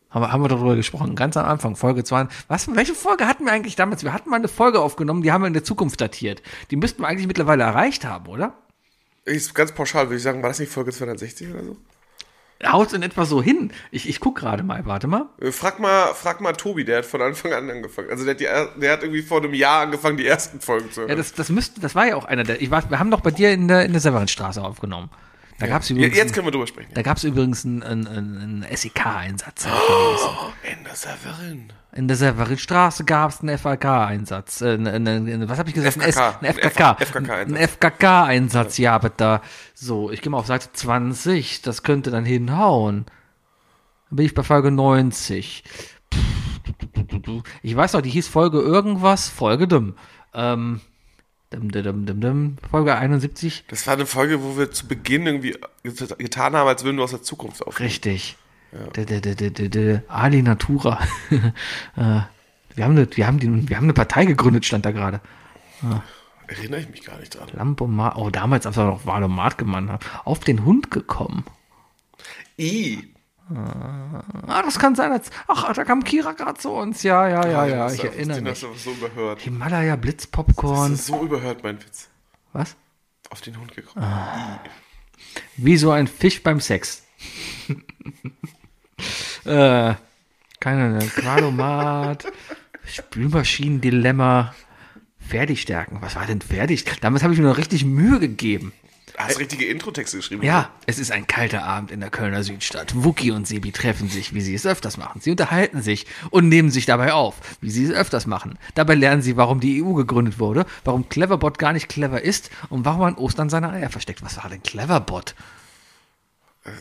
[SPEAKER 3] Haben wir, haben wir darüber gesprochen, ganz am Anfang, Folge 2. Was, welche Folge hatten wir eigentlich damals? Wir hatten mal eine Folge aufgenommen, die haben wir in der Zukunft datiert. Die müssten wir eigentlich mittlerweile erreicht haben, oder?
[SPEAKER 2] Ich, ganz pauschal würde ich sagen, war das nicht Folge 260 oder so?
[SPEAKER 3] Haut in etwa so hin. Ich, ich guck gerade mal, warte mal.
[SPEAKER 2] Äh, Frag mal, frag mal Tobi, der hat von Anfang an angefangen. Also der hat, die, er- der hat irgendwie vor einem Jahr angefangen, die ersten Folgen zu hören.
[SPEAKER 3] Ja, das, das müsste, das war ja auch einer der. Ich war, wir haben doch bei dir in der, in der Severinstraße aufgenommen. Da gab's
[SPEAKER 2] Je-
[SPEAKER 3] übrigens,
[SPEAKER 2] Jetzt können wir drüber sprechen.
[SPEAKER 3] da gab's übrigens einen, einen, einen SEK-Einsatz.
[SPEAKER 2] Ende Oh, Severin.
[SPEAKER 3] In der Severinstraße gab's einen FAK-Einsatz. Äh, einen- einen- einen- was habe ich gesagt?
[SPEAKER 2] FKK.
[SPEAKER 3] Ein FKK.
[SPEAKER 2] Ein FKK-Einsatz.
[SPEAKER 3] Ein FKK-Einsatz, ja, aber da. So, ich gehe mal auf Seite 20. Das könnte dann hinhauen. Dann bin ich bei Folge 90. Ich weiß noch, die hieß Folge irgendwas, Folge dumm. Ähm, dum, dum, dum, dum, dum. Folge 71.
[SPEAKER 2] Das war eine Folge, wo wir zu Beginn irgendwie get- getan haben, als würden wir aus der Zukunft auf.
[SPEAKER 3] Richtig. D- d- d- d- d- d- Ali Natura. Äh, wir, haben eine, wir, haben die, wir haben eine Partei gegründet, stand da gerade.
[SPEAKER 2] Erinnere ich mich gar nicht dran.
[SPEAKER 3] Lambomat, oh, damals, als wir noch Wahlomat gemacht haben, auf den Hund gekommen.
[SPEAKER 2] I.
[SPEAKER 3] Ah, das kann sein, als, ach, da kam Kira gerade zu uns. Ja, ja, ja, ja, ich erinnere
[SPEAKER 2] Den
[SPEAKER 3] mich.
[SPEAKER 2] hast du so überhört.
[SPEAKER 3] Himalaya
[SPEAKER 2] Das
[SPEAKER 3] Blitzpopcorn.
[SPEAKER 2] ist so überhört, mein Witz.
[SPEAKER 3] Was?
[SPEAKER 2] Auf den Hund gekommen.
[SPEAKER 3] Wie so ein Fisch beim Sex. äh, keine Ahnung, Qualomat, Spülmaschinendilemma, Pferdestärken. Was war denn Pferdicht? Damals habe ich mir noch richtig Mühe gegeben.
[SPEAKER 2] Hast richtige Introtexte geschrieben?
[SPEAKER 3] Ja, es ist ein kalter Abend in der Kölner Südstadt. Wookie und Sebi treffen sich, wie sie es öfters machen. Sie unterhalten sich und nehmen sich dabei auf, wie sie es öfters machen. Dabei lernen sie, warum die EU gegründet wurde, warum Cleverbot gar nicht clever ist und warum an Ostern seine Eier versteckt. Was war denn Cleverbot?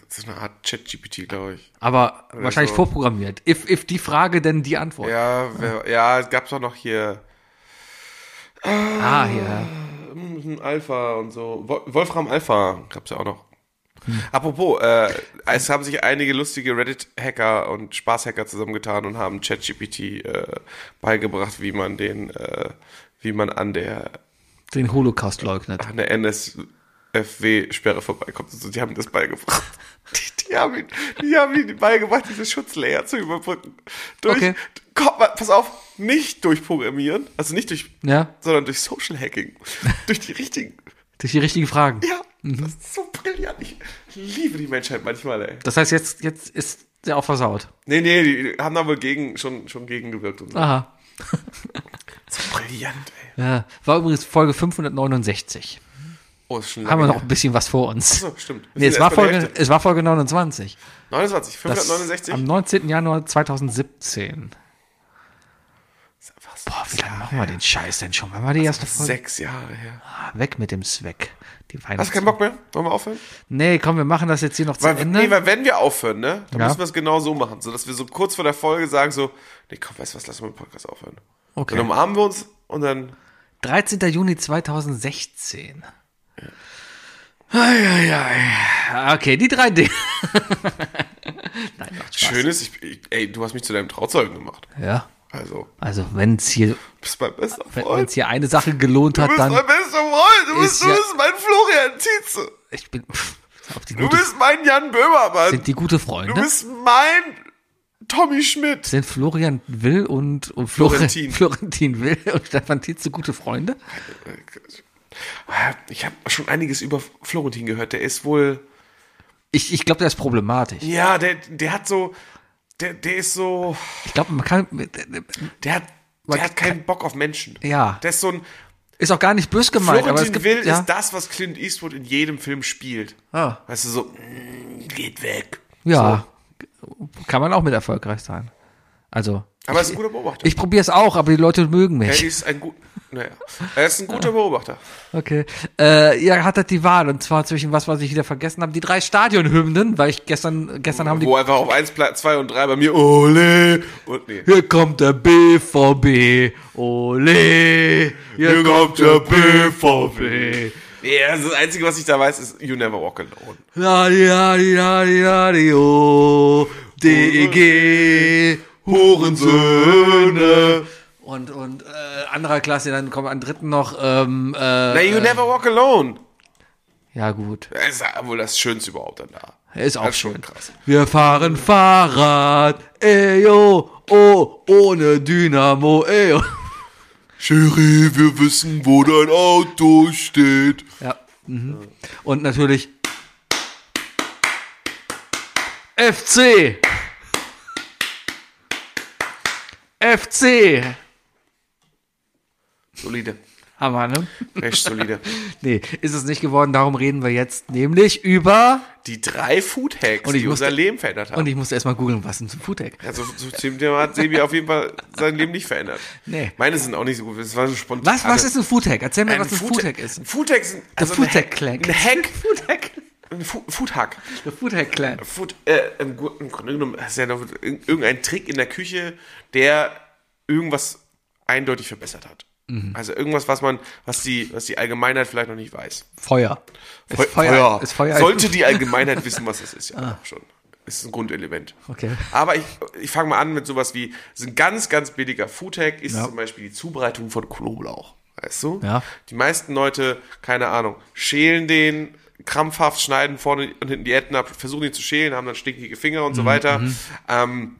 [SPEAKER 2] Das ist eine Art Chat-GPT, glaube ich.
[SPEAKER 3] Aber wahrscheinlich
[SPEAKER 2] so.
[SPEAKER 3] vorprogrammiert. If, if die Frage, denn die Antwort.
[SPEAKER 2] Ja, wer, ja, es gab doch noch hier
[SPEAKER 3] Ah, ja.
[SPEAKER 2] ein Alpha und so. Wo- Wolfram Alpha gab es ja auch noch. Apropos, äh, es haben sich einige lustige Reddit-Hacker und Spaßhacker zusammengetan und haben ChatGPT äh, beigebracht, wie man den, äh, wie man an der,
[SPEAKER 3] Den Holocaust leugnet.
[SPEAKER 2] an der NSFW-Sperre vorbeikommt. Also die haben das beigebracht. Die, die, haben ihn, die haben ihn beigebracht, diese Schutzlayer zu überbrücken. Durch,
[SPEAKER 3] Okay.
[SPEAKER 2] komm, pass auf, nicht durch Programmieren, also nicht durch,
[SPEAKER 3] Ja.
[SPEAKER 2] sondern durch Social Hacking. durch die richtigen
[SPEAKER 3] Durch die richtigen Fragen.
[SPEAKER 2] ja,
[SPEAKER 3] Mhm.
[SPEAKER 2] das ist so brillant. Ich liebe die Menschheit manchmal, ey.
[SPEAKER 3] Das heißt, jetzt, jetzt ist der auch versaut.
[SPEAKER 2] Nee, nee, die haben da wohl gegen, schon, schon gegengewirkt und so.
[SPEAKER 3] Aha.
[SPEAKER 2] So brillant, ey.
[SPEAKER 3] Ja. War übrigens Folge 569.
[SPEAKER 2] Oh, ist schon
[SPEAKER 3] Haben wir
[SPEAKER 2] lange
[SPEAKER 3] noch ein bisschen was vor uns.
[SPEAKER 2] her. So, stimmt. Wir
[SPEAKER 3] Nee,
[SPEAKER 2] sind
[SPEAKER 3] es war,
[SPEAKER 2] erst bei der
[SPEAKER 3] Folge,
[SPEAKER 2] Hälfte.
[SPEAKER 3] es war Folge 29.
[SPEAKER 2] 29,
[SPEAKER 3] Das
[SPEAKER 2] 569.
[SPEAKER 3] Am 19. Januar 2017.
[SPEAKER 2] Was?
[SPEAKER 3] Boah, wie lange machen wir den Scheiß denn schon? Wann war die erste Folge?
[SPEAKER 2] Sechs Jahre her.
[SPEAKER 3] Ah, Weg mit dem Zweck. Die
[SPEAKER 2] Hast
[SPEAKER 3] Weihnachts
[SPEAKER 2] du keinen Bock mehr? Wollen wir aufhören?
[SPEAKER 3] Nee, komm, wir machen das jetzt hier noch zu
[SPEAKER 2] Weil,
[SPEAKER 3] Ende.
[SPEAKER 2] nee, weil wenn wir aufhören, ne, dann
[SPEAKER 3] ne? Ja.
[SPEAKER 2] müssen wir es genau so machen, sodass wir so kurz vor der Folge sagen so, nee, komm, weißt du was, lass mal den Podcast aufhören.
[SPEAKER 3] Okay.
[SPEAKER 2] Dann umarmen wir uns und dann
[SPEAKER 3] 13. Juni 2016. Ei, ei, ei. Okay, die drei Dinge. Nein, macht Spaß.
[SPEAKER 2] schönes, ich, ich, ey, du hast mich zu deinem Trauzeugen gemacht.
[SPEAKER 3] Ja,
[SPEAKER 2] Also,
[SPEAKER 3] also wenn es hier,
[SPEAKER 2] du bist mein bester
[SPEAKER 3] wenn
[SPEAKER 2] Freund.
[SPEAKER 3] es hier eine Sache gelohnt
[SPEAKER 2] Du
[SPEAKER 3] hat,
[SPEAKER 2] bist
[SPEAKER 3] dann
[SPEAKER 2] mein bester Freund. Du bist,
[SPEAKER 3] ist ja-
[SPEAKER 2] du bist mein Florian Tietze.
[SPEAKER 3] ich bin pff, auf die
[SPEAKER 2] Du
[SPEAKER 3] gute,
[SPEAKER 2] bist mein Jan Böhmermann.
[SPEAKER 3] sind die gute
[SPEAKER 2] du
[SPEAKER 3] Freunde.
[SPEAKER 2] bist mein Tommy Schmidt.
[SPEAKER 3] sind Florian Will und, und Florian,
[SPEAKER 2] Florentin.
[SPEAKER 3] Florentin Will und Stefan Tietze gute Freunde?
[SPEAKER 2] Ich habe schon einiges über Florentin gehört. Der ist wohl.
[SPEAKER 3] Ich, ich glaube, das ist problematisch.
[SPEAKER 2] Ja, der, der hat so. Der, der ist so.
[SPEAKER 3] Ich glaube, man kann
[SPEAKER 2] Der hat,
[SPEAKER 3] Man
[SPEAKER 2] der hat keinen Bock auf Menschen.
[SPEAKER 3] Ja.
[SPEAKER 2] Der ist so ein.
[SPEAKER 3] ist auch gar nicht bös gemeint, aber es
[SPEAKER 2] Florentin
[SPEAKER 3] gibt
[SPEAKER 2] Will
[SPEAKER 3] ja,
[SPEAKER 2] ist das, was Clint Eastwood in jedem Film spielt.
[SPEAKER 3] Ah.
[SPEAKER 2] Weißt du, so. mm, Geht weg.
[SPEAKER 3] ja kann man auch mit erfolgreich sein. Also
[SPEAKER 2] Aber er ist ein guter Beobachter.
[SPEAKER 3] Ich probiere es auch, aber die Leute mögen
[SPEAKER 2] er
[SPEAKER 3] mich.
[SPEAKER 2] ist ein gut. Naja. Er ist ein guter Beobachter.
[SPEAKER 3] Okay. Äh, ihr hattet die Wahl und zwar zwischen was, was ich wieder vergessen habe, die drei Stadionhymnen, weil ich gestern, gestern haben die.
[SPEAKER 2] Wo einfach auf 1, 2 und 3 bei mir. "Oh, Ole! Und nee.
[SPEAKER 3] Hier kommt der BVB, ole. Hier, kommt der BVB.
[SPEAKER 2] Ja, also das Einzige, was ich da weiß, ist You Never Walk Alone.
[SPEAKER 3] Ladi, ladi, ladi, ladi, oh. DEG, Hurensöhne. Und, und äh, anderer Klasse, dann kommen an dritten noch. Ähm, äh,
[SPEAKER 2] Na, You Never Walk Alone.
[SPEAKER 3] ja, gut.
[SPEAKER 2] Das ist ja wohl das Schönste überhaupt dann da.
[SPEAKER 3] Er ist auch
[SPEAKER 2] ist schon
[SPEAKER 3] schön.
[SPEAKER 2] krass.
[SPEAKER 3] Wir fahren Fahrrad, eyo, oh, ohne Dynamo, eyo.
[SPEAKER 2] Sherry, wir wissen, wo dein Auto steht.
[SPEAKER 3] Ja. Mhm. Und natürlich FC. FC.
[SPEAKER 2] Solide.
[SPEAKER 3] Hammer, ne?
[SPEAKER 2] Recht solide.
[SPEAKER 3] Nee, ist es nicht geworden. Darum reden wir jetzt nämlich über.
[SPEAKER 2] Die drei Food Hacks,
[SPEAKER 3] Und ich
[SPEAKER 2] die
[SPEAKER 3] musste-
[SPEAKER 2] unser Leben verändert haben.
[SPEAKER 3] Und ich musste erstmal googeln, was ist ein Foodtech?
[SPEAKER 2] also zu dem Thema hat Sebi auf jeden Fall sein Leben nicht verändert.
[SPEAKER 3] Nee.
[SPEAKER 2] Meine sind auch nicht so gut. Das war so spontan.
[SPEAKER 3] Was, was ist ein Foodtech? Erzähl mir,
[SPEAKER 2] Also ein
[SPEAKER 3] was ein Foodtech ist.
[SPEAKER 2] Ein Food Hack sind
[SPEAKER 3] Der
[SPEAKER 2] also ein Hack.
[SPEAKER 3] Foodtech-Clank.
[SPEAKER 2] Ein Hack.
[SPEAKER 3] Foodhack.
[SPEAKER 2] Ein Fu- Food Hack.
[SPEAKER 3] Der Foodhack-Clan.
[SPEAKER 2] Food, äh, im, Gu- im Grunde genommen ist ja noch irg- irgendein Trick in der Küche, der irgendwas eindeutig verbessert hat.
[SPEAKER 3] Mhm.
[SPEAKER 2] Also irgendwas, was man, was die, was die Allgemeinheit vielleicht noch nicht weiß.
[SPEAKER 3] Feuer.
[SPEAKER 2] Feu-
[SPEAKER 3] Ist Feuer. Ist Feuer. Ah.
[SPEAKER 2] Sollte die Allgemeinheit wissen, was es ist, ja schon. Ist ein Grundelement.
[SPEAKER 3] Okay.
[SPEAKER 2] Aber ich, ich fange mal an mit sowas wie, so ein ganz, ganz billiger Foodhack ist
[SPEAKER 3] Ja.
[SPEAKER 2] zum Beispiel die Zubereitung von Knoblauch. Weißt du?
[SPEAKER 3] Ja.
[SPEAKER 2] Die meisten Leute, keine Ahnung, schälen den krampfhaft, schneiden vorne und hinten die Etten ab, versuchen ihn zu schälen, haben dann stinkige Finger
[SPEAKER 3] Mhm,
[SPEAKER 2] und so weiter. Ähm,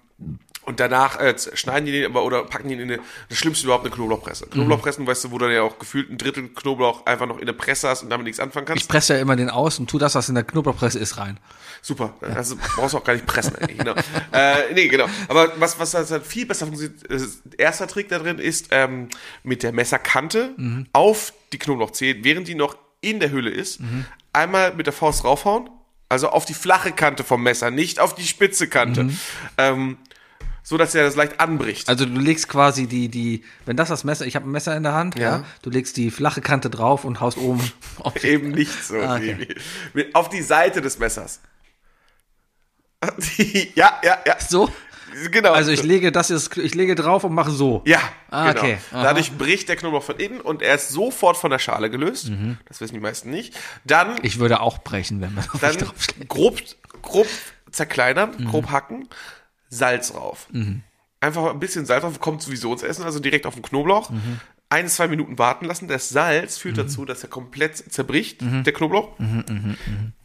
[SPEAKER 2] und danach äh, z- schneiden die den aber oder packen ihn in eine, das Schlimmste überhaupt eine Knoblauchpresse.
[SPEAKER 3] Mhm.
[SPEAKER 2] Knoblauchpressen, weißt du, wo du dann ja auch gefühlt ein Drittel Knoblauch einfach noch in der Presse hast und damit nichts anfangen kannst.
[SPEAKER 3] Ich presse ja immer den aus und tu das, was in der Knoblauchpresse ist, rein.
[SPEAKER 2] Super. Also brauchst du auch gar nicht pressen eigentlich. Genau. äh, nee, genau. Aber was, was halt viel besser funktioniert, ist, erster Trick da drin ist, ähm, mit der Messerkante
[SPEAKER 3] Mhm.
[SPEAKER 2] auf die Knoblauchzehe, während die noch in der Hülle ist,
[SPEAKER 3] Mhm.
[SPEAKER 2] einmal mit der Faust raufhauen. Also auf die flache Kante vom Messer, nicht auf die spitze Kante. Ähm, so dass er das leicht anbricht.
[SPEAKER 3] Mhm. Also du legst quasi die, die, wenn das das Messer, ich habe ein Messer in der Hand, ja.
[SPEAKER 2] Ja.
[SPEAKER 3] du legst die flache Kante drauf und haust oben auf die,
[SPEAKER 2] Eben nicht so.
[SPEAKER 3] Ah, okay.
[SPEAKER 2] Sebi. Mit- Auf die Seite des Messers. ja, ja, ja.
[SPEAKER 3] so.
[SPEAKER 2] Genau.
[SPEAKER 3] Also ich lege das jetzt, ich lege drauf und mache so.
[SPEAKER 2] Ja,
[SPEAKER 3] Ah,
[SPEAKER 2] genau.
[SPEAKER 3] okay. Aha.
[SPEAKER 2] Dadurch bricht der Knoblauch von innen und er ist sofort von der Schale gelöst. Das wissen die meisten nicht. Dann,
[SPEAKER 3] Mhm. Ich würde auch brechen, wenn man auf mich Mhm.
[SPEAKER 2] dann
[SPEAKER 3] draufschlägt.
[SPEAKER 2] grob, grob zerkleinern, grob hacken, Salz drauf.
[SPEAKER 3] Mhm.
[SPEAKER 2] Einfach ein bisschen Salz drauf, kommt sowieso ins Essen, also direkt auf den Knoblauch.
[SPEAKER 3] Mhm.
[SPEAKER 2] Ein, zwei Minuten warten lassen. Das Salz führt dazu, dass er komplett zerbricht,
[SPEAKER 3] Mhm.
[SPEAKER 2] der Knoblauch. Und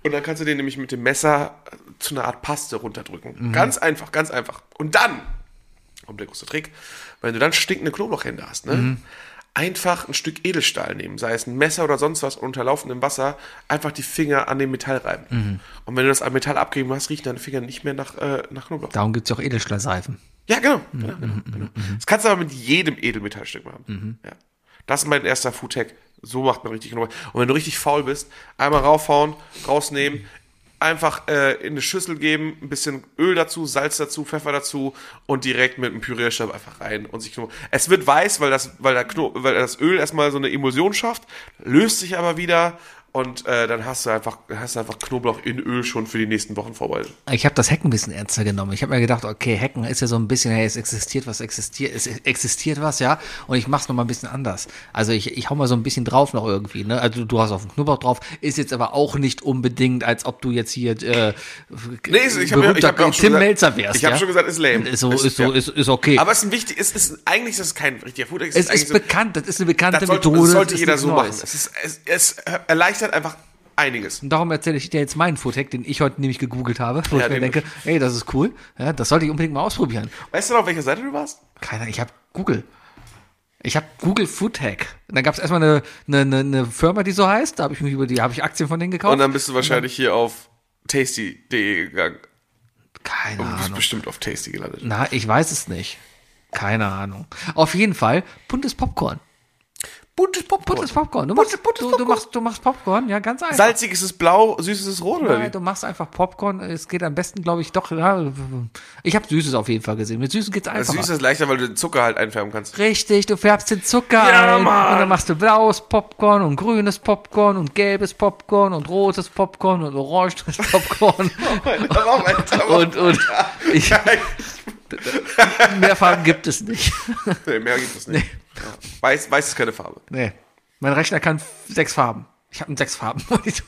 [SPEAKER 2] dann kannst du den nämlich mit dem Messer äh, zu einer Art Paste runterdrücken. Ganz einfach, ganz einfach. Und dann kommt der große Trick, wenn du dann stinkende Knoblauchhände hast, ne? Einfach ein Stück Edelstahl nehmen, sei es ein Messer oder sonst was, und unter laufendem Wasser einfach die Finger an dem Metall reiben. Und wenn du das am Metall abgerieben hast, riechen deine Finger nicht mehr nach, äh, nach Knoblauch.
[SPEAKER 3] Darum gibt's ja auch Edelstahlseifen.
[SPEAKER 2] Ja, genau.
[SPEAKER 3] Mhm,
[SPEAKER 2] genau, genau, genau. Das kannst du aber mit jedem Edelmetallstück machen.
[SPEAKER 3] Mhm.
[SPEAKER 2] Ja. Das ist mein erster Foodtech. So macht man richtig Knoblauch. Und wenn du richtig faul bist, einmal raufhauen, rausnehmen, einfach äh, in eine Schüssel geben, ein bisschen Öl dazu, Salz dazu, Pfeffer dazu und direkt mit einem Pürierstab einfach rein und sich Knoblauch. Es wird weiß, weil das, weil, der Kno weil das Öl erstmal so eine Emulsion schafft, löst sich aber wieder und äh, dann hast du einfach, hast du einfach Knoblauch in Öl schon für die nächsten Wochen vorbereitet.
[SPEAKER 3] Ich habe das Hacken ein bisschen ernster genommen. Ich habe mir gedacht, okay, Hacken ist ja so ein bisschen, hey, es existiert was, existiert, es existiert was, ja. Und ich mach's noch mal ein bisschen anders. Also ich, ich hau mal so ein bisschen drauf noch irgendwie, ne? Also du hast auf den Knoblauch drauf, ist jetzt aber auch nicht unbedingt, als ob du jetzt hier äh,
[SPEAKER 2] Nee, ich, ich habe ich
[SPEAKER 3] berühmter
[SPEAKER 2] hab ja auch schon
[SPEAKER 3] Tim
[SPEAKER 2] gesagt,
[SPEAKER 3] Melzer wärst.
[SPEAKER 2] Ich habe
[SPEAKER 3] ja?
[SPEAKER 2] schon gesagt, ist lame.
[SPEAKER 3] Ist so, ist so,
[SPEAKER 2] ja.
[SPEAKER 3] ist, ist okay.
[SPEAKER 2] Aber es ist ein wichtig, es ist eigentlich ist es kein richtiger Food.
[SPEAKER 3] es ist
[SPEAKER 2] eigentlich
[SPEAKER 3] bekannt, das ist eine
[SPEAKER 2] so,
[SPEAKER 3] bekannte
[SPEAKER 2] das sollte,
[SPEAKER 3] Methode.
[SPEAKER 2] das sollte
[SPEAKER 3] ist
[SPEAKER 2] jeder
[SPEAKER 3] nichts
[SPEAKER 2] so machen.
[SPEAKER 3] Neues.
[SPEAKER 2] Es, ist, es, es erleichtert einfach einiges.
[SPEAKER 3] Und darum erzähle ich dir jetzt meinen Foodhack, den ich heute nämlich gegoogelt habe, wo
[SPEAKER 2] Ja,
[SPEAKER 3] ich mir
[SPEAKER 2] den-
[SPEAKER 3] denke, ey, das ist cool, ja, das sollte ich unbedingt mal ausprobieren.
[SPEAKER 2] Weißt du noch, auf welcher Seite du warst?
[SPEAKER 3] Keiner, ich habe Google. Ich habe Google Foodhack. Und dann gab es erstmal eine, eine, eine, eine Firma, die so heißt. Da habe ich mich über die, habe ich Aktien von denen gekauft.
[SPEAKER 2] Und dann bist du wahrscheinlich hier auf tasty.de gegangen.
[SPEAKER 3] Keine
[SPEAKER 2] Du bist
[SPEAKER 3] Ahnung.
[SPEAKER 2] Oh, bestimmt auf tasty gelandet.
[SPEAKER 3] Na, ich weiß es nicht. Keine Ahnung. Auf jeden Fall, buntes Popcorn.
[SPEAKER 2] Buntes Popcorn.
[SPEAKER 3] Buntes Popcorn. Du machst,
[SPEAKER 2] Oh buntes
[SPEAKER 3] du, du
[SPEAKER 2] Popcorn.
[SPEAKER 3] machst, du machst Popcorn, ja, ganz einfach.
[SPEAKER 2] Salzig ist es blau, süß ist es rot, oder
[SPEAKER 3] Nein,
[SPEAKER 2] wie?
[SPEAKER 3] du machst einfach Popcorn. Es geht am besten, glaube ich, doch. Ja, ich habe Süßes auf jeden Fall gesehen. Mit Süßen geht's
[SPEAKER 2] Das
[SPEAKER 3] einfacher.
[SPEAKER 2] Süß ist leichter, weil du den Zucker halt einfärben kannst.
[SPEAKER 3] Richtig, du färbst den Zucker
[SPEAKER 2] Ja,
[SPEAKER 3] ein
[SPEAKER 2] Mann.
[SPEAKER 3] und dann machst du blaues Popcorn und grünes Popcorn und gelbes Popcorn und rotes Popcorn und oranges Popcorn
[SPEAKER 2] Aber Alter, aber-
[SPEAKER 3] und und ich, mehr Farben gibt es nicht.
[SPEAKER 2] Nee, mehr gibt es nicht. Ja. Weiß, weiß ist keine Farbe.
[SPEAKER 3] Nee, mein Rechner kann f- sechs Farben. Ich habe einen sechs Farben Monitor.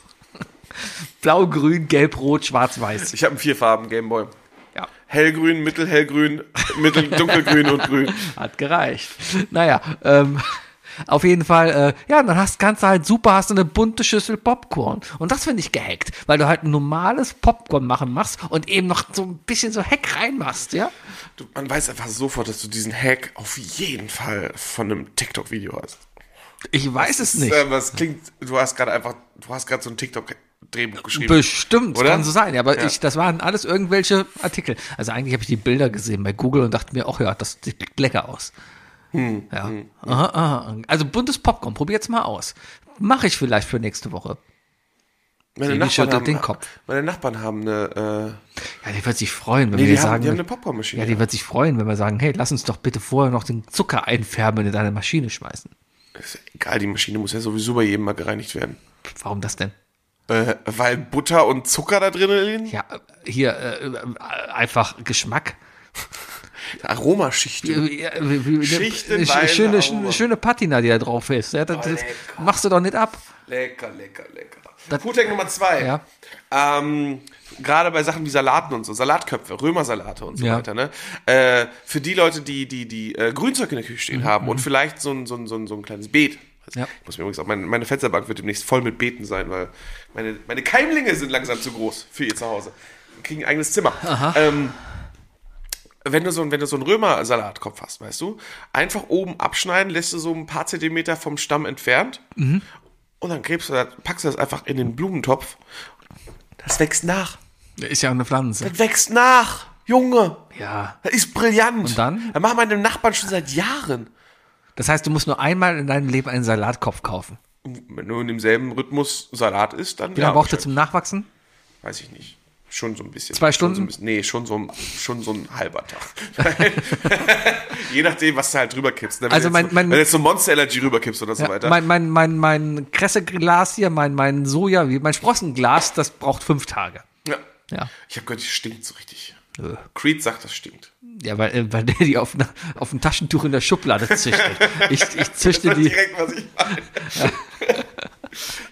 [SPEAKER 3] Blau, grün, gelb, rot, schwarz, weiß.
[SPEAKER 2] Ich habe einen vier Farben Gameboy.
[SPEAKER 3] Ja.
[SPEAKER 2] Hellgrün, mittelhellgrün, mittel, dunkelgrün und grün.
[SPEAKER 3] Hat gereicht. Naja, ähm, Auf jeden Fall, äh, ja, dann hast, kannst du halt super, hast du eine bunte Schüssel Popcorn. Und das finde ich gehackt, weil du halt ein normales Popcorn machen machst und eben noch so ein bisschen so Hack reinmachst, ja?
[SPEAKER 2] Du, man weiß einfach sofort, dass du diesen Hack auf jeden Fall von einem TikTok-Video hast.
[SPEAKER 3] Ich weiß es nicht.
[SPEAKER 2] Ähm, das klingt, du hast gerade einfach, du hast gerade so ein TikTok-Drehbuch geschrieben.
[SPEAKER 3] Bestimmt,
[SPEAKER 2] Oder?
[SPEAKER 3] kann so sein. Ja, aber
[SPEAKER 2] Ja.
[SPEAKER 3] ich, das waren alles irgendwelche Artikel. Also eigentlich habe ich die Bilder gesehen bei Google und dachte mir, ach ja, das sieht lecker aus.
[SPEAKER 2] Hm,
[SPEAKER 3] ja. Aha, aha. Also buntes Popcorn, probiert's mal aus. Mache ich vielleicht für nächste Woche.
[SPEAKER 2] meine
[SPEAKER 3] die
[SPEAKER 2] Nachbarn,
[SPEAKER 3] schüttelt
[SPEAKER 2] haben,
[SPEAKER 3] den Kopf.
[SPEAKER 2] meine Nachbarn haben eine,
[SPEAKER 3] Ja, die wird sich freuen, wenn
[SPEAKER 2] äh, nee,
[SPEAKER 3] wir
[SPEAKER 2] die,
[SPEAKER 3] ihr
[SPEAKER 2] haben,
[SPEAKER 3] sagen. ne
[SPEAKER 2] die haben eine Popcornmaschine.
[SPEAKER 3] ja, die wird sich freuen, wenn wir sagen, hey, lass uns doch bitte vorher noch den Zucker einfärben und in deine Maschine schmeißen.
[SPEAKER 2] äh, Ist ja egal, die Maschine muss ja sowieso bei jedem mal gereinigt werden.
[SPEAKER 3] Warum das denn?
[SPEAKER 2] Äh, weil Butter und Zucker da drin liegen?
[SPEAKER 3] Ja, hier äh, äh, einfach Geschmack. Äh,
[SPEAKER 2] Aromaschichten.
[SPEAKER 3] Ja, wie- wie- wie-
[SPEAKER 2] Schichtenweise
[SPEAKER 3] sch- äh, schöne,
[SPEAKER 2] Aroma.
[SPEAKER 3] sch- schöne Patina, die da drauf ist. Ja, das, das
[SPEAKER 2] lecker.
[SPEAKER 3] machst du doch nicht ab.
[SPEAKER 2] Lecker, lecker, lecker.
[SPEAKER 3] Das-
[SPEAKER 2] Foodtech Nummer zwei.
[SPEAKER 3] Ja.
[SPEAKER 2] Ähm, Gerade bei Sachen wie Salaten und so, Salatköpfe, Römersalate und so
[SPEAKER 3] Ja.
[SPEAKER 2] weiter, ne? Äh, für die Leute, die, die, die äh, Grünzeug in der Küche stehen haben und vielleicht so ein, so ein, so ein, so ein kleines Beet. Also
[SPEAKER 3] Ja.
[SPEAKER 2] Ich muss mir übrigens auch, meine, meine Fensterbank wird demnächst voll mit Beeten sein, weil meine, meine Keimlinge sind langsam zu groß für ihr Zuhause. Die Kriegen ein eigenes Zimmer. Ähm, wenn du so, ein- wenn du so einen Römer-Salatkopf hast, weißt du, einfach oben abschneiden, lässt du so ein paar Zentimeter vom Stamm entfernt und dann gräbst du das, packst du das einfach in den Blumentopf. Das wächst nach.
[SPEAKER 3] Ist ja auch eine Pflanze.
[SPEAKER 2] Das wächst nach, Junge.
[SPEAKER 3] Ja.
[SPEAKER 2] Das ist brillant.
[SPEAKER 3] Und dann?
[SPEAKER 2] Das machen meine Nachbarn schon seit Jahren.
[SPEAKER 3] Das heißt, du musst nur einmal in deinem Leben einen Salatkopf kaufen.
[SPEAKER 2] Wenn du in demselben Rhythmus Salat isst, dann.
[SPEAKER 3] Wie lange braucht er
[SPEAKER 2] wahrscheinlich.
[SPEAKER 3] zum Nachwachsen?
[SPEAKER 2] Weiß ich nicht. Schon so ein bisschen. Schon
[SPEAKER 3] Zwei
[SPEAKER 2] So
[SPEAKER 3] Stunden?
[SPEAKER 2] ein bisschen, nee, schon so, ein- schon so ein halber Tag. Je nachdem, was du halt drüber kippst. Ne? Wenn
[SPEAKER 3] Also
[SPEAKER 2] du
[SPEAKER 3] mein-
[SPEAKER 2] jetzt, so-
[SPEAKER 3] mein-
[SPEAKER 2] wenn du jetzt so Monster Energy rüber kippst oder so
[SPEAKER 3] Ja,
[SPEAKER 2] weiter.
[SPEAKER 3] mein, mein, mein, mein Kresseglas hier, mein, mein Soja, mein Sprossenglas, das braucht fünf Tage.
[SPEAKER 2] ja.
[SPEAKER 3] Ja. Äh.
[SPEAKER 2] Ich habe gehört, die stinkt so richtig. Creed sagt, das stinkt.
[SPEAKER 3] Ja, weil, äh, weil der die auf, ne- auf dem Taschentuch in der Schublade züchtet. Ich, ich züchte die.
[SPEAKER 2] direkt, was ich meine.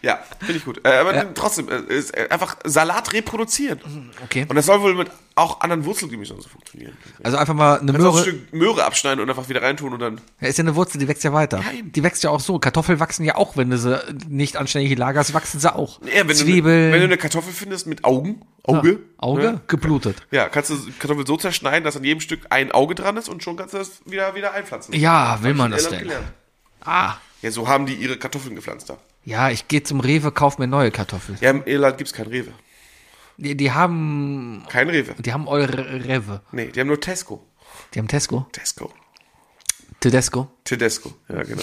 [SPEAKER 2] ja, finde ich gut. Äh, aber trotzdem, äh, ist äh, einfach Salat reproduzieren.
[SPEAKER 3] Okay.
[SPEAKER 2] Und das soll wohl mit auch anderen Wurzelgemüsen und so funktionieren.
[SPEAKER 3] Also einfach mal eine
[SPEAKER 2] Kannst auch ein
[SPEAKER 3] Möhre.
[SPEAKER 2] Stück Möhre abschneiden und einfach wieder reintun und dann.
[SPEAKER 3] Ja, ist ja eine Wurzel, die wächst ja weiter.
[SPEAKER 2] eben.
[SPEAKER 3] die wächst ja auch so. Kartoffeln wachsen ja auch, wenn du sie nicht anständig lagerst, wachsen sie auch.
[SPEAKER 2] Ja, wenn, Du, ne-
[SPEAKER 3] Zwiebeln. Ah,
[SPEAKER 2] wenn du eine Kartoffel findest mit Augen, Auge,
[SPEAKER 3] Auge
[SPEAKER 2] ne?
[SPEAKER 3] geblutet.
[SPEAKER 2] Ja, kannst du Kartoffel so zerschneiden, dass an jedem Stück ein Auge dran ist und schon kannst du das wieder, wieder einpflanzen.
[SPEAKER 3] Ja, will man
[SPEAKER 2] Ja,
[SPEAKER 3] das
[SPEAKER 2] hab ich
[SPEAKER 3] denn?
[SPEAKER 2] gelernt.
[SPEAKER 3] Ah,
[SPEAKER 2] Ja, so haben die ihre Kartoffeln gepflanzt da.
[SPEAKER 3] ja, ich gehe zum Rewe, kauf mir neue Kartoffeln.
[SPEAKER 2] Ja, im Irland gibt's kein Rewe.
[SPEAKER 3] Die, die haben,
[SPEAKER 2] Kein Rewe.
[SPEAKER 3] die haben eure Rewe.
[SPEAKER 2] Nee, die haben nur Tesco.
[SPEAKER 3] Die haben Tesco,
[SPEAKER 2] Tesco.
[SPEAKER 3] Tedesco,
[SPEAKER 2] Tedesco. Ja, genau.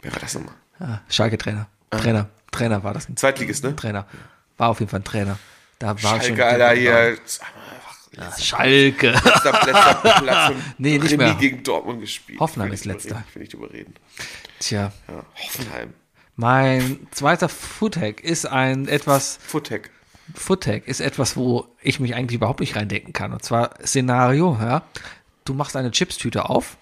[SPEAKER 2] Wer war das nochmal?
[SPEAKER 3] ah, Schalke Trainer, Trainer, Trainer war das, ein
[SPEAKER 2] Zweitligist, ne?
[SPEAKER 3] Trainer, war auf jeden Fall ein Trainer. Da war schon
[SPEAKER 2] Schalke, Alter, hier. Letzter,
[SPEAKER 3] Schalke.
[SPEAKER 2] letzter Platz und
[SPEAKER 3] Nee, nicht
[SPEAKER 2] Remis
[SPEAKER 3] mehr.
[SPEAKER 2] gegen Dortmund gespielt.
[SPEAKER 3] Hoffenheim
[SPEAKER 2] Will
[SPEAKER 3] ist
[SPEAKER 2] nicht
[SPEAKER 3] letzter.
[SPEAKER 2] überreden, Will nicht überreden.
[SPEAKER 3] Tja,
[SPEAKER 2] Ja, Hoffenheim.
[SPEAKER 3] mein zweiter Foodhack ist ein etwas
[SPEAKER 2] Footech.
[SPEAKER 3] Foodtech ist etwas, wo ich mich eigentlich überhaupt nicht reindenken kann. Und zwar Szenario, ja. Du machst eine Chipstüte auf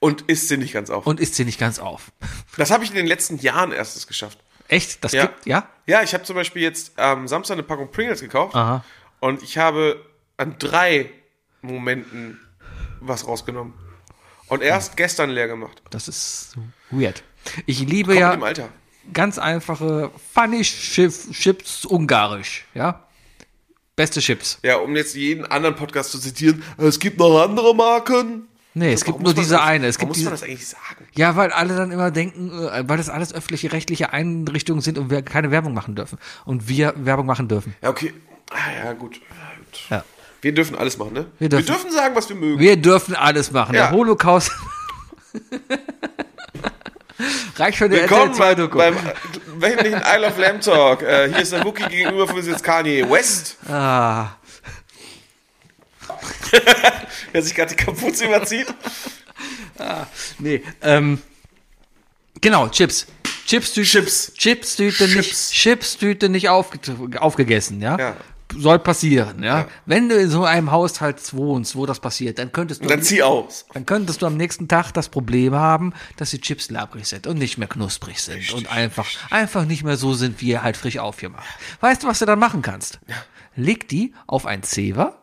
[SPEAKER 2] Und isst sie nicht ganz auf.
[SPEAKER 3] und isst sie nicht ganz auf.
[SPEAKER 2] das habe ich in den letzten Jahren erstes geschafft.
[SPEAKER 3] Echt? Das
[SPEAKER 2] Ja.
[SPEAKER 3] gibt, ja?
[SPEAKER 2] Ja, ich habe zum Beispiel jetzt am Samstag eine Packung Pringles gekauft.
[SPEAKER 3] Aha.
[SPEAKER 2] Und ich habe an drei Momenten was rausgenommen. Und erst gestern leer gemacht.
[SPEAKER 3] Das ist weird. Ich liebe
[SPEAKER 2] Kommt
[SPEAKER 3] ja
[SPEAKER 2] im Alter.
[SPEAKER 3] ganz einfache Funny Chif- Chips ungarisch, ja? Beste Chips.
[SPEAKER 2] Ja, um jetzt jeden anderen Podcast zu zitieren, es gibt noch andere Marken.
[SPEAKER 3] Nee, es
[SPEAKER 2] Warum
[SPEAKER 3] gibt
[SPEAKER 2] muss
[SPEAKER 3] nur
[SPEAKER 2] man
[SPEAKER 3] diese
[SPEAKER 2] das-
[SPEAKER 3] eine. Es
[SPEAKER 2] warum muss
[SPEAKER 3] gibt
[SPEAKER 2] man
[SPEAKER 3] diese,
[SPEAKER 2] das eigentlich sagen?
[SPEAKER 3] ja, weil alle dann immer denken, äh, weil das alles öffentliche, rechtliche Einrichtungen sind und wir keine Werbung machen dürfen. Und wir Werbung machen dürfen.
[SPEAKER 2] Ja, okay. Ah, ja, gut. Ja, gut.
[SPEAKER 3] Ja.
[SPEAKER 2] Wir dürfen alles machen, ne?
[SPEAKER 3] Wir dürfen.
[SPEAKER 2] sagen, was wir mögen.
[SPEAKER 3] Wir dürfen alles machen.
[SPEAKER 2] Ja.
[SPEAKER 3] Der Holocaust. Reicht für die
[SPEAKER 2] Willkommen bei,
[SPEAKER 3] RTL2-Doku.
[SPEAKER 2] beim äh, wöchentlichen Isle of Lamb Talk. Äh, hier ist der Wookie gegenüber von uns jetzt Kanye West,
[SPEAKER 3] Ah,
[SPEAKER 2] der sich gerade die Kapuze überzieht.
[SPEAKER 3] nee. Ähm, genau, Chips. Chips-Tüte.
[SPEAKER 2] Chips.
[SPEAKER 3] Chips-Tüte
[SPEAKER 2] Chips.
[SPEAKER 3] nicht, Chips-Tüte nicht aufge aufgegessen, ja?
[SPEAKER 2] Ja.
[SPEAKER 3] Soll passieren, ja?
[SPEAKER 2] Ja.
[SPEAKER 3] Wenn du in so einem Haushalt wohnst, wo das passiert, dann könntest du,
[SPEAKER 2] Und dann zieh aus.
[SPEAKER 3] dann könntest du am nächsten Tag das Problem haben, dass die Chips labrig sind und nicht mehr knusprig sind und einfach, einfach nicht mehr so sind, wie halt frisch aufgemacht. Weißt du, was du dann machen kannst? Leg die auf ein Zewa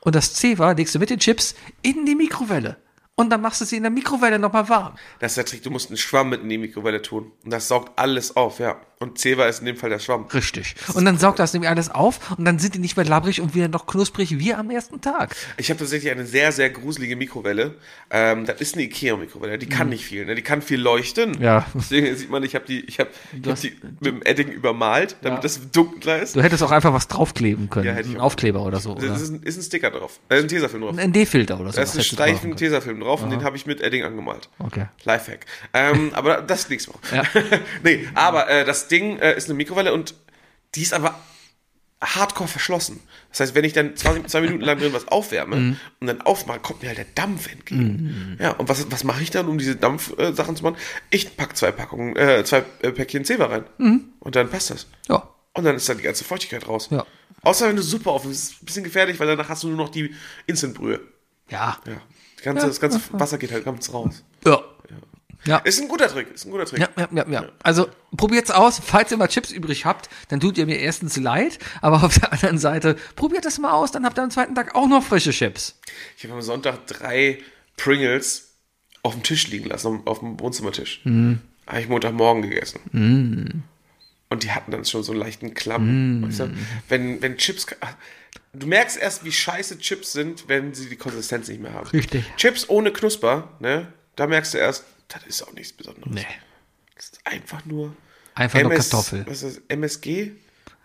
[SPEAKER 3] und das Zewa legst du mit den Chips in die Mikrowelle. und dann machst du sie in der Mikrowelle nochmal warm.
[SPEAKER 2] Das ist der Trick, du musst einen Schwamm mit in die Mikrowelle tun. Und das saugt alles auf, ja. Und Zewa ist in dem Fall der Schwamm.
[SPEAKER 3] Richtig. Und dann saugt das nämlich alles auf und dann sind die nicht mehr labbrig und wieder noch knusprig wie am ersten Tag.
[SPEAKER 2] Ich habe tatsächlich eine sehr, sehr gruselige Mikrowelle. Ähm, das ist eine Ikea-Mikrowelle. Die kann nicht viel. Ne? Die kann viel leuchten.
[SPEAKER 3] Mhm. Ja.
[SPEAKER 2] Deswegen sieht man, ich habe die, ich hab, ich hab
[SPEAKER 3] hast-
[SPEAKER 2] die mit dem Edding übermalt, damit
[SPEAKER 3] Ja.
[SPEAKER 2] das dunkler ist.
[SPEAKER 3] Du hättest auch einfach was draufkleben können.
[SPEAKER 2] Ja, hätte ich
[SPEAKER 3] einen
[SPEAKER 2] auch.
[SPEAKER 3] Aufkleber oder so.
[SPEAKER 2] Da
[SPEAKER 3] Oder
[SPEAKER 2] ist ein, ist ein Sticker drauf. Äh, ein Tesafilm drauf.
[SPEAKER 3] ein ND-Filter oder so.
[SPEAKER 2] Da ist ein
[SPEAKER 3] hättest du drauf
[SPEAKER 2] Streifen
[SPEAKER 3] machen
[SPEAKER 2] Tesafilm drauf und den habe ich mit Edding angemalt.
[SPEAKER 3] Okay.
[SPEAKER 2] Lifehack. Ähm, aber das nächste Mal.
[SPEAKER 3] Ja.
[SPEAKER 2] nee, aber äh, das Ding äh, ist eine Mikrowelle und die ist aber hardcore verschlossen. Das heißt, wenn ich dann 20, zwei Minuten lang drin was aufwärme
[SPEAKER 3] Mhm.
[SPEAKER 2] und dann aufmache, kommt mir halt der Dampf entgegen. Ja, und was, was mache ich dann, um diese Dampfsachen äh, Sachen zu machen? Ich pack zwei Packungen, äh, zwei äh, Päckchen Zewa rein. Und dann passt das.
[SPEAKER 3] können. Mhm. Ja.
[SPEAKER 2] Und dann ist da die ganze Feuchtigkeit raus.
[SPEAKER 3] Ja.
[SPEAKER 2] Außer wenn du Suppe aufnimmst, ist ein bisschen gefährlich, weil danach hast du nur noch die Instant-Brühe.
[SPEAKER 3] Ja.
[SPEAKER 2] Ja. Die ganze, das ganze Wasser geht halt ganz raus.
[SPEAKER 3] Ja.
[SPEAKER 2] Ist ein guter Trick, ist ein guter Trick.
[SPEAKER 3] Ja, ja, ja, ja. Also probiert's aus. Falls ihr mal Chips übrig habt, dann tut ihr mir erstens leid, aber auf der anderen Seite probiert das mal aus, dann habt ihr am zweiten Tag auch noch frische Chips.
[SPEAKER 2] Ich habe am Sonntag drei Pringles auf dem Tisch liegen lassen, auf- auf dem Wohnzimmertisch.
[SPEAKER 3] Mhm.
[SPEAKER 2] Habe ich Montagmorgen gegessen. Und die hatten dann schon so einen leichten Klamm.
[SPEAKER 3] Mhm.
[SPEAKER 2] Weißt du? Wenn, wenn Chips. Du merkst erst, wie scheiße Chips sind, wenn sie die Konsistenz nicht mehr haben.
[SPEAKER 3] Richtig.
[SPEAKER 2] Chips ohne Knusper, ne? Da merkst du erst, das ist auch nichts Besonderes. Das ist einfach nur.
[SPEAKER 3] Einfach nur Kartoffel.
[SPEAKER 2] Was ist das? MSG?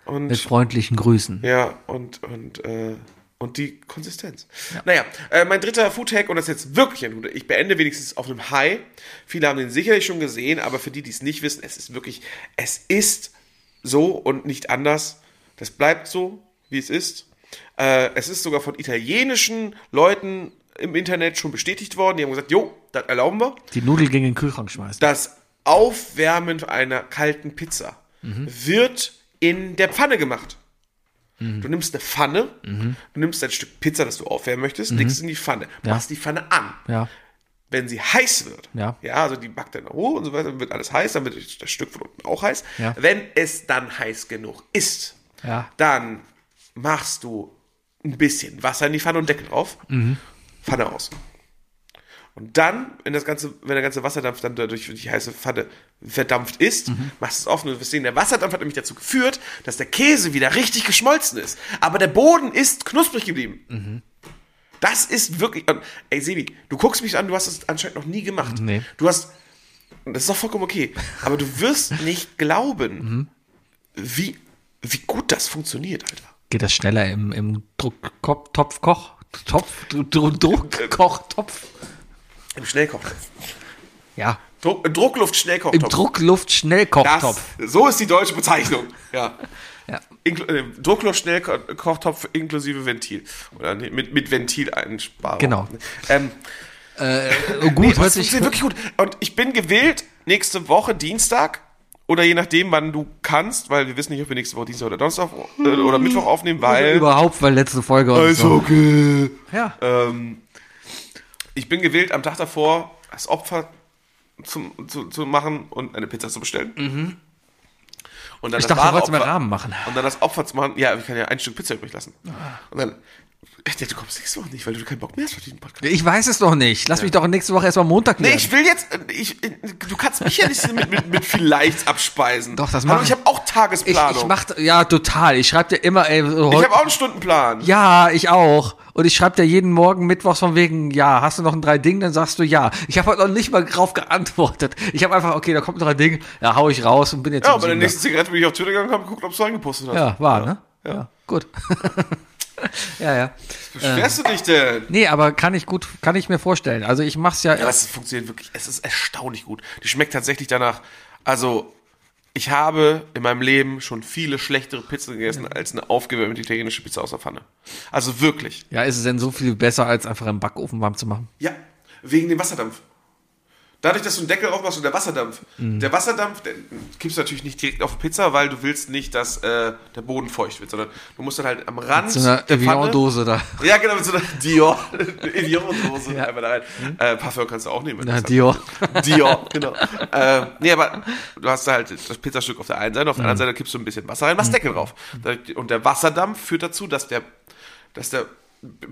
[SPEAKER 2] Und
[SPEAKER 3] Mit freundlichen Grüßen.
[SPEAKER 2] ja, und, und, äh, und die Konsistenz. Naja, äh, mein dritter Foodhack, und das ist jetzt wirklich ein guter, ich beende wenigstens auf einem High. Viele haben den sicherlich schon gesehen, aber für die, die es nicht wissen, es ist wirklich, es ist so und nicht anders. Das bleibt so, wie es ist. Äh, es ist sogar von italienischen Leuten im Internet schon bestätigt worden. Die haben gesagt, jo, das erlauben wir
[SPEAKER 3] Die Nudel gegen den Kühlschrank schmeißen.
[SPEAKER 2] das Aufwärmen einer kalten Pizza wird in der Pfanne gemacht. Du nimmst eine Pfanne, du nimmst ein Stück Pizza, das du aufwärmen möchtest, legst
[SPEAKER 3] Mhm.
[SPEAKER 2] es in die Pfanne, machst die Pfanne an.
[SPEAKER 3] Ja.
[SPEAKER 2] Wenn sie heiß wird,
[SPEAKER 3] Ja.
[SPEAKER 2] also die backt dann hoch und so weiter, dann wird alles heiß, dann wird das Stück von unten auch heiß.
[SPEAKER 3] Ja.
[SPEAKER 2] Wenn es dann heiß genug ist,
[SPEAKER 3] Ja.
[SPEAKER 2] dann machst du ein bisschen Wasser in die Pfanne und Deckel drauf,
[SPEAKER 3] Mhm.
[SPEAKER 2] Pfanne aus. Und dann, wenn das ganze, wenn der ganze Wasserdampf dann dadurch durch die heiße Pfanne verdampft ist,
[SPEAKER 3] Mhm.
[SPEAKER 2] machst du es offen und wirst sehen, der Wasserdampf hat nämlich dazu geführt, dass der Käse wieder richtig geschmolzen ist. Aber der Boden ist knusprig geblieben.
[SPEAKER 3] Mhm.
[SPEAKER 2] Das ist wirklich. und, Ey, Sebi, du guckst mich an, du hast es anscheinend noch nie gemacht.
[SPEAKER 3] Nee.
[SPEAKER 2] Du hast. und Das ist doch vollkommen okay. Aber du wirst nicht
[SPEAKER 3] Mhm.
[SPEAKER 2] glauben, wie, wie gut das funktioniert, Alter.
[SPEAKER 3] Geht das schneller im, im Drucktopf, Topfkoch? Topf, Dr- Druckkochtopf?
[SPEAKER 2] Im Schnellkochtopf.
[SPEAKER 3] Ja.
[SPEAKER 2] Druck, äh, Druckluft-Schnellkochtopf.
[SPEAKER 3] Im Druckluft-Schnellkochtopf.
[SPEAKER 2] Das, so ist die deutsche Bezeichnung. Ja.
[SPEAKER 3] Ja.
[SPEAKER 2] Inkl äh, Druckluft-Schnellkochtopf inklusive Ventil. Oder nee, mit, mit Ventil einsparen.
[SPEAKER 3] Genau.
[SPEAKER 2] Ähm,
[SPEAKER 3] Oh, gut,
[SPEAKER 2] das
[SPEAKER 3] hört sich.
[SPEAKER 2] funktioniert wirklich gut. Und ich bin gewillt, nächste Woche Dienstag oder je nachdem, wann du kannst, weil wir wissen nicht, ob wir nächste Woche Dienstag oder Donnerstag äh, oder Mittwoch aufnehmen, weil.
[SPEAKER 3] Überhaupt, weil letzte Folge und
[SPEAKER 2] Ist okay.
[SPEAKER 3] Ja.
[SPEAKER 2] Ähm, ich bin gewillt, am Tag davor als Opfer zum, zu, zu machen und eine Pizza zu bestellen. Und dann
[SPEAKER 3] Mhm. ich
[SPEAKER 2] das
[SPEAKER 3] dachte, du
[SPEAKER 2] wahre
[SPEAKER 3] wolltest mir
[SPEAKER 2] Opfer-
[SPEAKER 3] Rahmen machen. Ah.
[SPEAKER 2] Und dann das Opfer zu machen. Ja, ich kann ja ein Stück Pizza übrig lassen. Und dann, ich dachte, du kommst nächste Woche nicht, weil du keinen Bock mehr hast für diesen Podcast.
[SPEAKER 3] Ich weiß es noch nicht. Lass mich doch nächste Woche erstmal Montag
[SPEAKER 2] Nee,
[SPEAKER 3] klären.
[SPEAKER 2] ich will jetzt, äh, ich, äh, du kannst mich ja nicht mit, mit, mit vielleicht abspeisen.
[SPEAKER 3] Doch, das
[SPEAKER 2] Hallo,
[SPEAKER 3] machen-
[SPEAKER 2] Ich habe auch
[SPEAKER 3] ich,
[SPEAKER 2] Tagesplanung.
[SPEAKER 3] ich mach, ja, total. Ich schreibe dir immer, ey, so
[SPEAKER 2] ich
[SPEAKER 3] heute,
[SPEAKER 2] habe auch einen Stundenplan.
[SPEAKER 3] ja, ich auch. Und ich schreibe dir jeden Morgen mittwochs von wegen, ja, hast du noch ein drei Ding? Dann sagst du ja. Ich habe heute noch nicht mal drauf geantwortet. Ich habe einfach, okay, da kommt ein drei Ding, ja, hau ich raus und bin jetzt
[SPEAKER 2] Ja,
[SPEAKER 3] im
[SPEAKER 2] bei der
[SPEAKER 3] Süden.
[SPEAKER 2] nächsten Zigarette bin ich auf Twitter gegangen und habe geguckt, ob du eingepostet hast.
[SPEAKER 3] Ja, war, ne?
[SPEAKER 2] Ja.
[SPEAKER 3] Gut. ja, ja.
[SPEAKER 2] Beschwerst du dich denn?
[SPEAKER 3] Nee, aber kann ich gut, kann ich mir vorstellen. Also ich mach's ja,
[SPEAKER 2] Aber es funktioniert wirklich, es ist erstaunlich gut. Die schmeckt tatsächlich danach. Also, ich habe in meinem Leben schon viele schlechtere Pizzen gegessen als eine aufgewärmte italienische Pizza aus der Pfanne. Also wirklich.
[SPEAKER 3] ja, ist es denn so viel besser, als einfach im Backofen warm zu machen?
[SPEAKER 2] Ja, wegen dem Wasserdampf. Dadurch, dass du einen Deckel aufmachst und der Wasserdampf. Der Wasserdampf, den kippst du natürlich nicht direkt auf die Pizza, weil du willst nicht, dass äh, der Boden feucht wird, sondern du musst dann halt am Rand
[SPEAKER 3] So eine
[SPEAKER 2] der Pfanne-
[SPEAKER 3] Evian-Dose da.
[SPEAKER 2] Ja, genau, mit so einer Dior, Evian-Dose einmal da rein. Äh, Parfum kannst du auch nehmen. wenn
[SPEAKER 3] Na,
[SPEAKER 2] du das
[SPEAKER 3] Dior.
[SPEAKER 2] Dior, genau. äh, nee, aber du hast da halt das Pizzastück auf der einen Seite, auf der anderen
[SPEAKER 3] Mhm.
[SPEAKER 2] Seite kippst du ein bisschen Wasser rein, machst Deckel drauf. Da- Und der Wasserdampf führt dazu, dass der, dass der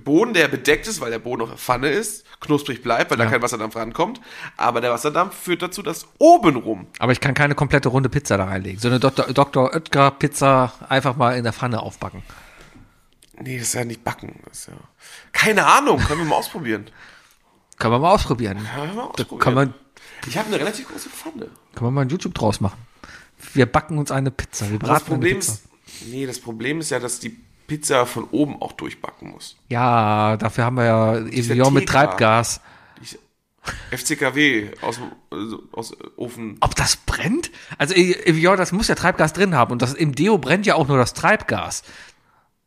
[SPEAKER 2] Boden, der bedeckt ist, weil der Boden auf der Pfanne ist, knusprig bleibt, weil da kein Wasserdampf rankommt. Aber der Wasserdampf führt dazu, dass obenrum
[SPEAKER 3] Aber ich kann keine komplette runde Pizza da reinlegen. So eine Dr. Dr. Oetker Pizza einfach mal in der Pfanne aufbacken.
[SPEAKER 2] Nee, das ist ja nicht backen. Das ist ja Keine Ahnung, können wir mal ausprobieren.
[SPEAKER 3] Können wir mal ausprobieren.
[SPEAKER 2] Können wir mal
[SPEAKER 3] Da
[SPEAKER 2] ausprobieren.
[SPEAKER 3] kann, man,
[SPEAKER 2] ich habe eine relativ große Pfanne.
[SPEAKER 3] kann man mal ein YouTube draus machen. Wir backen uns eine Pizza. Wir braten
[SPEAKER 2] Das Problem
[SPEAKER 3] eine Pizza.
[SPEAKER 2] ist, nee, das Problem ist ja, dass die Pizza von oben auch durchbacken muss.
[SPEAKER 3] Ja, dafür haben wir ja Evian mit
[SPEAKER 2] Tetra.
[SPEAKER 3] Treibgas.
[SPEAKER 2] Ich, FCKW aus, dem- also aus äh, Ofen.
[SPEAKER 3] Ob das brennt? Also Evian, das muss ja Treibgas drin haben. Und das im Deo brennt ja auch nur das Treibgas.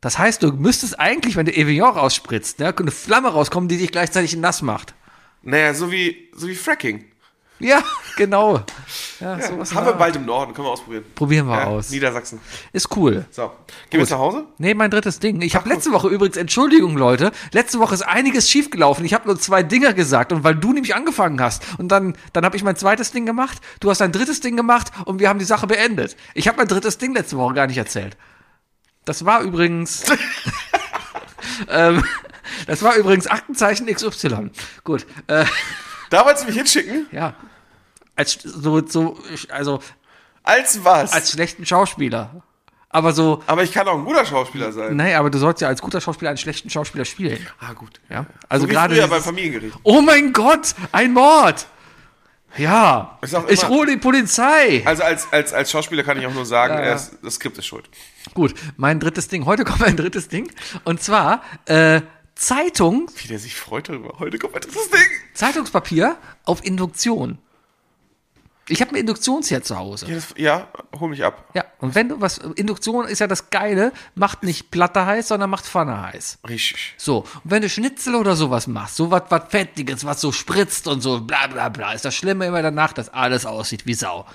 [SPEAKER 3] Das heißt, du müsstest eigentlich, wenn du Evian rausspritzt, ne, eine Flamme rauskommen, die dich gleichzeitig nass macht.
[SPEAKER 2] Naja, so wie, so wie Fracking.
[SPEAKER 3] Ja, genau. Ja,
[SPEAKER 2] Ja,
[SPEAKER 3] sowas
[SPEAKER 2] haben
[SPEAKER 3] da.
[SPEAKER 2] wir bald im Norden, können wir ausprobieren.
[SPEAKER 3] Probieren wir
[SPEAKER 2] Ja,
[SPEAKER 3] aus.
[SPEAKER 2] Niedersachsen.
[SPEAKER 3] Ist cool.
[SPEAKER 2] So, gehen wir jetzt nach Hause?
[SPEAKER 3] Nee, mein drittes Ding. Ich habe letzte Woche übrigens, Entschuldigung, Leute, letzte Woche ist einiges schiefgelaufen. Ich habe nur zwei Dinger gesagt und weil du nämlich angefangen hast und dann, dann habe ich mein zweites Ding gemacht, du hast dein drittes Ding gemacht und wir haben die Sache beendet. Ich habe mein drittes Ding letzte Woche gar nicht erzählt. Das war übrigens. ähm, das war übrigens Aktenzeichen XY. Gut. Äh,
[SPEAKER 2] Da wolltest du mich hinschicken?
[SPEAKER 3] ja. Als, so, so, also
[SPEAKER 2] Als was?
[SPEAKER 3] als schlechten Schauspieler. Aber so,
[SPEAKER 2] aber ich kann auch ein guter Schauspieler sein.
[SPEAKER 3] nee, aber du sollst ja als guter Schauspieler einen schlechten Schauspieler spielen.
[SPEAKER 2] Ah, gut.
[SPEAKER 3] Ja, also
[SPEAKER 2] so wie
[SPEAKER 3] gerade.
[SPEAKER 2] früher beim
[SPEAKER 3] dieses-
[SPEAKER 2] Familiengericht.
[SPEAKER 3] Oh mein Gott, ein Mord! Ja,
[SPEAKER 2] Ich sag
[SPEAKER 3] ich
[SPEAKER 2] immer-
[SPEAKER 3] ruhe die Polizei.
[SPEAKER 2] Also als, als, als Schauspieler kann ich auch nur sagen,
[SPEAKER 3] Ja, ja.
[SPEAKER 2] er ist, das Skript ist schuld.
[SPEAKER 3] Gut, mein drittes Ding. Heute kommt mein drittes Ding. Und zwar äh, Zeitung,
[SPEAKER 2] Wie der sich freut darüber. Heute kommt ein drittes Ding.
[SPEAKER 3] Zeitungspapier auf Induktion. Ich habe eine Induktionsherd zu Hause.
[SPEAKER 2] Ja, das, ja, hol mich ab.
[SPEAKER 3] Ja, und wenn du was, Induktion ist ja das Geile, macht nicht Platte heiß, sondern macht Pfanne heiß.
[SPEAKER 2] Richtig.
[SPEAKER 3] So, und wenn du Schnitzel oder sowas machst, so was was Fettiges, was so spritzt und so, bla bla bla, ist das Schlimme immer danach, dass alles aussieht wie Sau.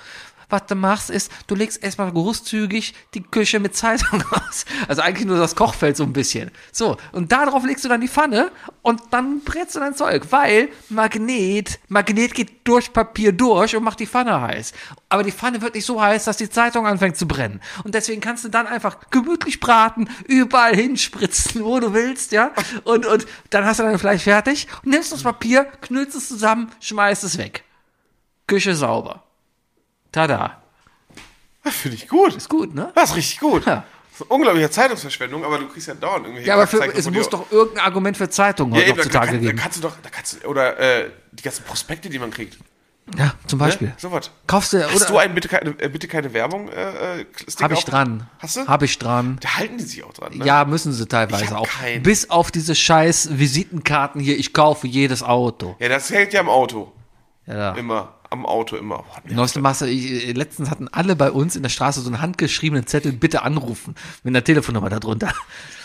[SPEAKER 3] Was du machst, ist, du legst erstmal großzügig die Küche mit Zeitung aus. Also eigentlich nur das Kochfeld so ein bisschen. So, und darauf legst du dann die Pfanne und dann brätst du dein Zeug, weil Magnet, Magnet geht durch Papier durch und macht die Pfanne heiß. Aber die Pfanne wird nicht so heiß, dass die Zeitung anfängt zu brennen. Und deswegen kannst du dann einfach gemütlich braten, überall hinspritzen, wo du willst, ja. Und, und dann hast du dein Fleisch fertig, und nimmst das Papier, knüllst es zusammen, schmeißt es weg. Küche sauber. Tada.
[SPEAKER 2] Finde ich gut.
[SPEAKER 3] Ist gut, ne?
[SPEAKER 2] Das ist richtig gut.
[SPEAKER 3] Ja.
[SPEAKER 2] Das ist eine unglaubliche Zeitungsverschwendung, aber du kriegst ja dauernd irgendwie.
[SPEAKER 3] Ja, aber für,
[SPEAKER 2] Zeichnung
[SPEAKER 3] es
[SPEAKER 2] von
[SPEAKER 3] muss
[SPEAKER 2] dir.
[SPEAKER 3] doch irgendein Argument für Zeitung
[SPEAKER 2] Ja,
[SPEAKER 3] heute
[SPEAKER 2] eben, da, da,
[SPEAKER 3] heutzutage
[SPEAKER 2] kann, da
[SPEAKER 3] geben.
[SPEAKER 2] kannst du doch, da kannst du, oder äh, die ganzen Prospekte, die man kriegt.
[SPEAKER 3] Ja, zum Beispiel.
[SPEAKER 2] Ne? So was.
[SPEAKER 3] Kaufst du,
[SPEAKER 2] Hast
[SPEAKER 3] oder?
[SPEAKER 2] du einen bitte keine, äh, bitte keine Werbung? Äh, äh, Sticker
[SPEAKER 3] hab ich
[SPEAKER 2] auf-
[SPEAKER 3] dran.
[SPEAKER 2] Hast du?
[SPEAKER 3] Hab ich dran.
[SPEAKER 2] Da halten die sich auch dran. Ne?
[SPEAKER 3] Ja, müssen sie
[SPEAKER 2] Ich
[SPEAKER 3] teilweise
[SPEAKER 2] hab
[SPEAKER 3] auch.
[SPEAKER 2] keinen.
[SPEAKER 3] Bis auf diese scheiß Visitenkarten hier, ich kaufe jedes Auto.
[SPEAKER 2] Ja, das hängt ja am Auto.
[SPEAKER 3] Ja.
[SPEAKER 2] Immer. Am Auto immer. Boah, nee.
[SPEAKER 3] Neueste Masse, ich, äh, letztens hatten alle bei uns in der Straße so einen handgeschriebenen Zettel, bitte anrufen, mit einer Telefonnummer darunter.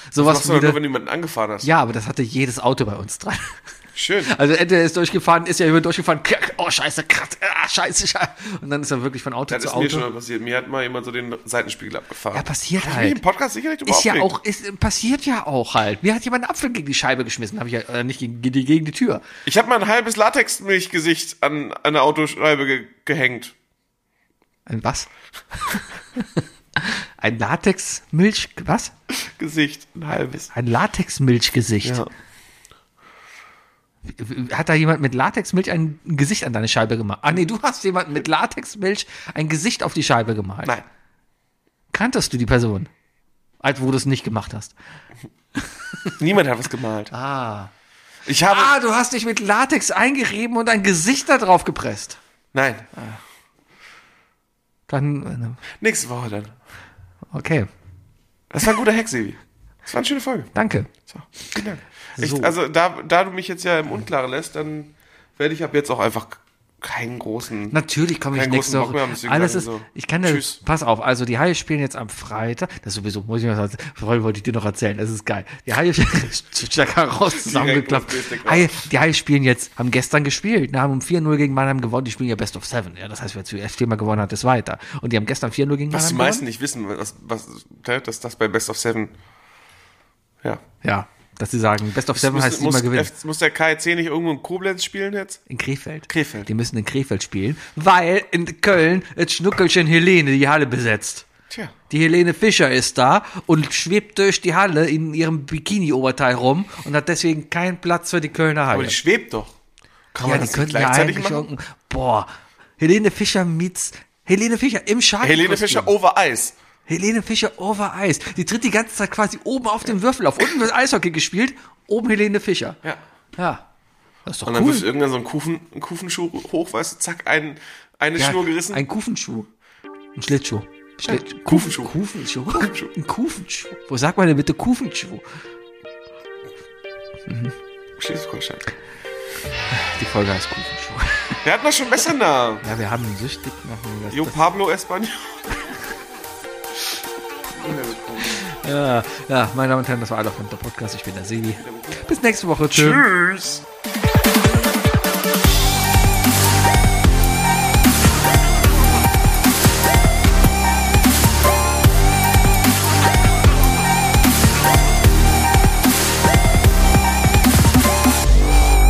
[SPEAKER 3] Sowas
[SPEAKER 2] Machst du doch nur, wenn
[SPEAKER 3] wieder.
[SPEAKER 2] du jemanden angefahren hast.
[SPEAKER 3] Ja, aber das hatte jedes Auto bei uns dran.
[SPEAKER 2] Schön.
[SPEAKER 3] Also entweder ist durchgefahren, ist ja jemand durchgefahren, krack, oh scheiße, krack, ah, scheiße, scheiße. Und dann ist er wirklich von Auto
[SPEAKER 2] Das
[SPEAKER 3] zu
[SPEAKER 2] ist mir schon
[SPEAKER 3] Auto.
[SPEAKER 2] mal passiert. Mir hat mal jemand so den Seitenspiegel abgefahren.
[SPEAKER 3] Ja, passiert
[SPEAKER 2] Hab ich
[SPEAKER 3] halt.
[SPEAKER 2] mich im Podcast sicherlich drüber
[SPEAKER 3] Ist ja
[SPEAKER 2] aufgeregt.
[SPEAKER 3] auch, ist, passiert ja auch halt. Mir hat jemand einen Apfel gegen die Scheibe geschmissen, habe ich ja, äh, nicht gegen, gegen die- gegen die Tür.
[SPEAKER 2] Ich habe mal ein halbes Latexmilchgesicht an eine Autoscheibe ge gehängt.
[SPEAKER 3] Ein was? Ein Latex-Milch, was?
[SPEAKER 2] Gesicht. Ein halbes.
[SPEAKER 3] Ein Latex-Milchgesicht.
[SPEAKER 2] Ja.
[SPEAKER 3] Hat da jemand mit Latexmilch ein Gesicht an deine Scheibe gemalt? Ah, nee, du hast jemanden mit Latexmilch ein Gesicht auf die Scheibe gemalt.
[SPEAKER 2] Nein.
[SPEAKER 3] Kanntest du die Person? Als wo du es nicht gemacht hast.
[SPEAKER 2] Niemand hat was gemalt. Ah. Ich habe.
[SPEAKER 3] Ah, du hast dich mit Latex eingerieben und ein Gesicht da drauf gepresst.
[SPEAKER 2] Nein.
[SPEAKER 3] Dann,
[SPEAKER 2] Nächste Woche dann.
[SPEAKER 3] äh, okay,
[SPEAKER 2] Das war ein guter Hack, Sebi. Das war eine schöne Folge.
[SPEAKER 3] danke.
[SPEAKER 2] So, vielen Dank.
[SPEAKER 3] So.
[SPEAKER 2] Ich, also, da, da du mich jetzt ja im Unklaren lässt, dann werde ich ab jetzt auch einfach keinen großen.
[SPEAKER 3] Natürlich komme ich
[SPEAKER 2] Keinen
[SPEAKER 3] nächste
[SPEAKER 2] großen Bock
[SPEAKER 3] Woche.
[SPEAKER 2] mehr haben, deswegen
[SPEAKER 3] Alles
[SPEAKER 2] sagen
[SPEAKER 3] ist,
[SPEAKER 2] wir so.
[SPEAKER 3] ich kann dir,
[SPEAKER 2] Tschüss.
[SPEAKER 3] pass auf, also die Haie spielen jetzt am Freitag. Das sowieso, muss ich noch sagen. Vorhin wollte ich dir noch erzählen, das ist geil. Die Haie, Stecker raus, zusammengeklappt.
[SPEAKER 2] USB-Stick raus.
[SPEAKER 3] Haie, die Haie spielen jetzt, haben gestern gespielt, ne, haben um 4-0 gegen Mannheim gewonnen, die spielen ja Best of Seven. Ja, das heißt, wer zuerst viermal gewonnen hat, ist weiter. Und die haben gestern 4-0 gegen
[SPEAKER 2] was die
[SPEAKER 3] Mannheim
[SPEAKER 2] meisten
[SPEAKER 3] gewonnen.
[SPEAKER 2] nicht wissen, was, was, ne, dass das bei Best of Seven. Ja.
[SPEAKER 3] Ja, dass sie sagen, Best of Seven heißt
[SPEAKER 2] muss,
[SPEAKER 3] siebenmal gewinnen.
[SPEAKER 2] F- muss der KEC nicht irgendwo in Koblenz spielen jetzt?
[SPEAKER 3] In Krefeld?
[SPEAKER 2] Krefeld.
[SPEAKER 3] Die müssen in Krefeld spielen, weil in Köln das Schnuckelchen Helene die Halle besetzt.
[SPEAKER 2] Tja.
[SPEAKER 3] Die Helene Fischer ist da und schwebt durch die Halle in ihrem Bikini-Oberteil rum und hat deswegen keinen Platz für die Kölner Halle.
[SPEAKER 2] Aber die schwebt doch. Kann
[SPEAKER 3] ja,
[SPEAKER 2] man
[SPEAKER 3] die
[SPEAKER 2] das nicht
[SPEAKER 3] könnten ja
[SPEAKER 2] gleichzeitig
[SPEAKER 3] eigentlich
[SPEAKER 2] machen?
[SPEAKER 3] irgendein- Boah, Helene Fischer meets Helene Fischer im Schaden.
[SPEAKER 2] Helene Fischer over Eis.
[SPEAKER 3] Helene Fischer over Eis. Die tritt die ganze Zeit quasi oben auf den Würfel auf. Unten wird Eishockey gespielt, oben Helene Fischer.
[SPEAKER 2] Ja.
[SPEAKER 3] Ja. Das ist doch
[SPEAKER 2] Und dann
[SPEAKER 3] cool.
[SPEAKER 2] wirst du irgendwann so einen, Kufen, einen Kufenschuh hoch, weißt du, zack, ein, eine
[SPEAKER 3] ja,
[SPEAKER 2] Schnur gerissen.
[SPEAKER 3] Ein Kufenschuh. Ein Schlittschuh. Schlitt
[SPEAKER 2] Kufenschuh.
[SPEAKER 3] Kufenschuh. Ein Kufenschuh. Wo sagt man denn bitte Kufenschuh?
[SPEAKER 2] Schleswig-Holstein.
[SPEAKER 3] Die Folge heißt Kufenschuh.
[SPEAKER 2] Der hat noch schon besser Namen.
[SPEAKER 3] Ja, wir haben ihn süchtig machen lassen.
[SPEAKER 2] Jo Pablo Espanol.
[SPEAKER 3] Ja, ja, meine Damen und Herren, das war Adolf der Podcast. Ich bin der Sebi. Bis nächste Woche. Tschüss.
[SPEAKER 2] Tschüss.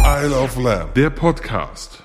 [SPEAKER 6] Isle of Lamb.
[SPEAKER 1] Der Podcast.